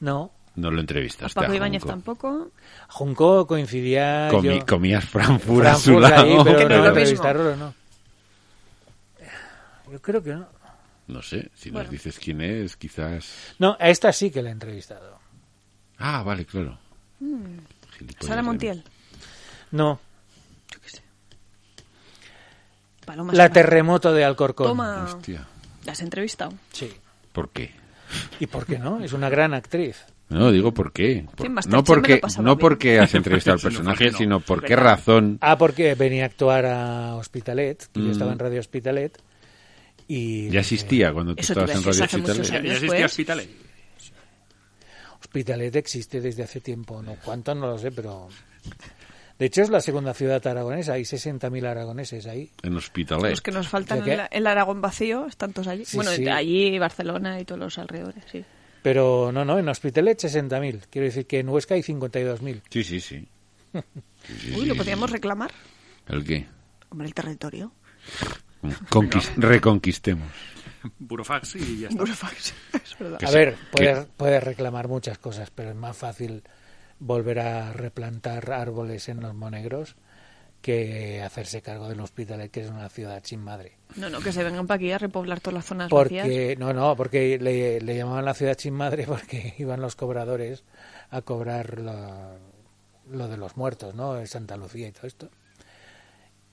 Speaker 4: No.
Speaker 5: No lo
Speaker 3: a
Speaker 5: entrevistaste.
Speaker 3: Paco
Speaker 5: a
Speaker 3: Ibáñez
Speaker 5: Junco. Pues
Speaker 3: tampoco.
Speaker 4: Junco coincidía
Speaker 5: Comi-
Speaker 4: yo.
Speaker 5: Comías Frankfurt, a su
Speaker 4: Frankfurt ahí,
Speaker 5: lado.
Speaker 4: pero
Speaker 3: Que no es lo
Speaker 4: no
Speaker 3: mismo.
Speaker 4: entrevistarlo, no. Yo creo que no.
Speaker 5: No sé, si
Speaker 3: Bueno.
Speaker 5: nos dices quién es, quizás.
Speaker 4: No, a esta sí que la he entrevistado.
Speaker 5: Ah, vale, claro. Gilipollas
Speaker 3: Hmm. Sara
Speaker 5: de mí.
Speaker 3: Montiel.
Speaker 4: No,
Speaker 3: Yo qué sé. Paloma
Speaker 4: la
Speaker 3: Sara.
Speaker 4: terremoto de Alcorcón.
Speaker 3: Toma.
Speaker 5: Hostia.
Speaker 3: ¿La has entrevistado?
Speaker 4: Sí.
Speaker 5: ¿Por qué?
Speaker 4: ¿Y por qué no? Es una gran actriz.
Speaker 5: No, digo por qué. Por-
Speaker 3: Sí, en Masterchef
Speaker 5: no
Speaker 3: me
Speaker 5: porque,
Speaker 3: lo pasaba
Speaker 5: no
Speaker 3: bien.
Speaker 5: porque has
Speaker 7: *laughs*
Speaker 5: entrevistado al
Speaker 7: Sino porque
Speaker 5: personaje,
Speaker 7: no.
Speaker 5: sino por
Speaker 3: Es
Speaker 5: qué
Speaker 3: verdad.
Speaker 5: razón.
Speaker 4: Ah, porque venía a actuar a Hospitalet, que yo
Speaker 5: Mm.
Speaker 4: estaba en Radio Hospitalet. Y
Speaker 5: Ya existía cuando tú
Speaker 3: Eso te iba
Speaker 5: estabas
Speaker 3: a
Speaker 5: en
Speaker 3: decir,
Speaker 5: Radio
Speaker 3: hace muchos
Speaker 5: Hospitales.
Speaker 7: ¿Ya, ya
Speaker 3: Años,
Speaker 7: existía
Speaker 3: pues.
Speaker 7: hospitales?
Speaker 4: Hospitalet existe desde hace tiempo, no cuánto no lo sé, pero... De hecho es la segunda ciudad aragonesa, hay 60.000 aragoneses ahí.
Speaker 5: En Hospitalet.
Speaker 3: Los que nos faltan
Speaker 4: ¿De qué?
Speaker 3: en la- el Aragón vacío, están todos allí.
Speaker 4: Sí,
Speaker 3: bueno,
Speaker 4: sí.
Speaker 3: allí Barcelona y todos los alrededores, sí.
Speaker 4: Pero no, no, en Hospitalet 60.000. Quiero decir que en Huesca hay 52.000.
Speaker 5: Sí,
Speaker 3: *laughs*
Speaker 5: sí, sí. Sí, sí,
Speaker 3: Uy,
Speaker 5: sí,
Speaker 3: ¿lo
Speaker 5: sí.
Speaker 3: podríamos reclamar?
Speaker 5: ¿El qué?
Speaker 3: Hombre, el territorio.
Speaker 5: Conquist- Reconquistemos.
Speaker 7: Burofax y ya está.
Speaker 3: Burofax, es verdad.
Speaker 5: Que
Speaker 4: A
Speaker 5: se-
Speaker 4: ver,
Speaker 5: que-
Speaker 4: puedes, puedes reclamar muchas cosas, pero es más fácil volver a replantar árboles en los monegros que hacerse cargo del hospital, que es una ciudad sin madre.
Speaker 3: No, no, que se vengan para aquí a repoblar todas las zonas vacías.
Speaker 4: Porque, no, no, porque le, le llamaban la ciudad sin madre *laughs* porque iban los cobradores a cobrar lo, lo de los muertos, ¿no? En Santa Lucía y todo esto.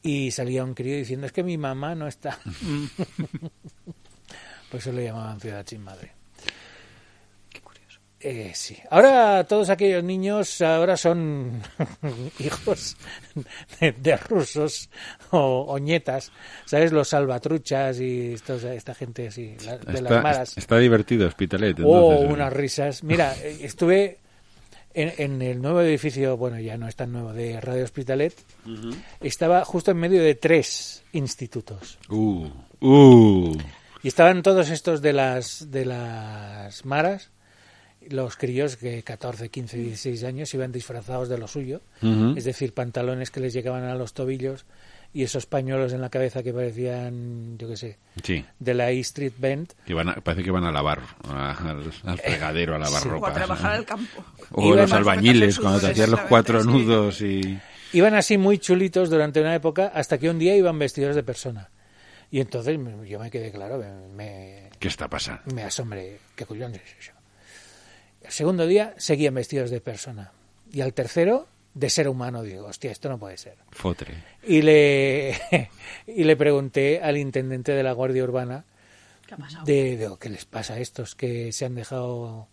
Speaker 4: Y salía un crío diciendo, es que mi mamá no está. *laughs* Por eso le llamaban ciudad sin madre.
Speaker 3: Qué curioso.
Speaker 4: Eh, sí. Ahora todos aquellos niños ahora son *laughs* hijos de, de rusos o, o nietas, ¿sabes? Los salvatruchas y estos- esta gente así, la- de las
Speaker 5: Está,
Speaker 4: malas.
Speaker 5: está divertido Hospitalet.
Speaker 4: Oh,
Speaker 5: entonces, ¿eh?
Speaker 4: unas risas. Mira, eh, estuve en, en el nuevo edificio, bueno, ya no es tan nuevo, de Radio Hospitalet. Estaba justo en medio de tres institutos.
Speaker 5: Uh, uh.
Speaker 4: Y estaban todos estos de las de las maras, los críos que 14, 15, 16 años iban disfrazados de lo suyo,
Speaker 5: Ujú.
Speaker 4: es decir, pantalones que les llegaban a los tobillos y esos pañuelos en la cabeza que parecían, yo qué sé,
Speaker 5: Sí.
Speaker 4: de la E Street Band.
Speaker 5: Que van a- parece que van a lavar, a- al, al
Speaker 4: Eh,
Speaker 5: fregadero, a lavar
Speaker 3: O a
Speaker 5: ropa.
Speaker 3: trabajar al campo.
Speaker 5: O
Speaker 4: Iban
Speaker 5: los
Speaker 4: a-
Speaker 5: albañiles, cuando te hacían los cuatro
Speaker 3: Sí.
Speaker 5: nudos y...
Speaker 4: Iban así muy chulitos durante una época hasta que un día iban vestidos de persona. Y entonces me- yo me quedé claro, me- me,
Speaker 5: ¿Qué está pasando?
Speaker 4: me asombré, qué cullón es eso. El segundo día seguían vestidos de persona. Y al tercero, de ser humano, digo, hostia, esto no puede ser.
Speaker 5: Fotre.
Speaker 4: *laughs* Y le, y le pregunté al intendente de la Guardia Urbana
Speaker 3: ¿Qué ha pasado?
Speaker 4: de, de lo que les pasa a estos que se han dejado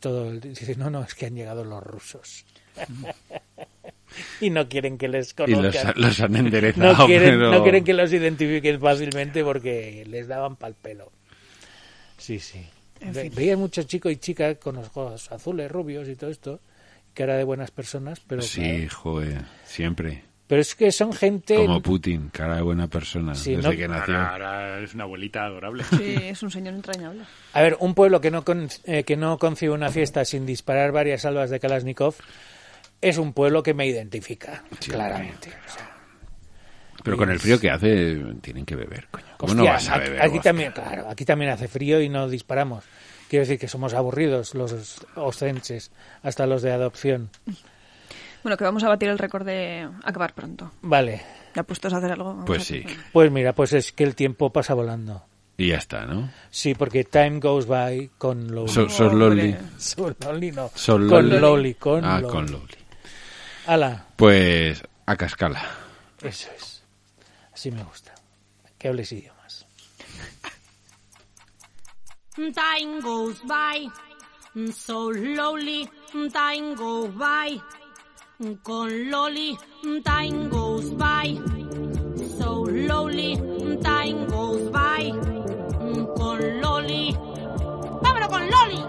Speaker 4: todo. el- Dice, no, no, es que han llegado los rusos. *laughs* y no quieren que les
Speaker 5: Y los,
Speaker 4: conozcan.
Speaker 5: los han enderezado,
Speaker 4: *laughs* no, quieren,
Speaker 5: pero...
Speaker 4: no quieren que los identifiquen fácilmente porque les daban pal pelo. Sí, sí.
Speaker 3: En
Speaker 4: Ve-
Speaker 3: fin.
Speaker 4: Veía muchos chicos y chicas con los ojos azules, rubios y todo esto, que era de buenas personas, pero,
Speaker 5: Sí,
Speaker 4: claro.
Speaker 5: joder, siempre.
Speaker 4: pero es que son gente...
Speaker 5: Como Putin, cara de buena persona,
Speaker 4: Sí,
Speaker 5: desde
Speaker 4: ¿no?
Speaker 5: que nació.
Speaker 7: Ahora, ahora es una abuelita adorable.
Speaker 3: Sí, es un señor entrañable.
Speaker 4: A ver, un pueblo que no, con- eh, que no concibe una fiesta sin disparar varias salvas de Kalashnikov es un pueblo que me identifica,
Speaker 5: Sí,
Speaker 4: claramente. O sea,
Speaker 5: Pero con el frío que hace, tienen que beber, coño. ¿Cómo no
Speaker 4: hostia,
Speaker 5: vas a
Speaker 4: aquí-
Speaker 5: beber?
Speaker 4: aquí,
Speaker 5: vodka?
Speaker 4: también, claro, aquí también hace frío y no disparamos. Quiero decir que somos aburridos los ostenses, hasta los de adopción.
Speaker 3: Bueno, que vamos a batir el récord de acabar pronto.
Speaker 4: Vale,
Speaker 3: Ya puestos a hacer algo. vamos
Speaker 5: Pues
Speaker 3: a-
Speaker 5: sí,
Speaker 4: pues mira, pues es que el tiempo pasa volando.
Speaker 5: y ya está, ¿no?
Speaker 4: Sí, porque time goes by con Loli.
Speaker 5: So- sos lonely.
Speaker 4: So lonely no.
Speaker 5: So
Speaker 4: con
Speaker 5: lonely.
Speaker 4: Loli, con
Speaker 5: ah,
Speaker 4: Loli.
Speaker 5: con Loli.
Speaker 4: Ala,
Speaker 5: Pues a cascala.
Speaker 4: eso es. Así me gusta. Que hables idiomas.
Speaker 8: Time goes by so slowly. Time goes by con Loli. Time goes by so slowly. Time goes by con Loli. ¡Vámonos con Loli!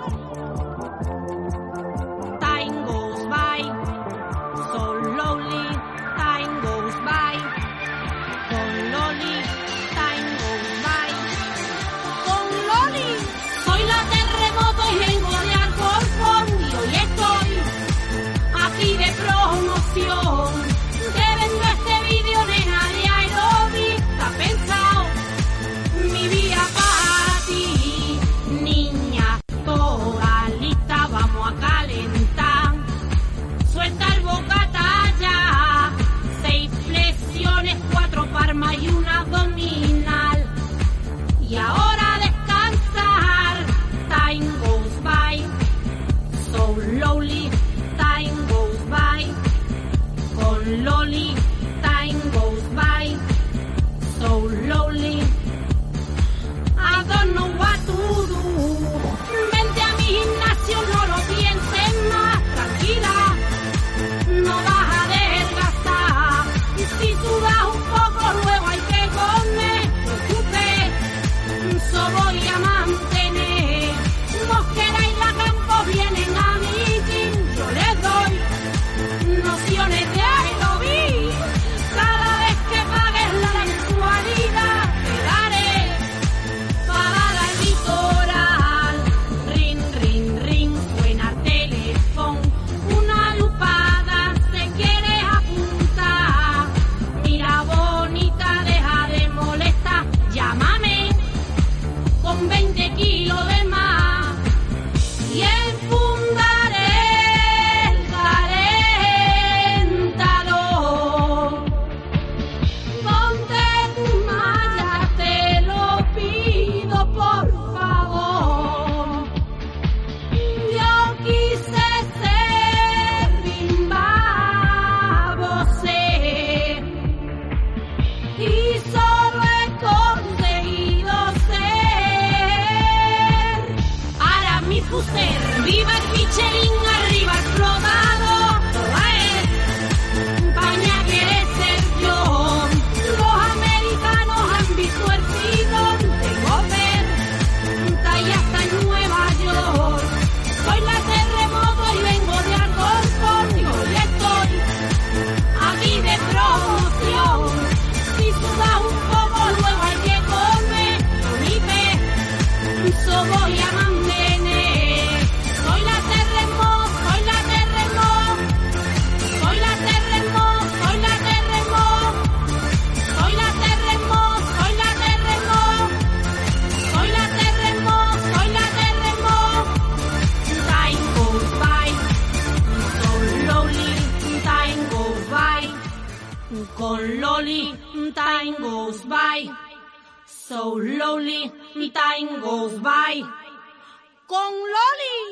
Speaker 8: Time goes by so slowly. Time goes by con Loli. Time goes by con Loli. Soy la terremoto y vengo de Alcorcón y hoy estoy aquí de promoción. Te vendo este vídeo, nena, de Aerobic, está pensado mi vida para ti, niña, toda lista, vamos a calentar. Suelta el bocata ya, seis flexiones, cuatro palmas y una abdominal. Y ahora a descansar. Time goes by. So slowly. Time goes by. Con Loli. Time goes by. So slowly. I don't know what to do. Vente a mi gimnasio, no lo pienses más. Tranquila no vas a adelgazar. Y si sudas un poco, luego hay que comer. No escupe, eso voy a mantener. Mosquera y la campo vienen a mi gym, yo les doy nociones de aerobí. Cada vez que pagues la mensualidad, te daré para el litoral. Rin, rin, rin, suena el teléfono. Una lupada se quiere apuntar. Mira bonita, deja de molestar. Llámame con 20 kilos de más. Y enfundaré el calentador. Ponte tu malla, te lo pido por favor. Yo quise ser bimbabo ser y solo he conseguido ser. Ahora mi fuster, viva el Michelin, arriba el rodado, España quiere ser yo. Los americanos han visto el bidón de Gober, y hasta en Nueva York. Soy la terremoto y vengo de Alcorcón y hoy estoy aquí de promoción. Si sudas un poco luego hay que comer, gripe, eso voy a mantener. Soy la terremoto, soy la terremoto. Soy la terremoto, soy la terremoto. Soy la terremoto, soy la terremoto. Soy la terremoto, soy la terremoto. Time goes by, so slowly. Time goes by, con Loli. Time goes by, so slowly. Time goes by, con Loli.